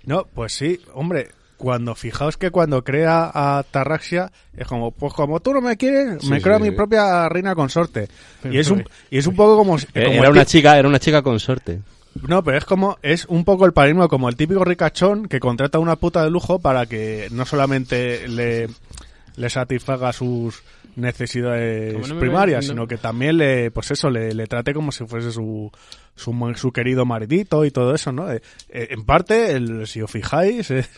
Speaker 4: No, pues sí, hombre, cuando fijaos que cuando crea a Tarraxia es como, pues como tú no me quieres, me creo a mi propia reina consorte. Y es un, y es un poco como, si-
Speaker 5: Eh,
Speaker 4: como
Speaker 5: era
Speaker 4: el
Speaker 5: una
Speaker 4: tip-
Speaker 5: chica, era una chica consorte.
Speaker 4: no, pero es como es un poco el paradigma como el típico ricachón que contrata a una puta de lujo para que no solamente le le satisfaga sus necesidades
Speaker 2: Como no me
Speaker 4: primarias,
Speaker 2: ve- no-
Speaker 4: sino que también le, pues eso, le, le trate como si fuese su, su, ma- su querido maridito y todo eso, ¿no? Eh, eh, En parte, el- si os fijáis, es,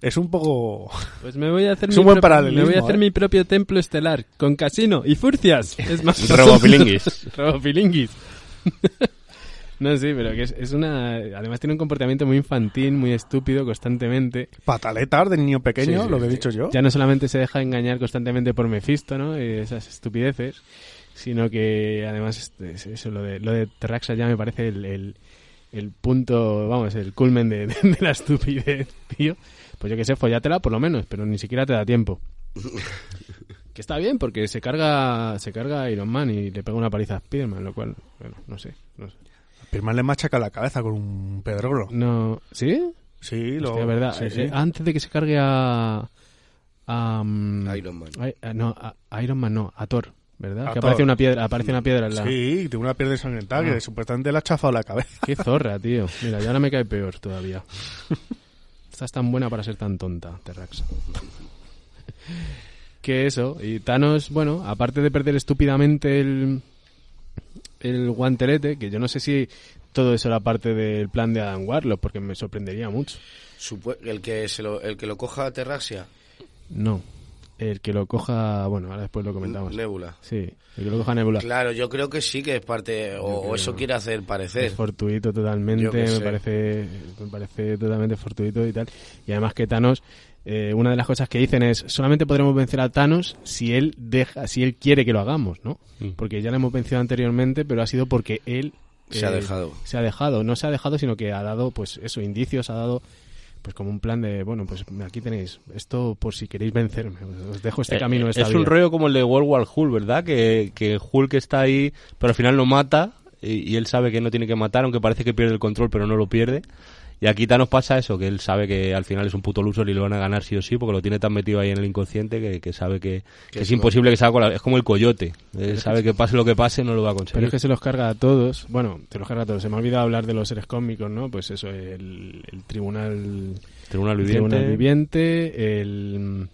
Speaker 4: es un poco...
Speaker 2: Pues me voy a hacer,
Speaker 4: Es mi un buen prop- paralelismo,
Speaker 2: me voy a hacer
Speaker 4: ¿eh?
Speaker 2: mi propio templo estelar con casino y furcias. Es más
Speaker 5: Robopilinguis.
Speaker 2: Robopilinguis. no, sí, pero que es, es una... Además tiene un comportamiento muy infantil, muy estúpido constantemente.
Speaker 4: pataletas de niño pequeño,
Speaker 3: Sí, sí,
Speaker 4: lo que he
Speaker 3: sí.
Speaker 4: dicho yo.
Speaker 2: Ya no solamente se deja engañar constantemente por Mephisto, ¿no? Y esas estupideces. sino que además este, es- eso, lo de, lo de Terraxa ya me parece el, el- el punto, vamos, el culmen de, de- de la estupidez, tío. Pues yo que sé, follátela por lo menos, pero ni siquiera te da tiempo. Que está bien, porque se carga, se carga Iron Man y le pega una paliza a Spiderman, lo cual, bueno, no sé. No, sé.
Speaker 4: Pirman le machaca la cabeza con un pedrolo.
Speaker 2: No- ¿Sí?
Speaker 4: Sí, lo.
Speaker 2: Hostia, verdad.
Speaker 4: sí,
Speaker 2: Eh,
Speaker 4: sí.
Speaker 2: eh, antes de que se cargue a. a, mm,
Speaker 3: Iron Man.
Speaker 2: Ay- a- no, a, a Iron Man no, a Thor, ¿verdad?
Speaker 4: A
Speaker 2: que
Speaker 4: Thor.
Speaker 2: aparece una piedra, aparece una piedra en la.
Speaker 4: Sí, tiene una piel ensangrentada que supuestamente le ha chafado la cabeza.
Speaker 2: Qué zorra, tío. Mira, y ahora me cae peor todavía. Estás tan buena para ser tan tonta, Terrax. que eso, y Thanos, bueno, aparte de perder estúpidamente el, el guantelete, que yo no sé si todo eso era parte del plan de Adam Warlock, porque me sorprendería mucho.
Speaker 3: Supue- el, que se lo, el que lo coja a Terraxia,
Speaker 2: No, el que lo coja, Ah, bueno, ahora después lo comentamos.
Speaker 3: Nebula.
Speaker 2: Sí, el que lo coja Nebula.
Speaker 3: Claro, yo creo que sí que es parte, o, o eso quiere hacer parecer.
Speaker 2: Es fortuito
Speaker 3: Yo
Speaker 2: totalmente,
Speaker 3: qué
Speaker 2: me
Speaker 3: sé.
Speaker 2: parece, me parece totalmente fortuito y tal. Y además que Thanos, eh, una de las cosas que dicen es, solamente podremos vencer a Thanos si él deja, si él quiere que lo hagamos, ¿no?
Speaker 5: Mm.
Speaker 2: Porque ya le hemos vencido anteriormente, pero ha sido porque él eh,
Speaker 3: Se ha dejado.
Speaker 2: se ha dejado, no se ha dejado, sino que ha dado, pues eso, indicios, ha dado, pues como un plan de, bueno, pues aquí tenéis esto por si queréis vencerme, os dejo este
Speaker 5: Eh,
Speaker 2: camino. Esta
Speaker 5: es un
Speaker 2: vía.
Speaker 5: rollo como el de World War Hulk, ¿verdad? Que, que Hulk está ahí, pero al final lo mata y, y él sabe que no tiene que matar, aunque parece que pierde el control, pero no lo pierde. Y aquí Thanos pasa eso, que él sabe que al final es un puto loser y lo van a ganar sí o sí, porque lo tiene tan metido ahí en el inconsciente que, que sabe que, que es
Speaker 3: eso.
Speaker 5: imposible que salga con la... Es como el coyote, él sabe que pase lo que pase no lo va a
Speaker 2: Pero
Speaker 5: conseguir.
Speaker 2: es que se los carga a todos. Bueno, se los carga a todos. Se me ha olvidado hablar de los seres cósmicos, ¿no? Pues eso, el, el tribunal
Speaker 5: Tribunal
Speaker 2: el
Speaker 5: viviente.
Speaker 2: tribunal viviente, el,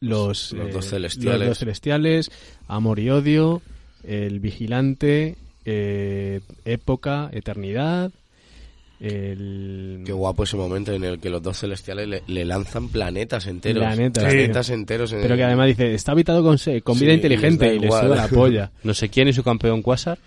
Speaker 2: los,
Speaker 3: Los
Speaker 2: eh,
Speaker 3: dos celestiales.
Speaker 2: los dos celestiales, amor y odio, el vigilante, eh, época, eternidad, el...
Speaker 3: Qué guapo ese momento en el que los dos celestiales le, le lanzan planetas enteros.
Speaker 2: Planetas,
Speaker 3: planetas enteros. en
Speaker 2: Pero
Speaker 3: el-
Speaker 2: que además dice, está habitado con, se- con
Speaker 3: Sí,
Speaker 2: vida
Speaker 3: y les da
Speaker 2: inteligente y le
Speaker 3: igual.
Speaker 2: suda la polla.
Speaker 5: No sé quién y su campeón Quasar.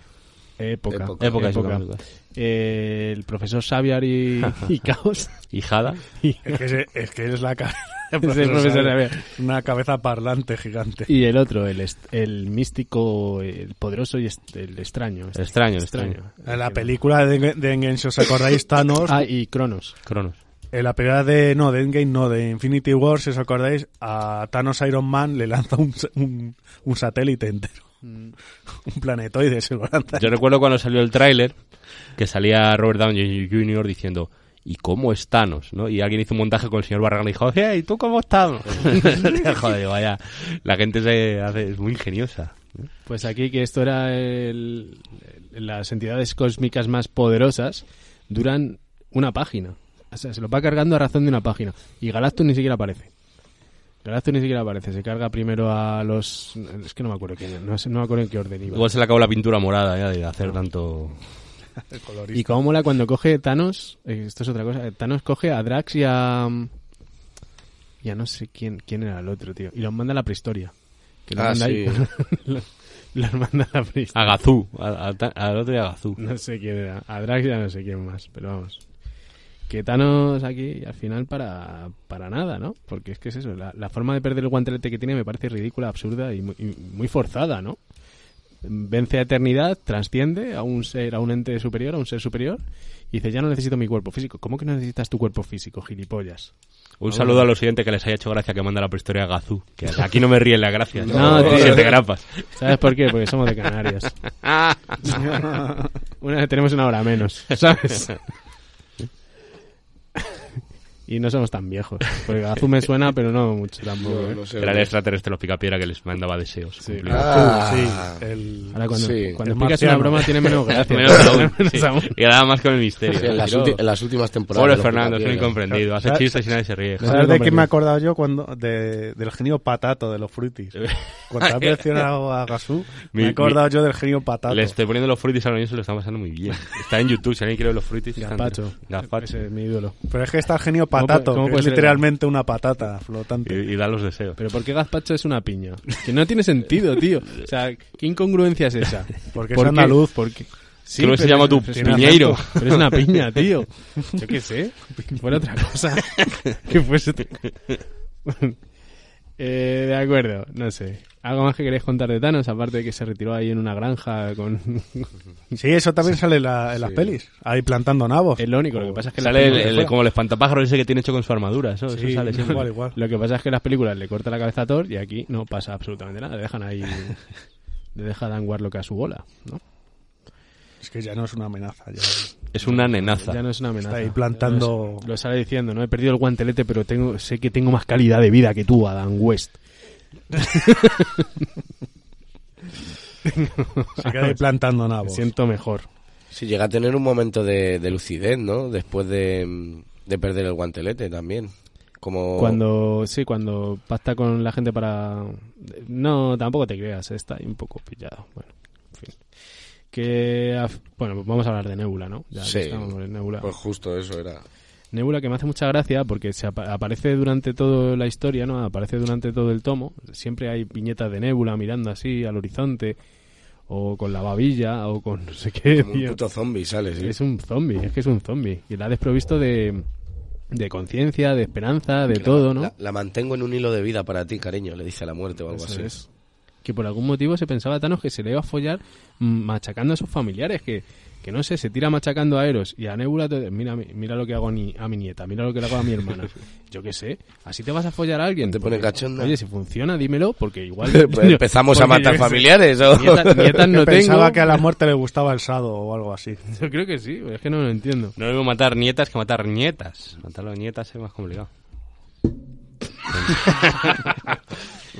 Speaker 2: Época.
Speaker 3: Época.
Speaker 5: Época, es una época.
Speaker 2: Eh, el profesor Xavier y, y Caos.
Speaker 5: Y Jada.
Speaker 4: Es que, ese- es que es la cabeza.
Speaker 2: el
Speaker 4: pues
Speaker 2: profesor Xavier.
Speaker 4: Una cabeza parlante gigante.
Speaker 2: Y el otro, el, est- el místico, el poderoso y est- el extraño.
Speaker 5: El extraño, el extraño.
Speaker 4: En Eh, la película de, de Endgame, si os acordáis, Thanos.
Speaker 2: Ah, y Cronos.
Speaker 5: Cronos.
Speaker 4: En la película de. No, de Endgame, no, de Infinity War, si os acordáis, a Thanos Iron Man le lanza un, sa- un, un satélite entero. Un planetoide se lo lanza.
Speaker 5: Yo recuerdo cuando salió el tráiler que salía Robert Downey Jr. diciendo ¿y cómo es Thanos? ¿no? Y alguien hizo un montaje con el señor Barragán y dijo "Eh, ¿y tú cómo estás? Joder, digo, vaya, la gente se hace, es muy ingeniosa.
Speaker 2: Pues aquí que esto era el- el- las entidades cósmicas más poderosas duran una página. O sea, se lo va cargando a razón de una página. Y Galactus ni siquiera aparece. Galactus ni siquiera aparece. Se carga primero a los... Es que no me acuerdo quién, no, sé- no me acuerdo en qué orden iba.
Speaker 5: Igual se le acabó la pintura morada ya de hacer tanto...
Speaker 2: Y cómo mola cuando coge Thanos, eh, esto es otra cosa, eh, Thanos coge a Drax y a... Ya no sé quién, quién era el otro, tío. Y los manda a la prehistoria. Que los
Speaker 3: Ah,
Speaker 2: manda ahí-
Speaker 3: sí.
Speaker 2: los, los manda a la prehistoria.
Speaker 5: A Gazú, a- a Ta- al otro y a Gazú.
Speaker 2: No sé quién era. A Drax ya no sé quién más, pero vamos. Que Thanos aquí al final para, para nada, ¿no? Porque es que es eso, la, la forma de perder el guantelete que tiene me parece ridícula, absurda y muy, y muy forzada, ¿no? Vence a eternidad, transciende a un ser, a un ente superior, a un ser superior, y dice, ya no necesito mi cuerpo físico. ¿Cómo que no necesitas tu cuerpo físico, gilipollas?
Speaker 5: Un saludo a los siguientes que les haya hecho gracia que manda la prehistoria a Gazú. Que aquí no me ríen las gracias.
Speaker 2: No, tío.
Speaker 5: Siete grapas.
Speaker 2: ¿Sabes por qué? Porque somos de Canarias. Ah. una vez tenemos una hora menos, ¿sabes? y no somos tan viejos. Porque Gazú me suena, pero no mucho tampoco. ¿eh?
Speaker 3: No sé,
Speaker 5: Era el extraterrestre los picapiedra que les mandaba deseos.
Speaker 2: Sí.
Speaker 5: cumplidos.
Speaker 3: Ah,
Speaker 4: Sí, el.
Speaker 2: Ahora cuando,
Speaker 3: Sí.
Speaker 2: cuando
Speaker 4: El
Speaker 2: explicas
Speaker 4: marciano.
Speaker 2: una broma tiene menos gracia.
Speaker 5: Menos aún,
Speaker 2: Menos
Speaker 5: sí.
Speaker 2: aún.
Speaker 5: Y nada más con el misterio.
Speaker 3: sí, en, las
Speaker 5: Pero-
Speaker 3: ulti- en las últimas temporadas.
Speaker 5: Pobre
Speaker 3: de los
Speaker 5: Fernando, es un
Speaker 3: Picapiedra.
Speaker 5: incomprendido. Hace
Speaker 4: Claro.
Speaker 5: chistes y nadie se ríe.
Speaker 2: No.
Speaker 4: ¿Sabes de
Speaker 2: Hombre,
Speaker 4: quién me he
Speaker 2: hombre.
Speaker 4: acordado yo cuando de- del genio patato de los frutis? Cuando has mencionado a Gasú, me he
Speaker 5: Mi-
Speaker 4: acordado
Speaker 5: mi-
Speaker 4: yo del genio patato.
Speaker 5: Le estoy poniendo los frutis a los niños, se lo están pasando muy bien. Está en YouTube, si alguien quiere ver los frutis. están-
Speaker 2: Gazpacho.
Speaker 5: Gazpacho.
Speaker 2: Ese es mi ídolo.
Speaker 4: Pero es que está el genio patato,
Speaker 2: cómo
Speaker 4: que
Speaker 2: puede
Speaker 4: es
Speaker 2: ser
Speaker 4: literalmente una patata
Speaker 5: Y,
Speaker 4: flotante.
Speaker 5: y da los deseos.
Speaker 2: Pero ¿por qué Gazpacho es una piña? Que no tiene sentido, tío. O sea, ¿qué incongruencia es esa?
Speaker 4: Porque
Speaker 2: ¿Por
Speaker 4: es
Speaker 2: qué?
Speaker 4: andaluz.
Speaker 2: ¿Por qué? Sí,
Speaker 5: Creo que se
Speaker 2: pero-
Speaker 5: llama tu
Speaker 2: pero es una-
Speaker 5: piñeiro.
Speaker 2: Pero es una piña, tío. Yo qué sé. Que fuera otra cosa. Que fuese otra- Eh, de acuerdo, no sé. ¿Algo más que queréis contar de Thanos? Aparte de que se retiró ahí en una granja con...
Speaker 4: Sí, eso también sale en la- en las pelis. Ahí plantando nabos.
Speaker 2: es lo único, lo que pasa es que... las
Speaker 5: Sale el-
Speaker 2: películas-
Speaker 5: el- como el espantapájaro ese que tiene hecho con su armadura. Eso, eso
Speaker 4: Sí,
Speaker 5: sale siempre.
Speaker 4: igual, igual.
Speaker 2: Lo que pasa es que en las películas le corta la cabeza a Thor y aquí no pasa absolutamente nada. Le dejan ahí... le deja a Dan Warlock a su bola, ¿no?
Speaker 4: Es que ya no es una amenaza. Ya.
Speaker 5: Es una nenaza.
Speaker 2: Ya no es una amenaza.
Speaker 4: Está ahí plantando-
Speaker 2: Lo, lo sale diciendo, ¿no? He perdido el guantelete, pero tengo, sé que tengo más calidad de vida que tú, Adam West.
Speaker 4: Se queda ahí plantando
Speaker 2: Me
Speaker 4: nabos.
Speaker 2: siento mejor.
Speaker 3: Sí, llega a tener un momento de, de lucidez, ¿no? Después de, de perder el guantelete también.
Speaker 4: Oh.
Speaker 3: Como...
Speaker 2: Cuando, sí, cuando pacta con la gente para... No, tampoco te creas, eh, está ahí un poco pillado. Bueno, en fin. Que, af- bueno, pues vamos a hablar de Nebula, ¿no? Ya que
Speaker 3: Sí.
Speaker 2: estamos en Nebula.
Speaker 3: Pues justo eso era.
Speaker 2: Nebula que me hace mucha gracia porque se apa- aparece durante toda la historia, ¿no? Aparece durante todo el tomo. Siempre hay viñetas de Nebula mirando así al horizonte o con la babilla o con no sé qué.
Speaker 3: Como un
Speaker 2: tío.
Speaker 3: puto zombie, ¿sales?
Speaker 2: Es un zombie, es que es un zombie. Y la ha desprovisto de, de conciencia, de esperanza, de todo, ¿no?
Speaker 3: La, la mantengo en un hilo de vida para ti, cariño, le dice a la muerte o algo
Speaker 2: Eso
Speaker 3: así.
Speaker 2: es. Que por algún motivo se pensaba a Thanos que se le iba a follar mm, machacando a sus familiares, que, que no sé, se tira machacando a Eros y a Nebula, te- mira, mira lo que hago a, ni- a mi nieta, mira lo que le hago a mi hermana. Yo qué sé, así te vas a follar a alguien.
Speaker 3: Te pone
Speaker 2: Porque,
Speaker 3: cachonda.
Speaker 2: Oye, si funciona, dímelo, porque igual...
Speaker 3: Pues empezamos a
Speaker 2: porque yo
Speaker 3: matar
Speaker 2: qué sé,
Speaker 3: familiares, ¿o?
Speaker 2: nieta- nietas no
Speaker 4: Que pensaba
Speaker 2: tengo.
Speaker 4: que a la muerte le gustaba el sado o algo así.
Speaker 2: Yo creo que sí, es que no lo entiendo.
Speaker 5: No debemos matar nietas que matar nietas. Matar a las nietas es más complicado.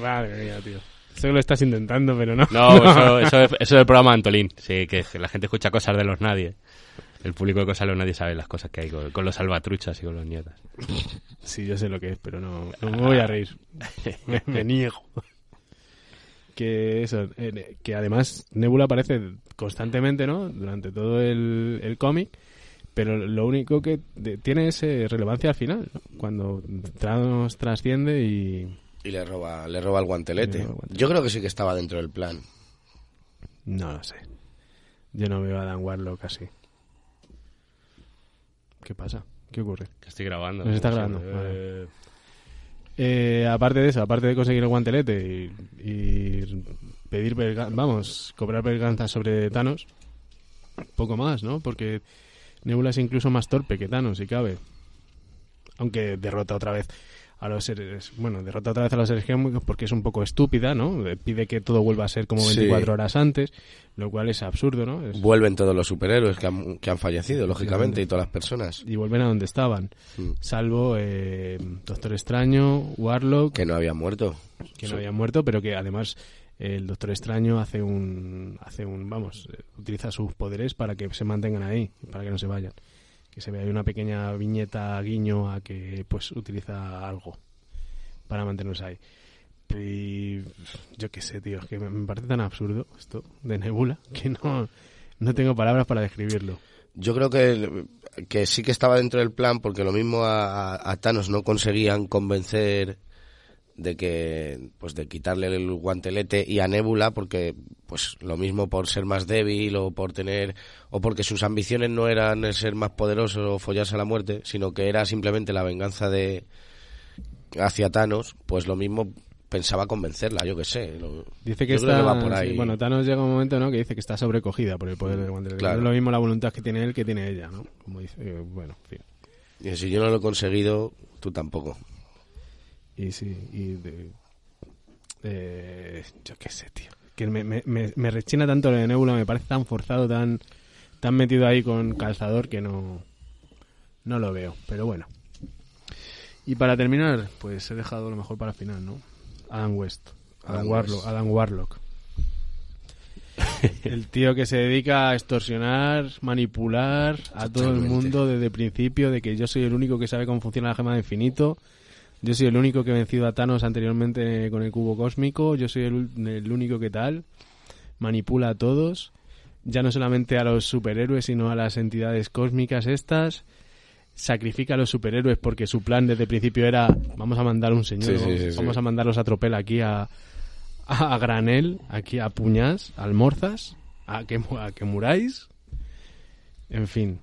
Speaker 2: Vale, mía, tío. Eso lo estás intentando, pero no.
Speaker 5: No, eso, eso, es- eso es el programa de Antolín. Sí, que la gente escucha cosas de los nadie. El público de cosas de los nadie sabe las cosas que hay con, con los salvatruchas y con los nietas.
Speaker 2: Sí, yo sé lo que es, pero no, no me voy a reír. Me, me niego. Que eso, eh, que además Nebula aparece constantemente, ¿no? Durante todo el, el cómic, pero lo único que de- tiene es eh, relevancia al final, ¿no? cuando Thanos trasciende y
Speaker 3: Y le roba, le roba el guantelete.
Speaker 2: Le roba el guantelete.
Speaker 3: Yo creo que sí que estaba dentro del plan.
Speaker 2: no lo sé. Yo no veo a Dan Warlock así. ¿Qué pasa? ¿Qué ocurre?
Speaker 5: Que estoy grabando.
Speaker 2: Nos está grabando,
Speaker 5: Eh,
Speaker 2: Eh, aparte de eso, aparte de conseguir el guantelete y, y pedir verga- vamos, cobrar venganza sobre Thanos, poco más, ¿no? Porque Nebula es incluso más torpe que Thanos, si cabe. Aunque derrota otra vez a los seres, bueno, derrota otra vez a los seres geómicos porque es un poco estúpida, ¿no? Eh, Pide que todo vuelva a ser como
Speaker 3: Sí.
Speaker 2: 24 horas antes, lo cual es absurdo, ¿no? Es-
Speaker 3: Vuelven todos los superhéroes que han, que han fallecido, lógicamente, y todas las personas.
Speaker 2: y vuelven a donde estaban,
Speaker 3: Mm.
Speaker 2: salvo eh, Doctor Extraño, Warlock,
Speaker 3: Que no habían muerto.
Speaker 2: que
Speaker 3: Sí.
Speaker 2: no habían muerto, pero que además el Doctor Extraño hace un, hace un, vamos, eh, utiliza sus poderes para que se mantengan ahí, para que no se vayan. Que se vea ahí una pequeña viñeta guiño a que pues utiliza algo para mantenernos ahí. Y yo qué sé, tío, es que me- me parece tan absurdo esto de Nebula que no, no tengo palabras para describirlo.
Speaker 3: Yo creo que, que sí que estaba dentro del plan porque lo mismo a, a- a Thanos no conseguían convencer de que pues de quitarle el guantelete y a Nebula porque pues lo mismo por ser más débil o por tener o porque sus ambiciones no eran el ser más poderoso o follarse a la muerte, sino que era simplemente la venganza de hacia Thanos, pues lo mismo pensaba convencerla, yo qué sé. lo-
Speaker 2: Dice que
Speaker 3: yo creo
Speaker 2: está.
Speaker 3: va por
Speaker 2: sí,
Speaker 3: ahí. Mm,
Speaker 2: bueno, Thanos llega un momento, ¿no? Que dice que está sobrecogida por el poder del guantelete.
Speaker 3: Claro.
Speaker 2: No es lo mismo la voluntad que tiene él que tiene ella, ¿no? Como dice. eh, bueno, en fin.
Speaker 3: Y si yo no lo he conseguido, tú tampoco.
Speaker 2: Y sí, y de- eh, yo qué sé, tío. Que me, me, me, me rechina tanto lo de Nebula, me parece tan forzado, tan, tan metido ahí con calzador que no, no lo veo. Pero bueno. Y para terminar, pues he dejado lo mejor para el final, ¿no? Adam West. Adam,
Speaker 3: Adam
Speaker 2: Warlock.
Speaker 3: West.
Speaker 2: Adam Warlock. El tío que se dedica a extorsionar, manipular a todo el
Speaker 3: Totalmente.
Speaker 2: mundo desde el principio, de que yo soy el único que sabe cómo funciona la gema de infinito, yo soy el único que he vencido a Thanos anteriormente con el cubo cósmico, yo soy el, ul- el único que tal, manipula a todos, ya no solamente a los superhéroes, sino a las entidades cósmicas estas, sacrifica a los superhéroes porque su plan desde el principio era vamos a mandar un señor,
Speaker 3: Sí, sí, sí, sí.
Speaker 2: vamos a mandarlos a tropel aquí a, a, a granel, aquí a puñas, al morzas, a que, mu- a que muráis. En fin.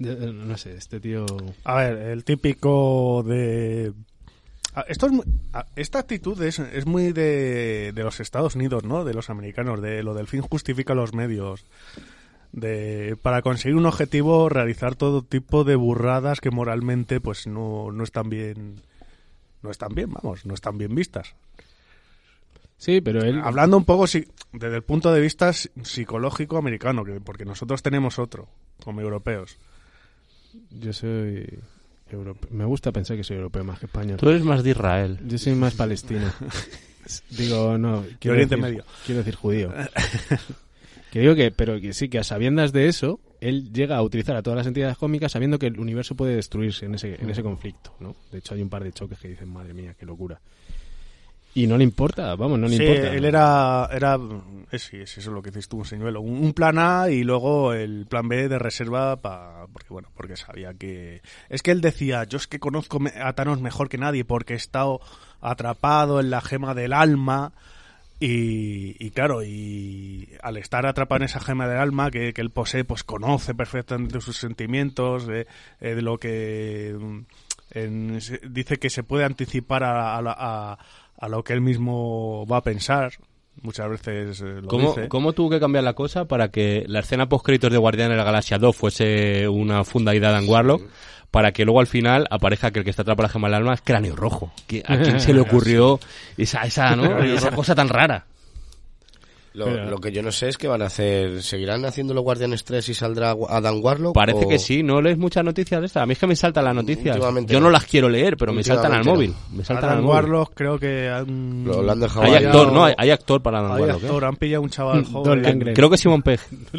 Speaker 2: Eh, No sé, este tío...
Speaker 4: A ver, el típico de Ah, Esto es mu- ah, esta actitud es, es muy de, de los Estados Unidos, ¿no? De los americanos, de lo del fin justifica los medios. De, para conseguir un objetivo, realizar todo tipo de burradas que moralmente pues no, no están bien. No están bien, vamos, no están bien vistas.
Speaker 2: Sí, pero él...
Speaker 4: Hablando un poco si- desde el punto de vista si- psicológico americano, que- porque nosotros tenemos otro, como europeos.
Speaker 2: Yo soy europeo. Me gusta pensar que soy europeo más que español.
Speaker 6: Tú eres más de Israel.
Speaker 2: Yo soy más palestino. digo, no, quiero
Speaker 4: Oriente
Speaker 2: decir,
Speaker 4: Medio.
Speaker 2: quiero decir judío. que digo que, pero que sí, que a sabiendas de eso, él llega a utilizar a todas las entidades cómicas sabiendo que el universo puede destruirse en ese, en
Speaker 4: Mm.
Speaker 2: ese conflicto, ¿no? De hecho, hay un par de choques que dicen, madre mía, qué locura. Y no le importa, vamos, no le
Speaker 4: sí,
Speaker 2: importa.
Speaker 4: él era, era eh, sí, sí, eso es lo que dices tú, un señuelo. Un, un plan A y luego el plan B de reserva para, porque bueno, porque sabía que, es que él decía, yo es que conozco me- a Thanos mejor que nadie porque he estado atrapado en la gema del alma y, y claro, y al estar atrapado en esa gema del alma que, que él posee, pues conoce perfectamente sus sentimientos, eh, eh, de lo que mm, en- se- dice que se puede anticipar a, a la- a- a lo que él mismo va a pensar. Muchas veces eh, lo
Speaker 5: ¿Cómo,
Speaker 4: dice.
Speaker 5: cómo tuvo que cambiar la cosa para que la escena post-créditos de Guardián de la Galaxia 2 fuese una fundaidad en Warlock? Para que luego al final aparezca que el que está atrapado en la gema del alma es cráneo rojo. Que- ¿A quién se le ocurrió esa, esa, ¿no? esa cosa tan rara?
Speaker 3: Lo,
Speaker 2: Pero-
Speaker 3: lo que yo no sé es que van a hacer. ¿Seguirán haciendo los Guardianes 3 y saldrá Wa- Adam Warlock?
Speaker 5: Parece
Speaker 3: o-
Speaker 5: que sí, no lees muchas noticias de estas. A mí es que me saltan las noticias.
Speaker 3: Últimamente
Speaker 5: Yo no
Speaker 3: no.
Speaker 5: las quiero leer, pero me saltan al móvil.
Speaker 3: Últimamente
Speaker 5: Me saltan al
Speaker 4: Adam
Speaker 5: móvil.
Speaker 4: Warlock creo que han,
Speaker 3: Lo, lo han dejado
Speaker 5: Hay
Speaker 3: ahí.
Speaker 5: actor, ¿no? Hay, hay actor para Adam
Speaker 4: hay
Speaker 5: Warlock. ¿eh?
Speaker 4: actor, han pillado un chaval
Speaker 2: Don
Speaker 4: joven.
Speaker 2: Langren.
Speaker 5: Creo que Simon Pegg.
Speaker 3: Simon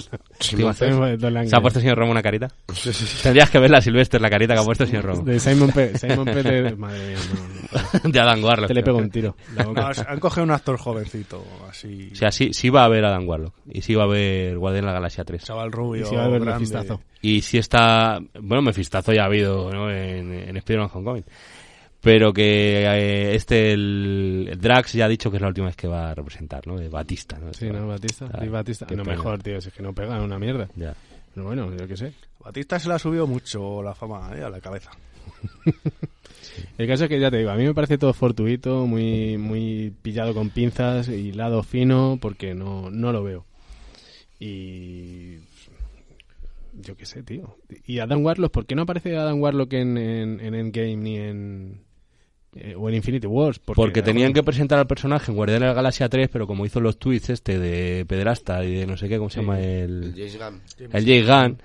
Speaker 5: Te iba a hacer-
Speaker 2: Don Langren.
Speaker 5: ¿Se ha puesto el señor Romo una carita? Tendrías que verla, Silvestre, la carita que ha puesto el señor Romo.
Speaker 2: De Simon P. Simon P. de- Madre mía, no, no.
Speaker 5: De Adam Warlock.
Speaker 2: Te le pego un tiro. La boca.
Speaker 4: No, es- han cogido un actor jovencito, así.
Speaker 5: O sea, sí, sí va a haber Adam Warlock. Y sí va a haber Guardián de la Galaxia 3.
Speaker 4: chaval rubio.
Speaker 2: Y si va a haber un
Speaker 4: grande.
Speaker 2: fistazo.
Speaker 5: Y sí está... Bueno, Mefistazo ya ha habido ¿no? en, en Spider-Man Homecoming. Pero que eh, este, el, el Drax ya ha dicho que es la última vez que va a representar, ¿no? De Batista, ¿no?
Speaker 2: Sí, ¿no? Batista.
Speaker 5: Ay,
Speaker 2: Luis Batista.
Speaker 5: qué
Speaker 2: No,
Speaker 5: pena.
Speaker 2: mejor, tío. Si es que no pega, una mierda.
Speaker 5: Ya.
Speaker 2: Pero bueno, yo qué sé.
Speaker 4: Batista se le ha subido mucho la fama eh, a la cabeza.
Speaker 2: El caso es que ya te digo, a mí me parece todo fortuito, muy, muy pillado con pinzas, hilado fino, porque no, no lo veo. Y. Yo qué sé, tío. ¿Y Adam Warlock? ¿Por qué no aparece Adam Warlock en, en, en Endgame ni en. eh, o en Infinity Wars?
Speaker 5: Porque tenían que presentar al personaje en Guardián de la Galaxia 3, pero como hizo los tweets este de Pedrasta y de no sé qué, ¿cómo se
Speaker 2: Sí.
Speaker 5: llama? El,
Speaker 3: James Gunn.
Speaker 5: El Jay Gunn,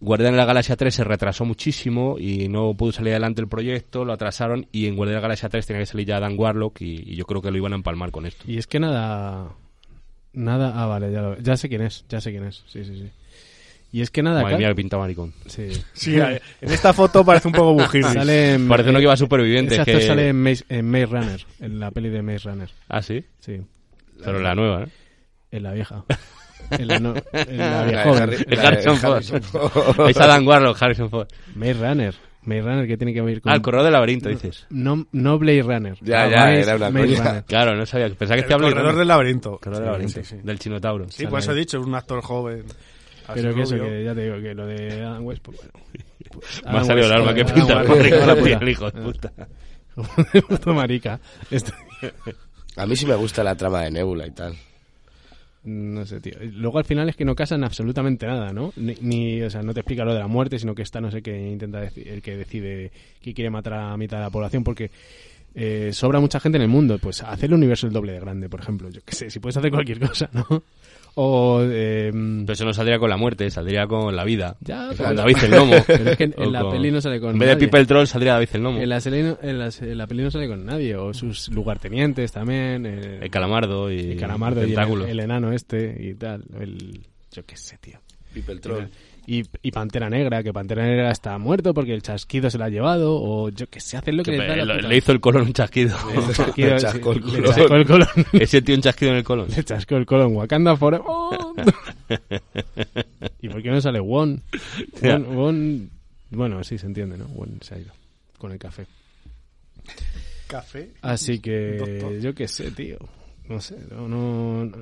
Speaker 5: Guardián de la Galaxia 3 se retrasó muchísimo y no pudo salir adelante el proyecto, lo atrasaron y en Guardián de la Galaxia 3 tenía que salir ya Dan Warlock y, y yo creo que lo iban a empalmar con esto.
Speaker 2: Y es que nada. Nada. Ah, vale, ya, lo- ya sé quién es, ya sé quién es. Sí, sí, sí. Y es que nada.
Speaker 5: Madre
Speaker 2: claro-
Speaker 5: mía, que pinta maricón.
Speaker 2: Sí.
Speaker 4: Sí, eh, en esta foto parece un poco bujirri.
Speaker 2: Sale en-
Speaker 5: Parece uno que iba a superviviente.
Speaker 2: Ese
Speaker 5: es
Speaker 2: actor
Speaker 5: que-
Speaker 2: sale en Maze, en Maze Runner, en la peli de Maze Runner.
Speaker 5: Ah, sí,
Speaker 2: Sí,
Speaker 5: pero la nueva, ¿eh?
Speaker 2: en la vieja. En la, no- en la
Speaker 3: La de
Speaker 2: vieja.
Speaker 3: Harry-
Speaker 5: El
Speaker 3: la de
Speaker 5: Harrison Ford.
Speaker 3: Harrison
Speaker 5: Ahí está Dan Warlock, Harrison Ford.
Speaker 2: Maze Runner. Maze Runner que tiene que ver con...
Speaker 5: Ah, el corredor del laberinto, dices.
Speaker 2: no, no Blade Runner.
Speaker 3: Ya,
Speaker 2: Ah,
Speaker 3: ya, era una
Speaker 2: Maze
Speaker 3: coña.
Speaker 2: Runner.
Speaker 5: Claro, no sabía. Pensaba
Speaker 4: El
Speaker 5: que este
Speaker 4: corredor del laberinto.
Speaker 5: corredor del laberinto,
Speaker 4: Sí, sí, sí.
Speaker 5: del Chinotauro.
Speaker 4: Sí, pues por eso he dicho, es un actor joven.
Speaker 3: Ah,
Speaker 4: así
Speaker 2: Pero que eso,
Speaker 4: rubio.
Speaker 2: que ya te digo, que lo de Adam West, pues bueno. Pues,
Speaker 5: Me ha
Speaker 2: Adam
Speaker 5: salido el
Speaker 2: West,
Speaker 5: arma que
Speaker 2: Adam
Speaker 5: pinta
Speaker 2: West,
Speaker 5: maricón,
Speaker 2: Adam
Speaker 5: tío,
Speaker 2: West.
Speaker 5: el hijo de puta.
Speaker 2: Puto marica. Esto-
Speaker 3: A mí sí me gusta la trama de Nebula y tal.
Speaker 2: No sé, tío. Luego al final es que no casan absolutamente nada, ¿no? Ni, ni, o sea, no te explica lo de la muerte, sino que está, no sé qué, intenta deci- el que decide que quiere matar a mitad de la población porque eh, sobra mucha gente en el mundo. Pues hacer el universo el doble de grande, por ejemplo. Yo qué sé, si puedes hacer cualquier cosa, ¿no? O. eh,
Speaker 5: Pero eso no saldría con la muerte, saldría con la vida.
Speaker 2: Ya,
Speaker 5: O
Speaker 2: pero-
Speaker 5: con David el Lomo.
Speaker 2: Pero es que en- en la peli no sale con
Speaker 5: En vez de
Speaker 2: nadie.
Speaker 5: People Troll saldría David el Lomo.
Speaker 2: en,
Speaker 5: El,
Speaker 2: la serie no- en, la, se- en la peli no sale con nadie. O sus lugartenientes también. eh,
Speaker 5: calamardo y.
Speaker 2: el calamardo y el,
Speaker 5: tentáculo.
Speaker 2: el enano este y tal. El, yo qué sé, tío.
Speaker 3: People Troll.
Speaker 2: Y, y Pantera Negra, que Pantera Negra está muerto porque el chasquido se la ha llevado, o yo que sé, hacen lo que,
Speaker 5: Que
Speaker 2: les da la
Speaker 5: le-
Speaker 2: puta
Speaker 5: le hizo el colon un chasquido.
Speaker 2: gana. El chasquido,
Speaker 3: Le
Speaker 2: sí,
Speaker 3: chascó el
Speaker 2: le
Speaker 3: colon.
Speaker 2: chascó el colon.
Speaker 5: Ese tío un chasquido en el colon.
Speaker 2: Le chascó el colon. Wakanda Forever. ¡Oh! ¿Y por qué no sale Won?
Speaker 5: Ya.
Speaker 2: Won, Won- Bueno, sí, se entiende, ¿no? Won se ha ido con el café.
Speaker 4: Café.
Speaker 2: Así que
Speaker 4: Doctor.
Speaker 2: yo qué sé, tío. No sé, no, no, no,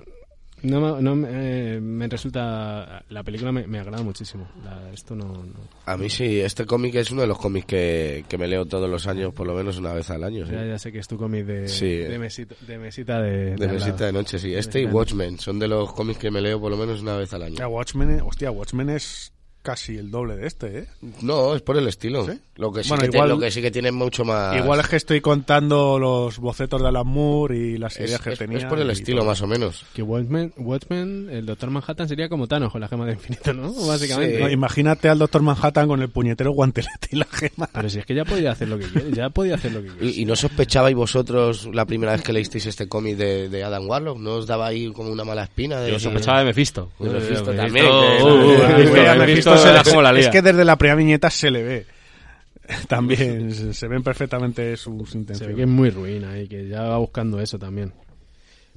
Speaker 2: No, me- no me- eh, me resulta. La película me, me agrada muchísimo. La- esto no. no-
Speaker 3: A mí sí, este cómic es uno de los cómics que, que me leo todos los años, por lo menos una vez al año. sí.
Speaker 2: Ya, ya sé que es tu cómic de,
Speaker 3: Sí.
Speaker 2: de, mesita, de mesita de.
Speaker 3: De
Speaker 2: al
Speaker 3: mesita
Speaker 2: lado.
Speaker 3: de noche, sí.
Speaker 2: De
Speaker 3: Este y
Speaker 2: mesita de
Speaker 3: Watchmen son de los cómics que me leo por lo menos una vez al
Speaker 4: Ya,
Speaker 3: año.
Speaker 4: Watchmen, es- hostia, Watchmen es casi el doble de este, ¿eh?
Speaker 3: No, es por el estilo.
Speaker 4: ¿Sí?
Speaker 3: Lo, que sí
Speaker 4: Bueno,
Speaker 3: que te-
Speaker 4: igual-
Speaker 3: lo que sí que tiene es mucho más...
Speaker 4: Igual es que estoy contando los bocetos de Alan Moore y las
Speaker 3: es,
Speaker 4: ideas que
Speaker 3: es-
Speaker 4: tenía.
Speaker 3: es por el
Speaker 4: y
Speaker 3: estilo,
Speaker 4: todo.
Speaker 3: más o menos.
Speaker 2: Que Watchmen, Watchmen, el Doctor Manhattan sería como Thanos con la gema del infinito, ¿no? Básicamente.
Speaker 3: Sí.
Speaker 4: No, imagínate al Doctor Manhattan con el puñetero guantelete y la gema.
Speaker 2: Pero si es que ya podía hacer lo que quiere, ya podía hacer lo que quiere.
Speaker 3: ¿Y, y no sospechabais vosotros la primera vez que leísteis este cómic de, de Adam Warlock? ¿No os daba ahí como una mala espina? De,
Speaker 5: Yo sospechaba de Mephisto.
Speaker 3: De Mephisto
Speaker 5: Mephisto,
Speaker 3: también,
Speaker 5: uh,
Speaker 3: que-
Speaker 5: uh,
Speaker 3: que-
Speaker 5: Mephisto,
Speaker 3: que-
Speaker 4: Mira,
Speaker 5: Mephisto,
Speaker 4: Mephisto
Speaker 5: era
Speaker 4: se le-
Speaker 5: como la lía.
Speaker 4: Es que desde la primera viñeta se le ve. También se se ven perfectamente
Speaker 2: Se
Speaker 4: sus
Speaker 2: ve que es
Speaker 4: intenciones.
Speaker 2: muy ruina y que ya va buscando eso también.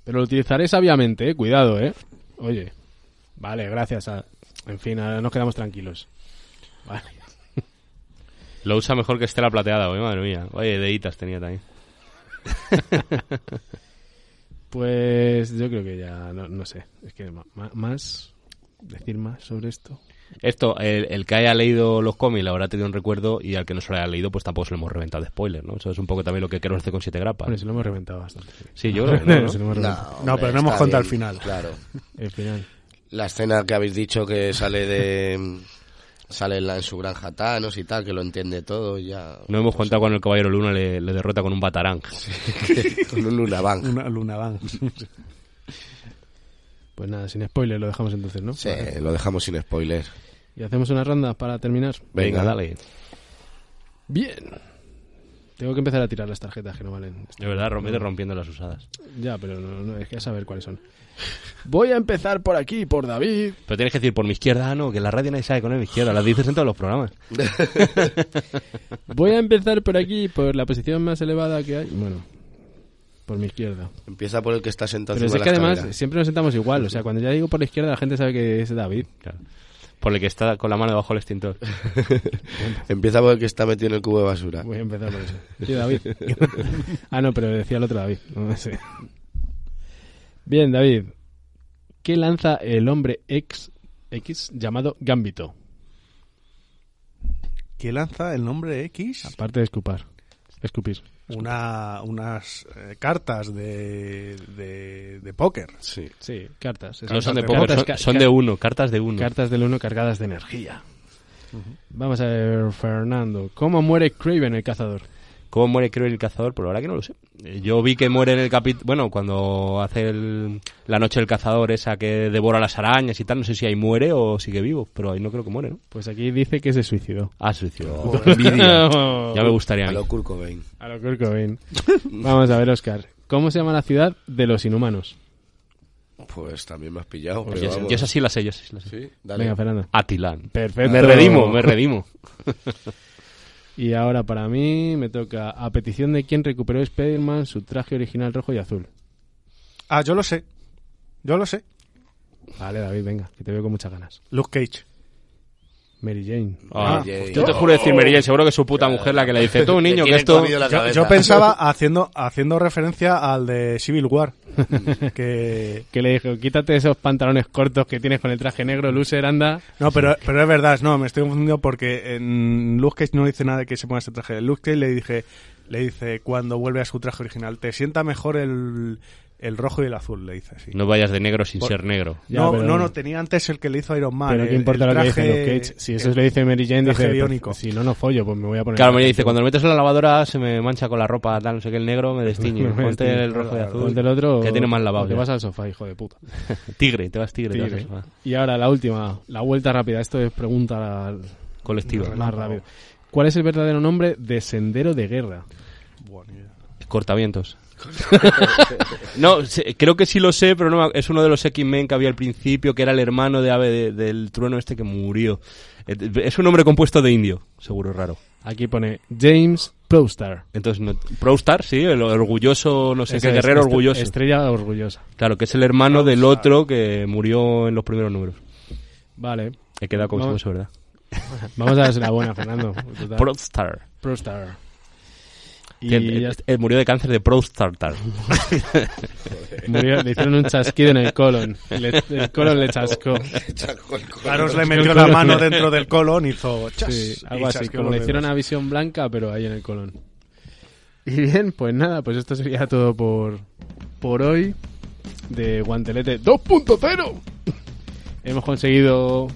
Speaker 2: Pero lo utilizaré sabiamente, ¿eh? cuidado, ¿eh? Oye, vale, gracias. A... En fin, ahora nos quedamos tranquilos. Vale.
Speaker 5: Lo usa mejor que Estela Plateada, oye, madre mía. Oye, deditas tenía también.
Speaker 2: Pues yo creo que ya, no, no sé. Es que ma- ma- más, decir más sobre esto.
Speaker 5: Esto, el, el que haya leído los cómics le habrá tenido un recuerdo y al que no se lo haya leído, pues tampoco se lo hemos reventado de spoiler, ¿no? Eso es un poco también lo que queremos hacer con siete grapas.
Speaker 2: Bueno, se lo hemos reventado bastante.
Speaker 5: Sí, yo creo que no, ¿no?
Speaker 2: Se lo hemos reventado.
Speaker 4: No, pero no hemos
Speaker 3: está
Speaker 4: contado
Speaker 3: bien,
Speaker 4: el final.
Speaker 3: Claro.
Speaker 2: El final.
Speaker 3: La escena que habéis dicho que sale de... sale en, la- en su granja Thanos y tal, que lo entiende todo y ya...
Speaker 5: No hemos contado cuando el Caballero Luna le, le derrota con un batarang.
Speaker 3: con un lunabang.
Speaker 4: Una luna van.
Speaker 2: Pues nada, sin spoiler lo dejamos entonces, ¿no?
Speaker 3: Sí, lo dejamos sin spoiler.
Speaker 2: Y hacemos una ronda para terminar.
Speaker 3: Venga,
Speaker 5: dale.
Speaker 2: Bien. Tengo que empezar a tirar las tarjetas que no valen.
Speaker 5: De verdad, rom- vete rompiendo las usadas.
Speaker 2: Ya, pero no, no, es que a saber cuáles son. Voy a empezar por aquí, por David.
Speaker 5: Pero tienes que decir por mi izquierda, ah, no, que la radio nadie sabe con mi izquierda. Las dices en todos los programas.
Speaker 2: Voy a empezar por aquí, por la posición más elevada que hay. Bueno, por mi izquierda.
Speaker 3: Empieza por el que está sentado
Speaker 2: Pero si es
Speaker 3: encima
Speaker 2: que
Speaker 3: de la
Speaker 2: además
Speaker 3: escalera.
Speaker 2: siempre nos sentamos igual. O sea, cuando ya digo por la izquierda, la gente sabe que es David.
Speaker 5: Claro. Por el que está con la mano debajo del extintor.
Speaker 3: Empieza por el que está metido en el cubo de basura.
Speaker 2: Voy a empezar por eso. Sí, David. ah, no, pero decía el otro David. No sé. Bien, David. ¿Qué lanza el hombre ex X llamado Gambito?
Speaker 4: ¿Quién lanza el nombre X?
Speaker 2: Aparte de escupar. Escupir.
Speaker 4: pues Una, unas eh, cartas de, de, de póker.
Speaker 3: Sí.
Speaker 2: Sí, cartas.
Speaker 5: No son
Speaker 4: Cartas
Speaker 5: de
Speaker 4: de
Speaker 5: poco,
Speaker 2: cartas,
Speaker 5: son,
Speaker 2: ca-
Speaker 5: son de uno, cartas de uno.
Speaker 2: Cartas del 1 cargadas de energía. Vamos a ver, Fernando. ¿Cómo muere Craven el cazador?
Speaker 5: ¿Cómo muere Cruel el cazador? Por ahora que no lo sé. Eh, Yo vi que muere en el capítulo. Bueno, cuando hace el- la noche del cazador, esa que devora las arañas y tal. No sé si ahí muere o sigue vivo, pero ahí no creo que muere, ¿no?
Speaker 2: Pues aquí dice que se suicidó.
Speaker 5: Ah, suicidio.
Speaker 3: Envidia.
Speaker 5: Ya me gustaría. a
Speaker 3: A
Speaker 5: mí.
Speaker 3: lo Kurt Cobain.
Speaker 2: A lo Kurt Cobain. Vamos a ver, Oscar. ¿Cómo se llama la ciudad de los inhumanos?
Speaker 3: Pues también me has pillado.
Speaker 5: Pues
Speaker 3: pero
Speaker 5: yo,
Speaker 3: vamos.
Speaker 5: yo esa sí la sé, yo esa sí la sé.
Speaker 3: Sí, dale.
Speaker 2: Venga, Fernando.
Speaker 5: Atilán.
Speaker 2: Perfecto.
Speaker 5: Me redimo, me redimo.
Speaker 2: Y ahora para mí me toca, a petición de quien recuperó Spider-Man su traje original rojo y azul.
Speaker 4: Ah, yo lo sé. Yo lo sé.
Speaker 2: Vale, David, venga, que te veo con muchas ganas.
Speaker 4: Luke Cage.
Speaker 2: Mary Jane.
Speaker 5: Ah,
Speaker 3: Mary Jane.
Speaker 5: yo te juro decir Mary Jane, seguro que es su puta mujer la que le dice, tú
Speaker 3: Te
Speaker 5: niño, que
Speaker 3: tienen
Speaker 5: esto...
Speaker 3: comido la
Speaker 4: Yo,
Speaker 3: cabeza.
Speaker 4: yo pensaba haciendo, haciendo referencia al de Civil War. que
Speaker 2: Que le dijo, quítate esos pantalones cortos que tienes con el traje negro, loser, anda.
Speaker 4: No, pero, pero es verdad, no, me estoy confundiendo porque en Luke Cage no dice nada de que se ponga ese traje. Luke Cage le dije, le dice cuando vuelve a su traje original, te sienta mejor el, el rojo y el azul, le dice así.
Speaker 5: No vayas de negro sin
Speaker 4: Por-
Speaker 5: ser negro.
Speaker 2: Ya,
Speaker 4: no,
Speaker 2: pero-
Speaker 4: no, no, tenía antes el que le hizo Iron Man.
Speaker 2: Pero
Speaker 4: Ah, el-
Speaker 2: qué importa
Speaker 4: el
Speaker 2: lo que dice
Speaker 4: traje-
Speaker 2: Luke Cage. Si eso
Speaker 4: el-
Speaker 2: lo dice Mary Jane,
Speaker 4: traje
Speaker 2: dice,
Speaker 4: biónico.
Speaker 2: pues, si no, no follo, pues me voy a poner...
Speaker 5: Claro, me dice, cuando lo metes en la lavadora se me mancha con la ropa, tal, no sé qué, el negro me destiñe.
Speaker 2: Me
Speaker 5: Ponte
Speaker 2: destiñe,
Speaker 5: el rojo y azul.
Speaker 2: Ponte el otro...
Speaker 5: Que tiene más lavado.
Speaker 2: o Te
Speaker 5: ya.
Speaker 2: vas al sofá, hijo de puta.
Speaker 5: Tigre, te vas tigre. te vas
Speaker 2: Tigre.
Speaker 5: al sofá.
Speaker 2: Y ahora la última, la vuelta rápida. Esto es pregunta al-
Speaker 5: Colectivo.
Speaker 2: más rápido. ¿Cuál es el verdadero nombre de Sendero de Guerra?
Speaker 4: Buena idea.
Speaker 5: Cortavientos. no, sé- creo que sí lo sé, pero no, me ac- es uno de los X-Men que había al principio, que era el hermano de Ave de- del trueno este que murió. Eh, Es un nombre compuesto de indio, seguro raro.
Speaker 2: Aquí pone James Prostar.
Speaker 5: Entonces, no, Prostar, sí, el orgulloso, no sé
Speaker 2: Ese
Speaker 5: qué,
Speaker 2: es, este,
Speaker 5: guerrero
Speaker 2: estre-
Speaker 5: orgulloso.
Speaker 2: Estrella orgullosa.
Speaker 5: Claro, que es el hermano del otro que murió en los primeros números.
Speaker 2: Vale.
Speaker 5: He quedado como
Speaker 2: Vamos.
Speaker 5: si fuese verdad.
Speaker 2: Vamos a darse la buena, Fernando. Total.
Speaker 5: Prostar.
Speaker 2: Prostar. Y
Speaker 6: Que-
Speaker 2: ya
Speaker 6: eh, eh, murió de cáncer de próstata.
Speaker 2: Murió- le hicieron un chasquido en el colon. Le- el colon le chascó.
Speaker 4: Thanos le metió la mano dentro del colon y hizo chas,
Speaker 2: Sí,
Speaker 4: y
Speaker 2: algo así,
Speaker 4: chasqueó
Speaker 2: como le
Speaker 4: los
Speaker 2: hicieron
Speaker 4: dedos.
Speaker 2: a Visión Blanca, pero ahí en el colon. Y bien, pues nada, pues esto sería todo por, por hoy de Guantelete 2.0. Hemos conseguido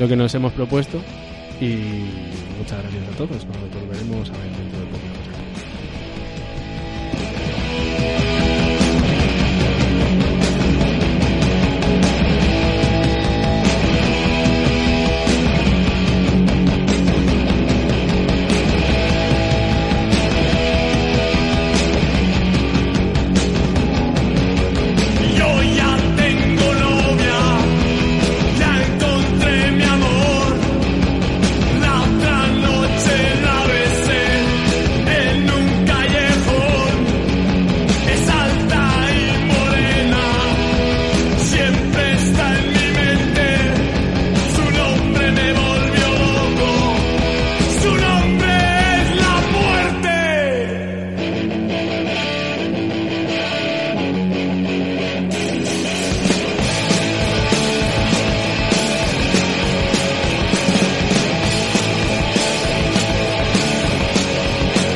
Speaker 2: lo que nos hemos propuesto y muchas gracias a todos. Nos volveremos a ver dentro de poco.
Speaker 7: Yo ya tengo novia, ya encontré mi amor. La otra noche la besé en un callejón. Es alta y morena, siempre está en mi mente. Su nombre me volvió loco, su nombre es la muerte.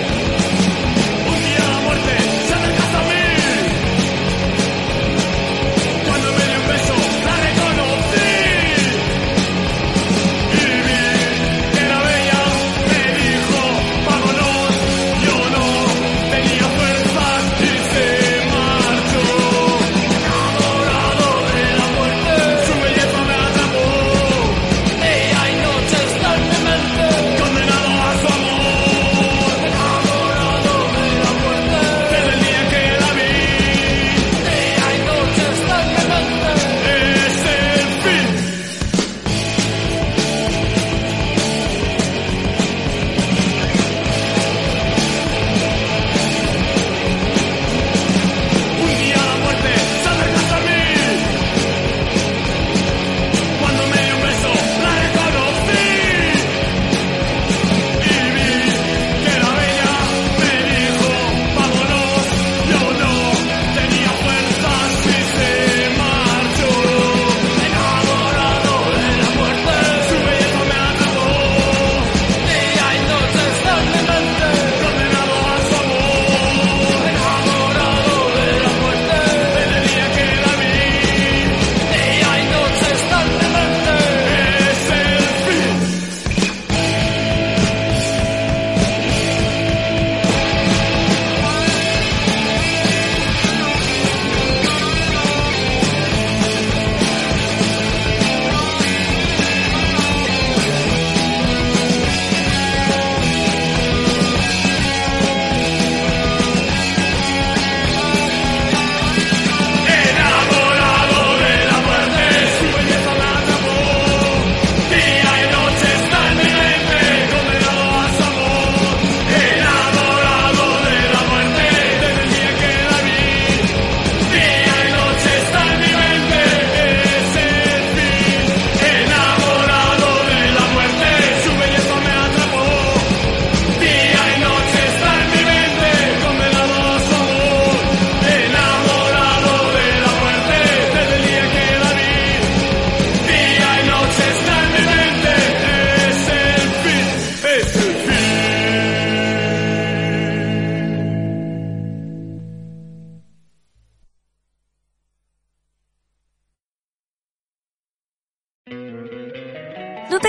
Speaker 7: Un día la muerte se acerca hasta mí Cuando me dio un beso la reconocí Y vi que era bella, me dijo vámonos Yo no tenía fuerzas y se marchó Enamorado de la muerte, su belleza me atrapó Día y noche está en mi mente, condenado a su amor desde el día que la vi, día y noche está en mi mente. Es el fin. Un día la muerte se acerca hasta mí. Cuando me dio un beso la reconocí. Y vi que la bella me dijo, vámonos, yo no tenía fuerzas y se marchó. Enamorado de la muerte, su belleza me atrapó. Día y noche está en mi mente, condenado a su amor. Enamorado de la muerte, desde el día que la vi. Día y noche está en mi mente, es el fin. Enamorado de la muerte, su belleza me atrapó. Día y noche está en mi mente, condenado a su amor. Enamorado de la muerte, desde el día que la vi. Día y noche está en mi mente, es el fin. Enamorado de la muerte, su belleza me atrapó. Día y noche está en mi mente, condenado a su amor. Enamorado de la muerte, desde el día que la vi. Día y noche está en mi mente, es el fin, es el fin.
Speaker 8: ¿No te